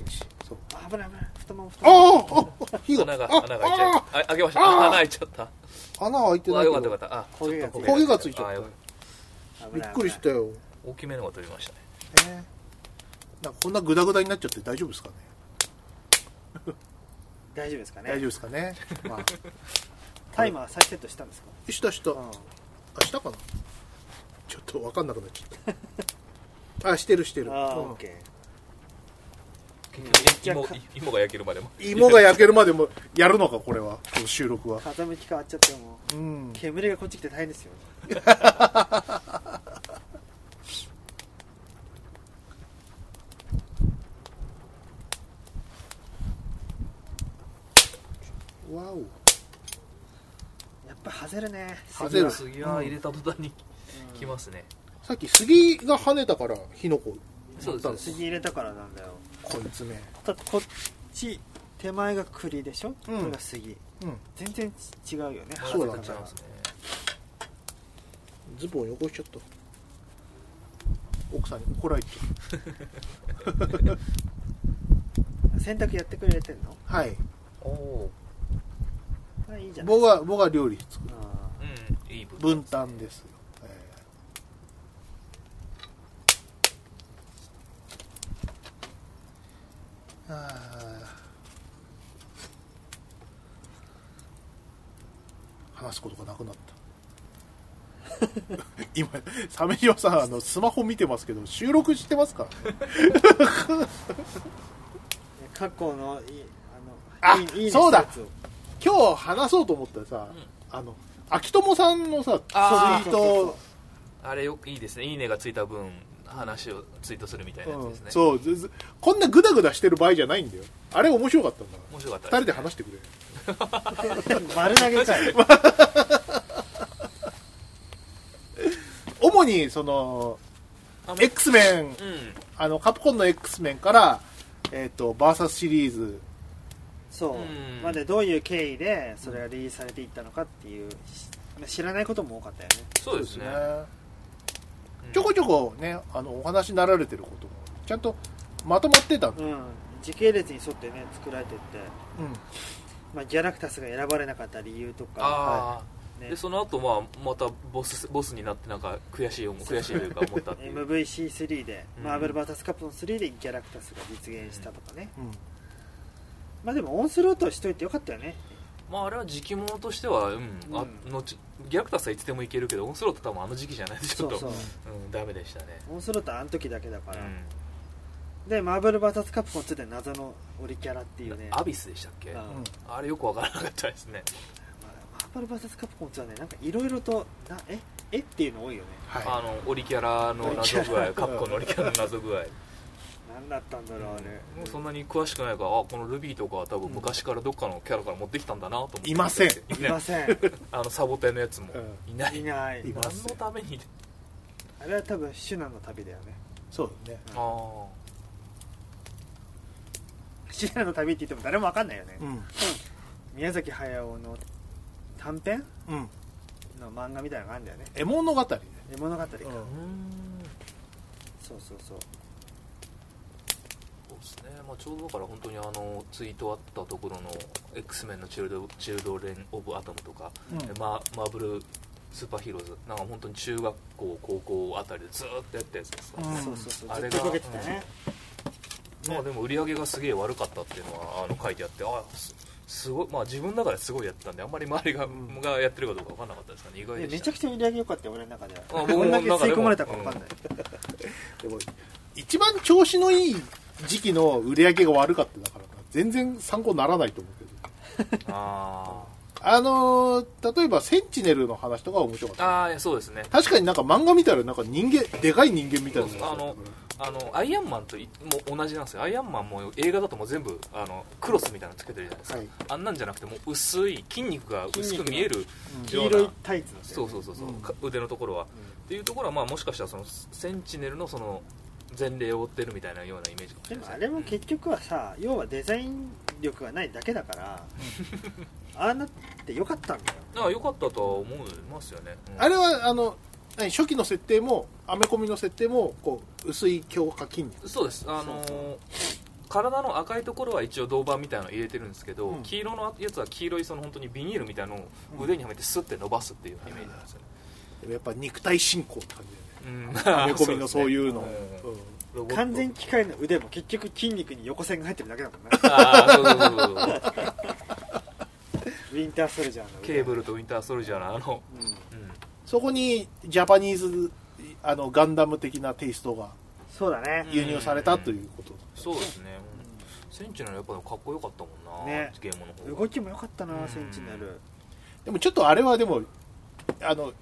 B: LDH そう
A: あ危ない危ない太もも太もも
B: あーあ火が
C: 穴が
B: あ
C: 穴が開いちゃったあ開けまし
B: あー
C: た穴開いちゃったわ
B: あ穴開いてな
C: あ
B: いけ
C: よかった
B: ど
C: よかったあ
A: 焦げが
C: ちょっと
B: 焦げがついちゃ
C: あ
B: っ
C: よ
B: た
C: かっ
B: びっくりしたよ、
C: た大きめのが取れましたね
B: ねなんかこんなグダグダになっちゃって大丈夫ですかね
A: 大丈夫ですかね
B: 大丈夫です かねまあ
A: タイマー再セットしたんですか
B: 下下
A: うん
B: 明日かなちょっと分かんなくなっちゃったあしてるしてる、
A: あー
B: うん
A: オッケ
C: 結局ね芋芋が焼けるまでも
B: 芋が焼けるまでも やるのかこれはこの収録は
A: ー傾き変わっちゃっても
B: うん
A: 煙がこっち来て大変ですよ
B: わお
A: やっぱ外れね
B: 外れる
C: 次は入れた途端に来ますね
B: さっき杉が跳ねたから火の粉
C: そう
B: なっ
C: ですそう
B: たん
C: で
B: です
C: す
A: 次入れたからなんだよ
B: こいつね
A: だってこっち手前が栗でしょ、
B: うん
A: これが杉
B: うん
A: 全然ち違うよね
B: そうだね
C: ちゃいますね
B: ズボン汚しちゃった奥さんに怒られちゃ
A: 洗濯やってくれてんの
B: うはい
C: おお
A: あいいじゃん
B: 僕は僕は料理作る
A: あ
C: ーうんいい
B: 分担ですよ、えーあー話すことがなくなった 今鮫島さんあのスマホ見てますけど収録してますからね
A: ー過去のいい
B: あ
A: あのいいいいね
B: そうだ
A: したや
B: 今日話そうと思ったらさ、あの秋友さんのさツイ
C: あ
A: そ
B: ー
C: ー
A: うそうそうそ
B: ト
A: う
C: あれよいいですねいいねがついた分話をツイートするみたいなやつです
B: う
C: ね
B: んそうずずこんなグダグダしてる場合じゃないんだよあれ面白かったんだから
C: 面白かった
B: 二人で話してくれ
A: つ丸投 げかい
B: 主にその
C: あの
B: X メン
C: うん
B: あのカプコンの X メンからえっ、とバーサスシリーズ
A: そう、
C: うん
A: までどういう経緯でそれがリリースされていったのかっていうしまあ知らないことも多かったよね
C: そうですねうん
B: ちょこちょこねあのお話になられてることもちゃんとまとまってたんだ
A: うん時系列に沿ってね作られてって、
B: うん
A: まあ、ギャラクタスが選ばれなかった理由とか、
C: ああ
A: ね
C: で、その後まあまたボスボスになってなんか悔しい思い悔しいというか思ったっていう
A: MVC3 で、
C: うん
A: マーベル VS カプコン3でギャラクタスが実現したとかね、
B: うん
A: まあでもオンスロートしといてよかったよね
C: まああれは時期ものとしてはうんあ
A: うん
C: のちギャラクタスはいつでもいけるけどオンスロート多分あの時期じゃないでちょ
A: そ
C: っと
A: うそう
C: うんダメでしたね
A: オンスロートはあの時だけだか
C: う
A: ら、
C: ん
A: でマーベル VS カプコン2で謎のオリキャラっていうね
C: アビスでしたっけ
A: うん
B: うん
C: あれよくわからなかったですね
A: まあマーベル VS カプコン2はねなんかいろいろとなええっていうの多いよね
B: は
C: あのオリキャラの謎具合カッコのオリキャラの謎具合
A: 何だったんだろうあれ、
C: もうそんなに詳しくないからあこのルビーとかは多分昔からどっかのキャラから持ってきたんだなと思って
B: いません
C: い
A: い
C: な
A: ま
C: い
A: せ ん
C: あのサボテンのやつも
B: う
C: いない
A: いない
B: いません
C: 何のために
A: あれは多分シュナの旅だよね
B: そうだね
C: ああ
A: シュナの旅って言っても誰もわかんないよね、
B: うん
A: 宮崎駿の短編
B: うん
A: の漫画みたいなのがあるんだよね
B: 絵物語ね
A: 絵物語か、
B: うん
A: そうそうそう
C: そうですね、まあ、ちょうどだから本当にあのツイートあったところの「X メンのチルドチルドレン・オブ・アトム」とか、
B: うん
C: ママーブル・スーパーヒーローズなんか本当に中学校高校あたりでずーっとやったやつですから、
B: うん
A: そうそうそうず
C: あ
A: っ
C: れが
A: とかけてたね、
C: まあ、でも売り上げがすげえ悪かったっていうのはあの書いてあってあすすごい、まあ、自分の中ですごいやってたんであんまり周りが,、
B: ん
C: がやってるかどうか分からなかったですかね意外
A: いや
C: で
A: め
C: し
A: ちゃ
C: た
A: くちゃ売り上げ良かったよ俺の中で
C: あ
A: は
C: 僕も
A: どんだけ吸い込まれたか
C: 中で
A: 分
C: も
A: かんない、
B: でも一番調子のいい時期の売り上げが悪かっただからな全然参考にならないと思うけど
C: あ
B: あのー例えば「センチネル」の話とかは面白かっ
C: ー
B: た
C: あーいやそうですね
B: 確かになんか漫画見たらなんか人間でかい人間みたいなのが
C: あのあのアイアンマンといもう同じなんですよアイアンマンも映画だともう全部あのクロスみたいなのつけてるじゃないですか、
B: はい
C: あんなんじゃなくてもう薄い筋肉が薄く見える
A: 黄
C: よう
A: 色
C: ない
A: タイツだったよ
C: そうそうそうそう、
B: うん
C: か腕のところは、っていうところはまあもしかしたらそのセンチネルのその前例を追ってるみたいなようなイメージかもし
A: で
C: れな
A: も
C: い
A: あれも結局はさ要はデザイン力がないだけだ からああなってよかったんだよ
C: ああよかったとは思いますよね、うん
B: あれはあの何初期の設定もアメコミの設定もこう薄い強化筋肉
C: そうですあのー体の赤いところは一応銅板みたいなの入れてるんですけど、
B: うん
C: 黄色のやつは黄色いその本当にビニールみたいなのを腕にはめてスッて伸ばすっていうイメージなんですよね、
B: でもやっぱ肉体信仰って感じ
C: うん
B: だよねアメコミのそう
C: う
B: いうの
C: そうですね
B: うん
C: ロボット
A: 完全機械の腕も結局筋肉に横線が入ってるだけだもんね
C: ああそうそうそう そうそう
A: ウィンターソルジャーの腕
C: ケーブルとウィンターソルジャーのあの、
A: うん
C: うん、
B: そこにジャパニーズあのガンダム的なテイストが
A: そうだね
B: 輸入されたということ、
C: そうですねセンチネルやっぱでもかっこよかったもんな、
A: ね
C: ゲームの方が
A: 動きも良かった
C: う
A: なんセンチネル
B: でもちょっとあれはでもあの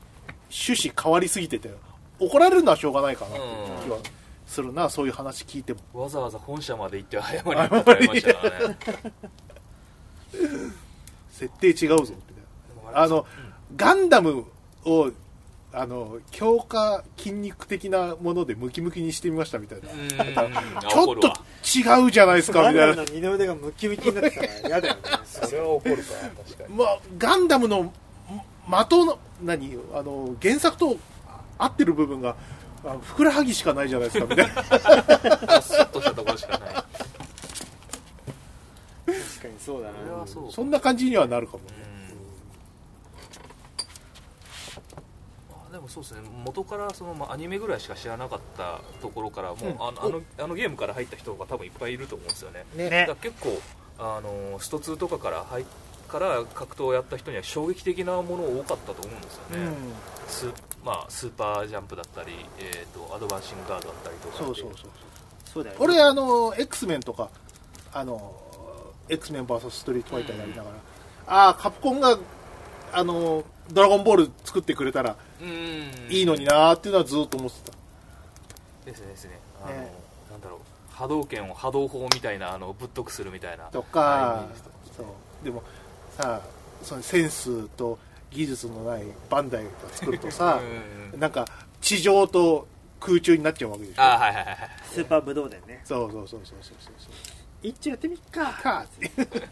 B: 趣旨変わりすぎてて怒られるのはしょうがないかなっていう気はするな、そういう話聞いても
C: わざわざ本社まで行って謝りに行ってましたからね
B: 設定違うぞみたいなあの、ガンダムをあの強化筋肉的なものでムキムキにしてみましたみたいな、
C: うんあ
B: ちょ
C: 怒
B: っ
C: るわ
B: と違うじゃないですか
A: ガン
B: みた
A: ダ
B: い
A: ム
B: な
A: の二の腕がムキムキになってたら嫌だよね
C: それは怒るか確かに
B: まあ、ガンダムのま的の何あの原作と合ってる部分があふくらはぎしかないじゃないですかみたいな
C: スッとしたところしかない
A: 確かにそうだな
C: それはそう
B: そんな感じにはなるかもね、
C: あでもそうですね元からその、まあ、アニメぐらいしか知らなかったところからもう、
B: うん
C: あのあのあのゲームから入った人が多分いっぱいいると思うんですよねだ
A: ね
C: から結構あのスト2とかから入っから格闘をやった人には衝撃的なもの多かったと思うんですよね、スまあ、スーパージャンプだったり、えー、とアドバンシングガードだったりとか
B: そうそうそう
A: そうだよね
B: 俺あの X メンとかあの X メン VS ストリートファイターやりながら、ああカプコンがあのドラゴンボール作ってくれたら
C: うん
B: いいのになーっていうのはずーっと思ってた、
C: ですねですねあの
A: ね
C: なんだろう波動拳を波動砲みたいなあのぶっとくするみたいな
B: とか、そうでもさそのセンスと技術のないバンダイが作ると
C: あ
B: さ
C: うん うんうん
B: なんか地上と空中になっちゃうわけでしょ
C: あはいはいはいはい
A: スーパーブドウだよね
B: そうそうそうそうそうそうそう
A: 一丁やってみっか
B: かーって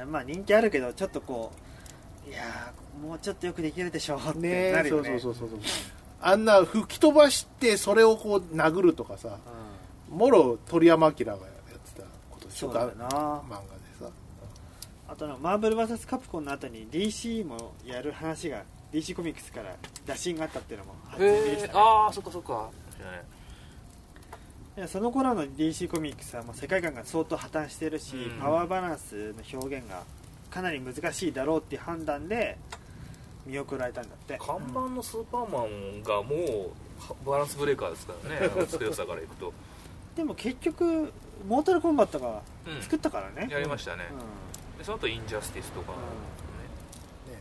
A: あまあ人気あるけどちょっとこういやーもうちょっとよくできるでしょうってな
B: ね
A: る
B: そ
A: よ
B: う
A: ね
B: そうそうそうそうあんな吹き飛ばしてそれをこう殴るとかさ
A: う
B: もろ鳥山明がやってたこと
A: ん
B: でし
A: そ
B: ょ
A: うだよ
B: 漫
A: な
B: 画でさ
A: あとのマーブル VS カプコンの後に DC もやる話が DC コミックスから打診があったっていうのも初耳で
C: へ
A: し
C: え
A: たね
C: ああそっかそっか
A: いやその頃の DC コミックスはもう世界観が相当破綻してるし、
C: うん
A: パワーバランスの表現がかなり難しいだろうっていう判断で見送られたんだって
C: 看板のスーパーマンがもうバランスブレーカーですからねあの強さからいくと、
A: でも結局モータルコンバットが
C: うん
A: 作ったからね、
C: やりましたね
A: う、ん
C: でその後インジャスティスとか、ね
B: ね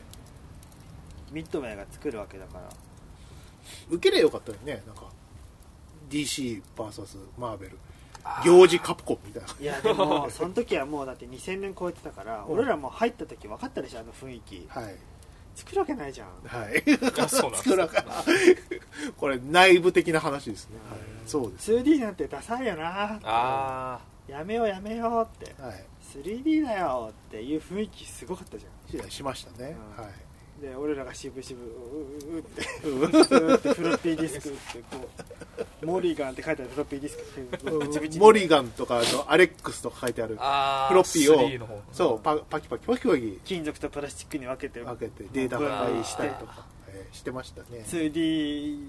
A: ミッドウェイが作るわけだから
B: 受ければよかったよねなんか DCVS マーベル
C: あー
B: 行事カプコンみたいない
A: やでも その時はもうだって2000年超えてたから、
B: うん
A: 俺らもう入った時分かったでしょあの雰囲気
B: はい
A: 作るわけないじゃん
B: はい
C: あそうなんです
B: 作らかこれ内部的な話ですね、はいそうです
A: 2D なんてダサいよな
C: あ
A: やめようやめようって
B: は
A: 3D だよっていう雰囲気すごかったじゃ
B: いしましたね、
A: うん
B: はい
A: んで俺らが渋々ううううってうってフロッピーディスクってこうモリガンって書いてあるフロッピーディスクブチブチ
B: モリガンとかあのアレックスとか書いてある
C: ーあ
B: フロッピーを
C: 3の方
B: そうパパキパキパキパキ
A: 金属とプラスチックに分けて
B: 分けてデータ破壊したりとか、えーしてましたね
A: 2D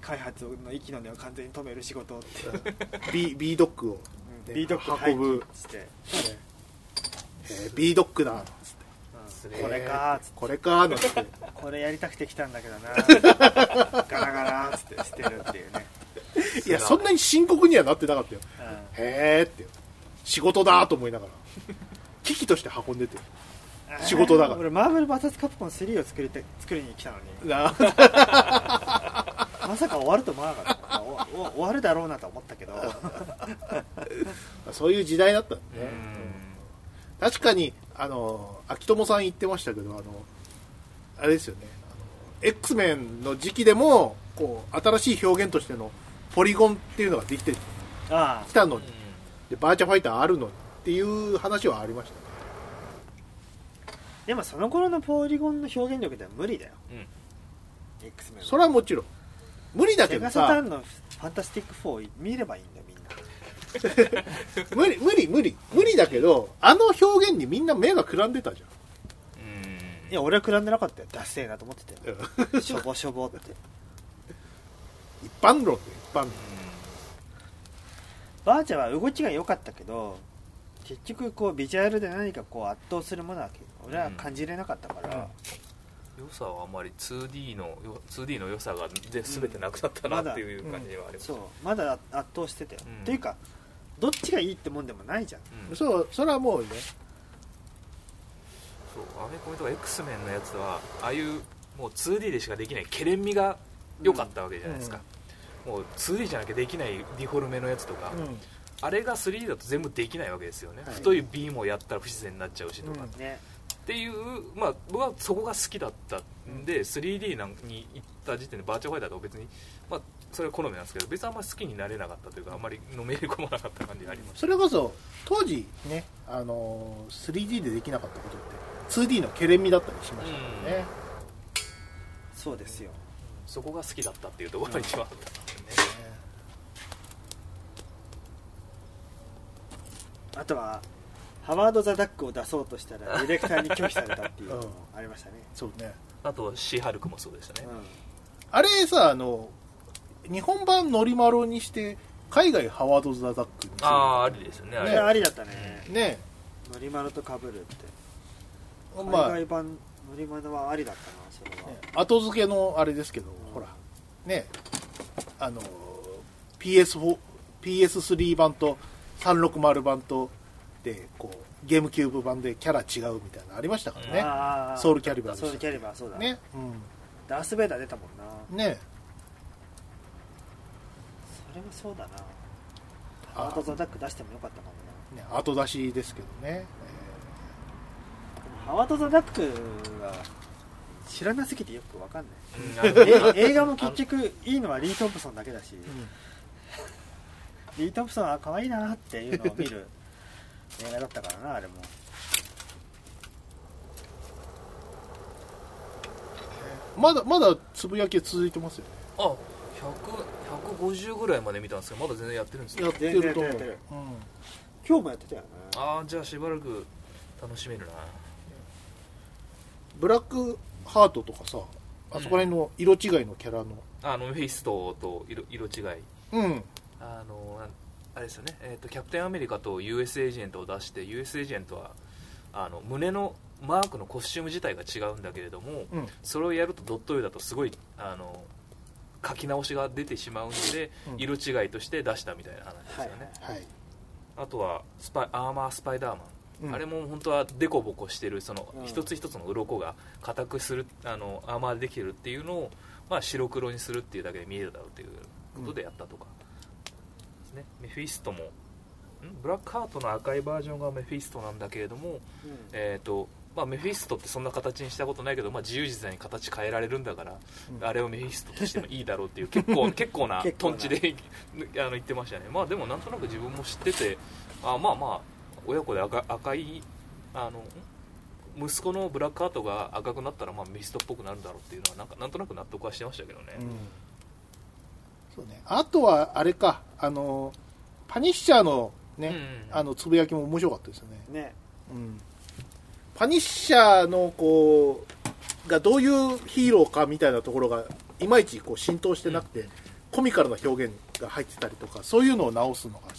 A: 開発の息の根を完全に止める仕事って
B: B, B ドックを、
A: うん
B: ね
A: B ドック廃
B: 運
A: 棄
B: ぶ
A: っ、つって、
B: えー B ドックだ
A: うんこれかーっつって
B: これかーなんて
A: これやりたくて来たんだけど なーガラガラーっつって捨てるっていうね、
B: いやそんなに深刻にはなってなかったよ
A: うん
B: へえって仕事だと思いながら機器として運んでて仕事だから
A: 俺マーベル VS カプコン3を作りて作りに来たのに
B: な
A: まさか終わると思わなか ったおお終わるだろうなと思ったけど
B: そういう時代だったんだ
C: う
B: ね、
C: ん
B: 確かにあの秋友さん言ってましたけどあのあれですよねあの X メンの時期でもこう新しい表現としてのポリゴンっていうのができてき
A: ああ
B: たのにでバーチャファイターあるのにっていう話はありましたね
A: でもその頃のポリゴンの表現力では無理だよ、
C: うん
A: X メン
B: それはもちろん無理だけ
A: ペ
B: ど
A: ガサタ
B: さ
A: ンのファンタスティック4見ればいいんだよみんな
B: 無理無理無理無理だけどあの表現にみんな目がくらんでたじ
C: うん
A: いや俺はくらんでなかったよダッセーなと思ってた
B: ゃん
A: よしょぼしょぼって
B: 一般論で一般論
A: バーチャは動きが良かったけど結局こうビジュアルで何かこう圧倒するものは俺は感じれなかったから、
C: 良さはあまり 2D のよ 2D の良さがで全てなくなったなっていう感じはあります
A: そう
C: ね
A: まだ圧圧倒してたよ、
C: うん
A: というかどっちがいいってもんでもないじゃん
C: うんそう
B: そうそれはもうね
C: アメコミとか X メンのやつはああいうもう 2D でしかできないケレン味が良かったわけじゃないですか、もう 2D じゃなきゃできないディフォルメのやつとか、あれが 3D だと全部できないわけですよね、
A: はい
C: 太いビームをやったら不自然になっちゃうしとか、
B: うん
A: ね
C: っていう、まあ、僕はそこが好きだったんで、3D なんに行った時点でバーチャルファイターとか別に、まあ、それは好みなんですけど別にあんまり好きになれなかったというかあんまりのめり込まなかった感じがありまし
B: それこそ当時ねあのー 3D でできなかったことって 2D のけれん味だったりしま
C: た、
B: した
C: うん
B: からね、
A: そうですよ
C: そこが好きだったっていうところが一番あったんですよね、
A: あとはハワード・ザ・ダックを出そうとしたらディレクターに拒否されたっていうの
B: うん
A: もありましたね、
B: そうね
C: あとシーハルクもそうでしたね、
A: う
B: あれさあの日本版ノリマロにして海外ハワード・ザ・ダックにする
C: ああありですよねあ
A: ん、
C: れ
A: これありだったね
B: ね
A: ノリマルとかぶるって海
B: まあ
A: 外版ノリマルはありだったなそれは、
B: ね後付けのあれですけどほらねあの PS4 PS3 版と360版とでこうゲームキューブ版でキャラ違うみたいなのありましたからね、
A: ああ
B: ソウルキャリバーでした
A: ソウルキャリバーそうだ、
B: ね、
A: ダース・ベイダー出たもんな
B: うん、ね
A: それもそうだな
B: あ
A: ハート・ザ・ダック出してもよかったかもな
B: ね後出しですけどね、
A: でもハワード・ザ・ダックは知らなすぎてよくわかんない
C: うんあのね
A: え映画も結局いいのはリー・トンプソンだけだし、リー・トンプソンは可愛いなっていうのを見る 映画だったからなあれも
B: まだまだつぶやき続いてますよね
C: あ100 150ぐらいまで見たんですけどまだ全然やってるんですよ
B: やってると思う
A: やってるやってるやって
B: うん
A: 今日もやってたよね
C: ああじゃあしばらく楽しめるな
B: ブラックハートとかさあそこら辺の色違いのキャラの
C: あのフェイストと色色違い
B: うん
C: あのなんあれですよね、えー、とキャプテンアメリカと US エージェントを出して US エージェントはあの胸のマークのコスチューム自体が違うんだけれども
B: うん
C: それをやるとドット絵だとすごいあの書き直しが出てしまうので、
B: うん
C: 色違いとして出したみたいな話ですよね、
B: はい、
C: あとはスパイアーマースパイダーマン
B: うん
C: あれも本当はデコボコしてるその
A: うん
C: 一つ一つの鱗が硬くするあのアーマーでできてるっていうのを、まあ、白黒にするっていうだけで見えるだろうっていうことでやったとか、ね、メフィストもんブラックハートの赤いバージョンがメフィストなんだけれども、
A: うん
C: えーとまあ、メフィストってそんな形にしたことないけど、まあ、自由自在に形変えられるんだから、
B: うん
C: あれをメフィストとしてもいいだろうっていう結構結構な
A: 結構
C: ト
A: な
C: ンチで あの言ってましたね、まあ、でもなんとなく自分も知っててあまあまあ親子で赤赤いあのん息子のブラックアートが赤くなったら、まあ、メフィストっぽくなるんだろうっていうのはなんかなんとなく納得はしてましたけどね、
B: そうね、あとはあれかあのパニッシャーの
C: うん
B: ね、あのつぶやきも面白かったですよね、
A: ね
B: パニッシャーのこうがどういうヒーローかみたいなところがいまいちこう浸透してなくて、コミカルな表現が入ってたりとかそういうのを直すのがっ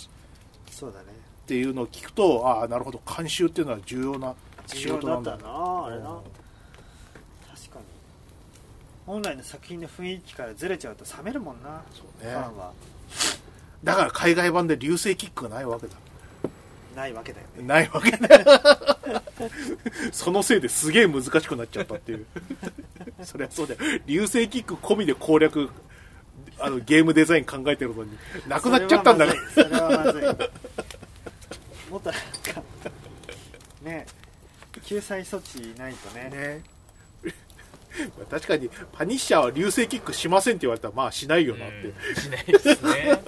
A: そうだね
B: ていうのを聞くとああなるほど監修っていうのは重要な仕
A: 重要
B: 事な
A: だっ
B: ん
A: た
B: だ
A: なあれな
B: うん
A: 確かに本来の作品の雰囲気からずれちゃうと冷めるもんな
B: そう
A: フ
B: ね
A: ァンは
B: だから海外版で流星キックがないわけだ
A: ないわけだよね
B: ないわけだそのせいですげえ難しくなっちゃったっていうそりゃそうだよ流星キック込みで攻略あのゲームデザイン考えてるのになくなっちゃったんだから
A: それはまずいそれはまずいもっとなんかね救済措置ないとね
B: ね 確かにパニッシャーは流星キックしませんって言われたらまあしないよなって、
C: うんしないですね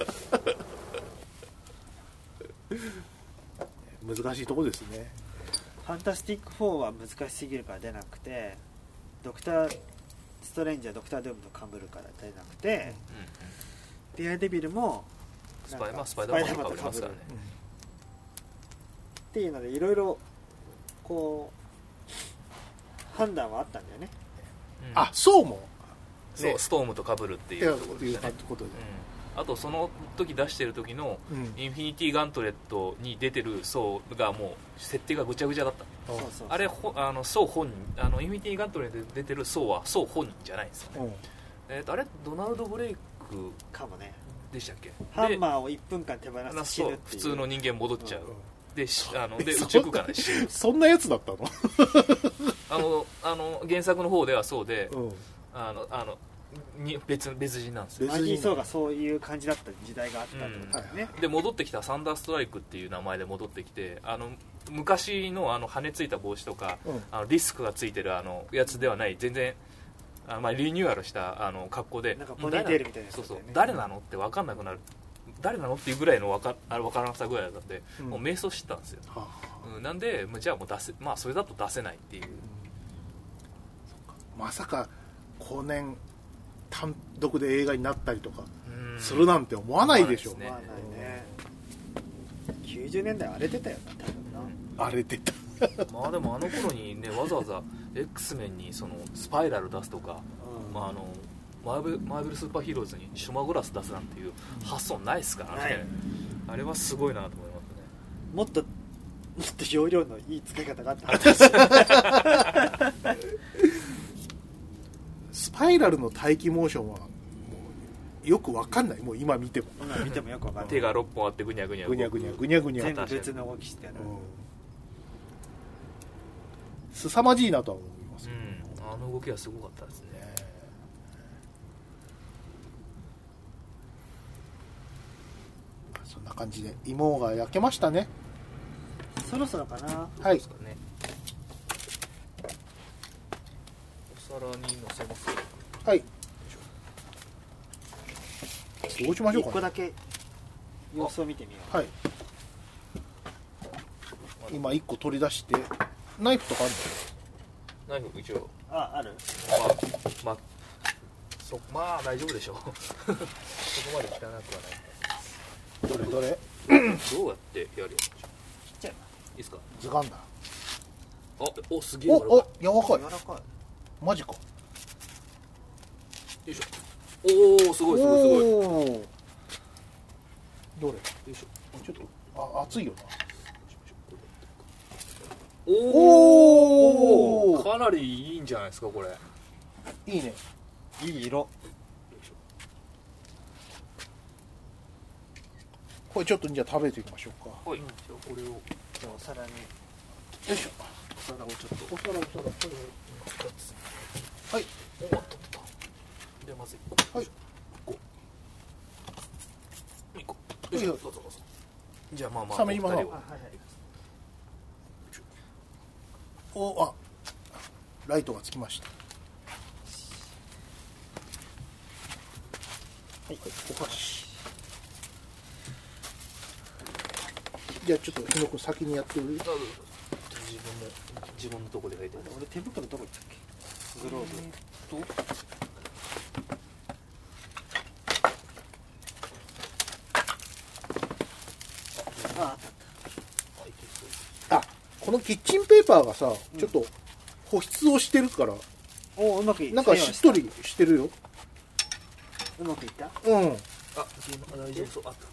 B: 難しいとこですね
A: ファンタスティック4は難しすぎるから出なくてドクターストレンジはドクター・ドゥームとかぶるから出なくて、デアデビルも
C: スパイ
A: なん
C: まあ
A: か
C: スパイダーマン
A: ス
C: も
A: パ
C: か
A: イ
C: ぶりますからね
A: ダーマンと被るっていうのでいろいろこう判断はあったんだよね
C: うん
B: あそうも
C: そう、
B: ね
C: ストームと被るって
B: っ
C: い
B: て
C: うところ
B: と
C: で
B: い
C: し
B: う
C: たね、
B: ことで、
C: うん、あとその時出してる時の
B: うん
C: インフィニティガントレットに出てる層がもう設定がぐちゃぐちゃだった
A: そうそうそう
C: あれほあの層本人あのインフィニティガントレットに出てる層は層本人じゃないんですよ
B: う
C: ね、
B: ん
C: えーとあれドナルド・ブレイク
A: かもね
C: でしたっけ
A: ハン
C: で
A: マーを1分間手放
C: あの
A: す死
C: そ
A: ぬっ
C: う
A: て
C: 普
A: いう
C: 通の人間戻っちゃう、でしあので
B: そ
C: 宇
B: う
C: 宙空間で 死ぬ
B: そんなやつだったの、
C: あのあの原作の方ではそうで
B: うん、
C: あのあのに別別人なんですよ
A: マギー・ソーがそういう感じだった時代があったってことだよね、
C: で戻ってきたサンダーストライクっていう名前で戻ってきてあの昔のあの羽ついた帽子とか
B: うん
C: あのリスクがついてるあのやつではない全然あのまあリニューアルしたあの格好で
A: なんかポニーテールみたいなやつだ
C: そう
A: った
C: そう
A: よね
C: 誰なのって分かんなくなる誰なのっていうぐらいの分かあれ分からなさぐらいだったんで、
B: うん
C: もう迷走してたんですよ、
B: は
C: うん、なんでまあじゃあもう出せまあそれだと出せないっていう
B: あまさか後年単独で映画になったりとか
C: うん
B: するなんて思わないでしょ、
C: 思わ
A: まあ
C: ね
A: ないね90年代荒れてたよな多分な、
B: あれ出た
C: まあでもあの頃にねわざわざ X メンにそのスパイラル出すとか、
A: うん
C: まあ、あのマーベルマーベルスーパーヒーローズにシュマグラス出すなんていう発想ないですからねあれはすごいなと思いま
A: もっともっと容量のいい使い方があった
B: スパイラルの待機モーションはもうよくわかんないもう今見ても
A: 今見てもよくわかんない
C: 手が6本あってぐにゃぐにゃ
B: ぐにゃぐにゃぐにゃぐにゃ
A: 全部別の動きしてやる、
B: すさまじいなとは思います、
C: うんあの動きはすごかったですね
B: そんな感じで芋が焼けましたね
A: そろそろかな
B: はい
C: どうですかねお皿にのせます
B: はいどうしましょう
A: 1個
B: かね
A: だけ様子を見てみよ
B: はい今1個取り出してナイフとかある
C: ナイフ一応
A: うあある
C: まあまあそまあ大丈夫でしょう そこまで汚くはない
B: のどれどれ
C: どうやってやるやつい
A: 切っちゃえ
C: いですか
B: 図鑑だ
C: あおすげえ
B: お
C: 柔らか
B: お
C: い
B: 柔
A: ば
B: ら
A: 柔
B: か
A: か
B: ら
A: い
B: いマジか
C: よいしょおおすごいすごいすごいよ
B: おーどれ
C: いしょ
B: ちょっとあ熱いよな
C: お
B: おー
C: おかなりいいんじゃないですかこれ
B: いいね
A: いい色
B: これちょっとじゃあ食べていきましょうか
C: はいじゃあこれをこ
A: じゃあお皿に
B: よいしょ
C: れをちょっと
B: お皿お皿
C: 2つ
B: はい
C: おっとっとっとでまず1個
B: はい
C: こう1個よいしょどうぞどうぞじゃあまあまあ
B: 冷めにもな
C: お二人
A: あ
C: を
A: はいはい
B: おあライトがつきましたはいお箸じゃあちょっと日野君先にやってる
C: どうぞどうぞ自分の自分のとこで書いてる
A: 俺手袋どこ行ったっけグローブ
C: と
A: ああっ
C: あいけそうです
B: あこのキッチンペーパーがさ、ちょっと保湿をしてるから
A: たおおうまくい
B: なんかしっとりしてるよ
A: うまくいった
B: うん
C: ああ大丈夫そうあったあっ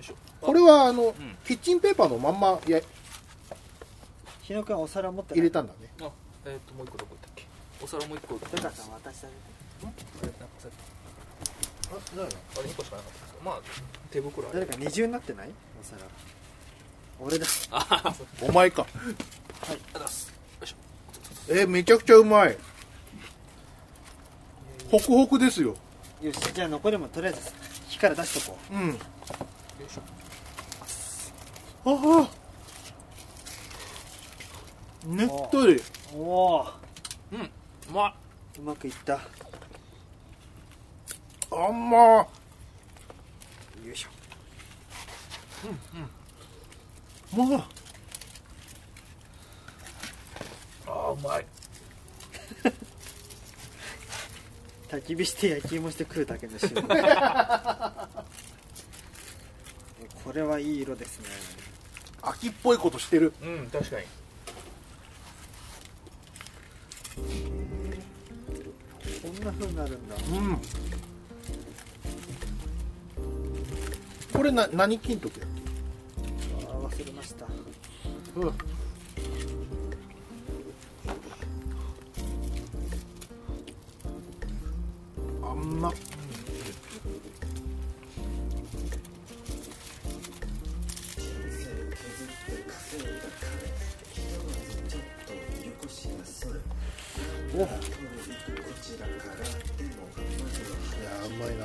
C: たあったよいしょ
B: これはあの、
C: ん
B: キッチンペーパーのまんまや
A: 日野君はお皿持ってない
B: 入れたんだね
C: あえっ、ともう一個どこ行ったっけお皿もう一個
A: 豊川さん渡してあげて
C: あれなんかさっきあれ一個しかなかったですかまあ手袋あ
A: 誰
C: れ
A: か二重になってないお皿俺だ
B: お前か
C: あ出すよいしょ
B: えーめちゃくちゃうまいホクホクですよ
A: よしじゃあ残りもとりあえず火から出しとこう
B: うん
C: よいしょ
B: ああねっとり
A: おお
C: うんうまいう
A: まくいったよ
B: あんま
A: いしょ
B: まあ
C: あーうまい
A: 焚き火して焼き芋して食うだけの趣味 これはいい色ですね
B: 秋っぽいことしてる
C: うん確かに
A: こんな風になるんだ
B: うんこれな何金時だっ
A: あー忘れました
B: け、うん、あんま
A: お
B: いやうまいな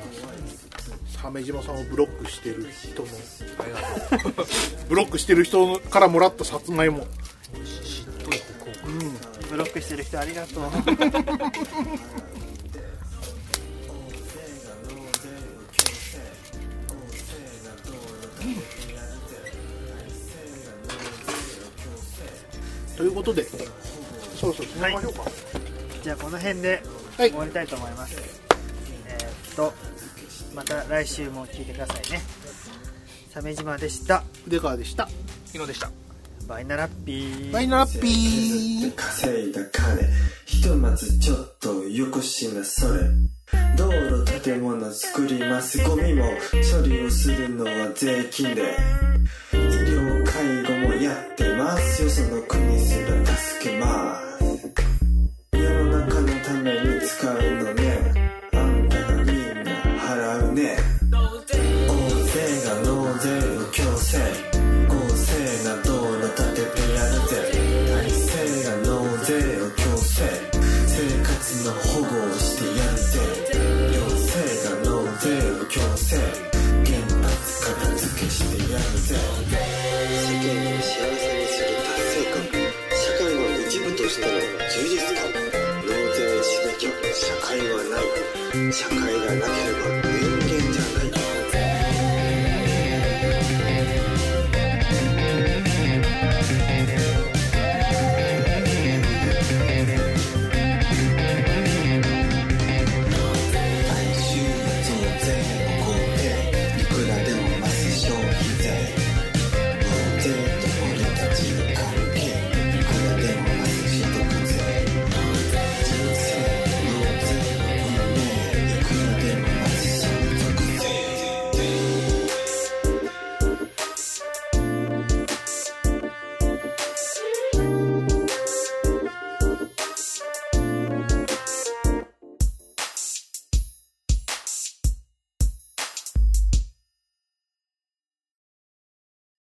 B: 鮫島さんをブロックしてる人の
C: ありがと
B: ブロックしてる人のからもらったさつまいも
C: うしっとりここ
A: ブロックしてる人ありが とう
B: ということでそうそうしましょうか
A: じゃあこの辺で
B: はい
A: 終わりたいと思います、えーっとまた来週も聞いてくださいね鮫島でした
B: 筆川でした
C: 昨日でした
A: バイナラッピー
B: バイナラッピー
D: 削って稼いだ金ひとまずちょっとよこしなそれ道路建物作りますゴミも処理をするのは税金で医療介護もやってますよその国すら助けます世の中のために使うのねあんたがみんな払うね大勢が納税の強制合成な道路建ててやるぜ体制が納税を強制生活の保護をしてやるぜ行政が納税を強制原発片付けしてやるぜ世間を幸せにする達成感社会の一部としての充実感納税しなきゃ社会はない社会がなければ人類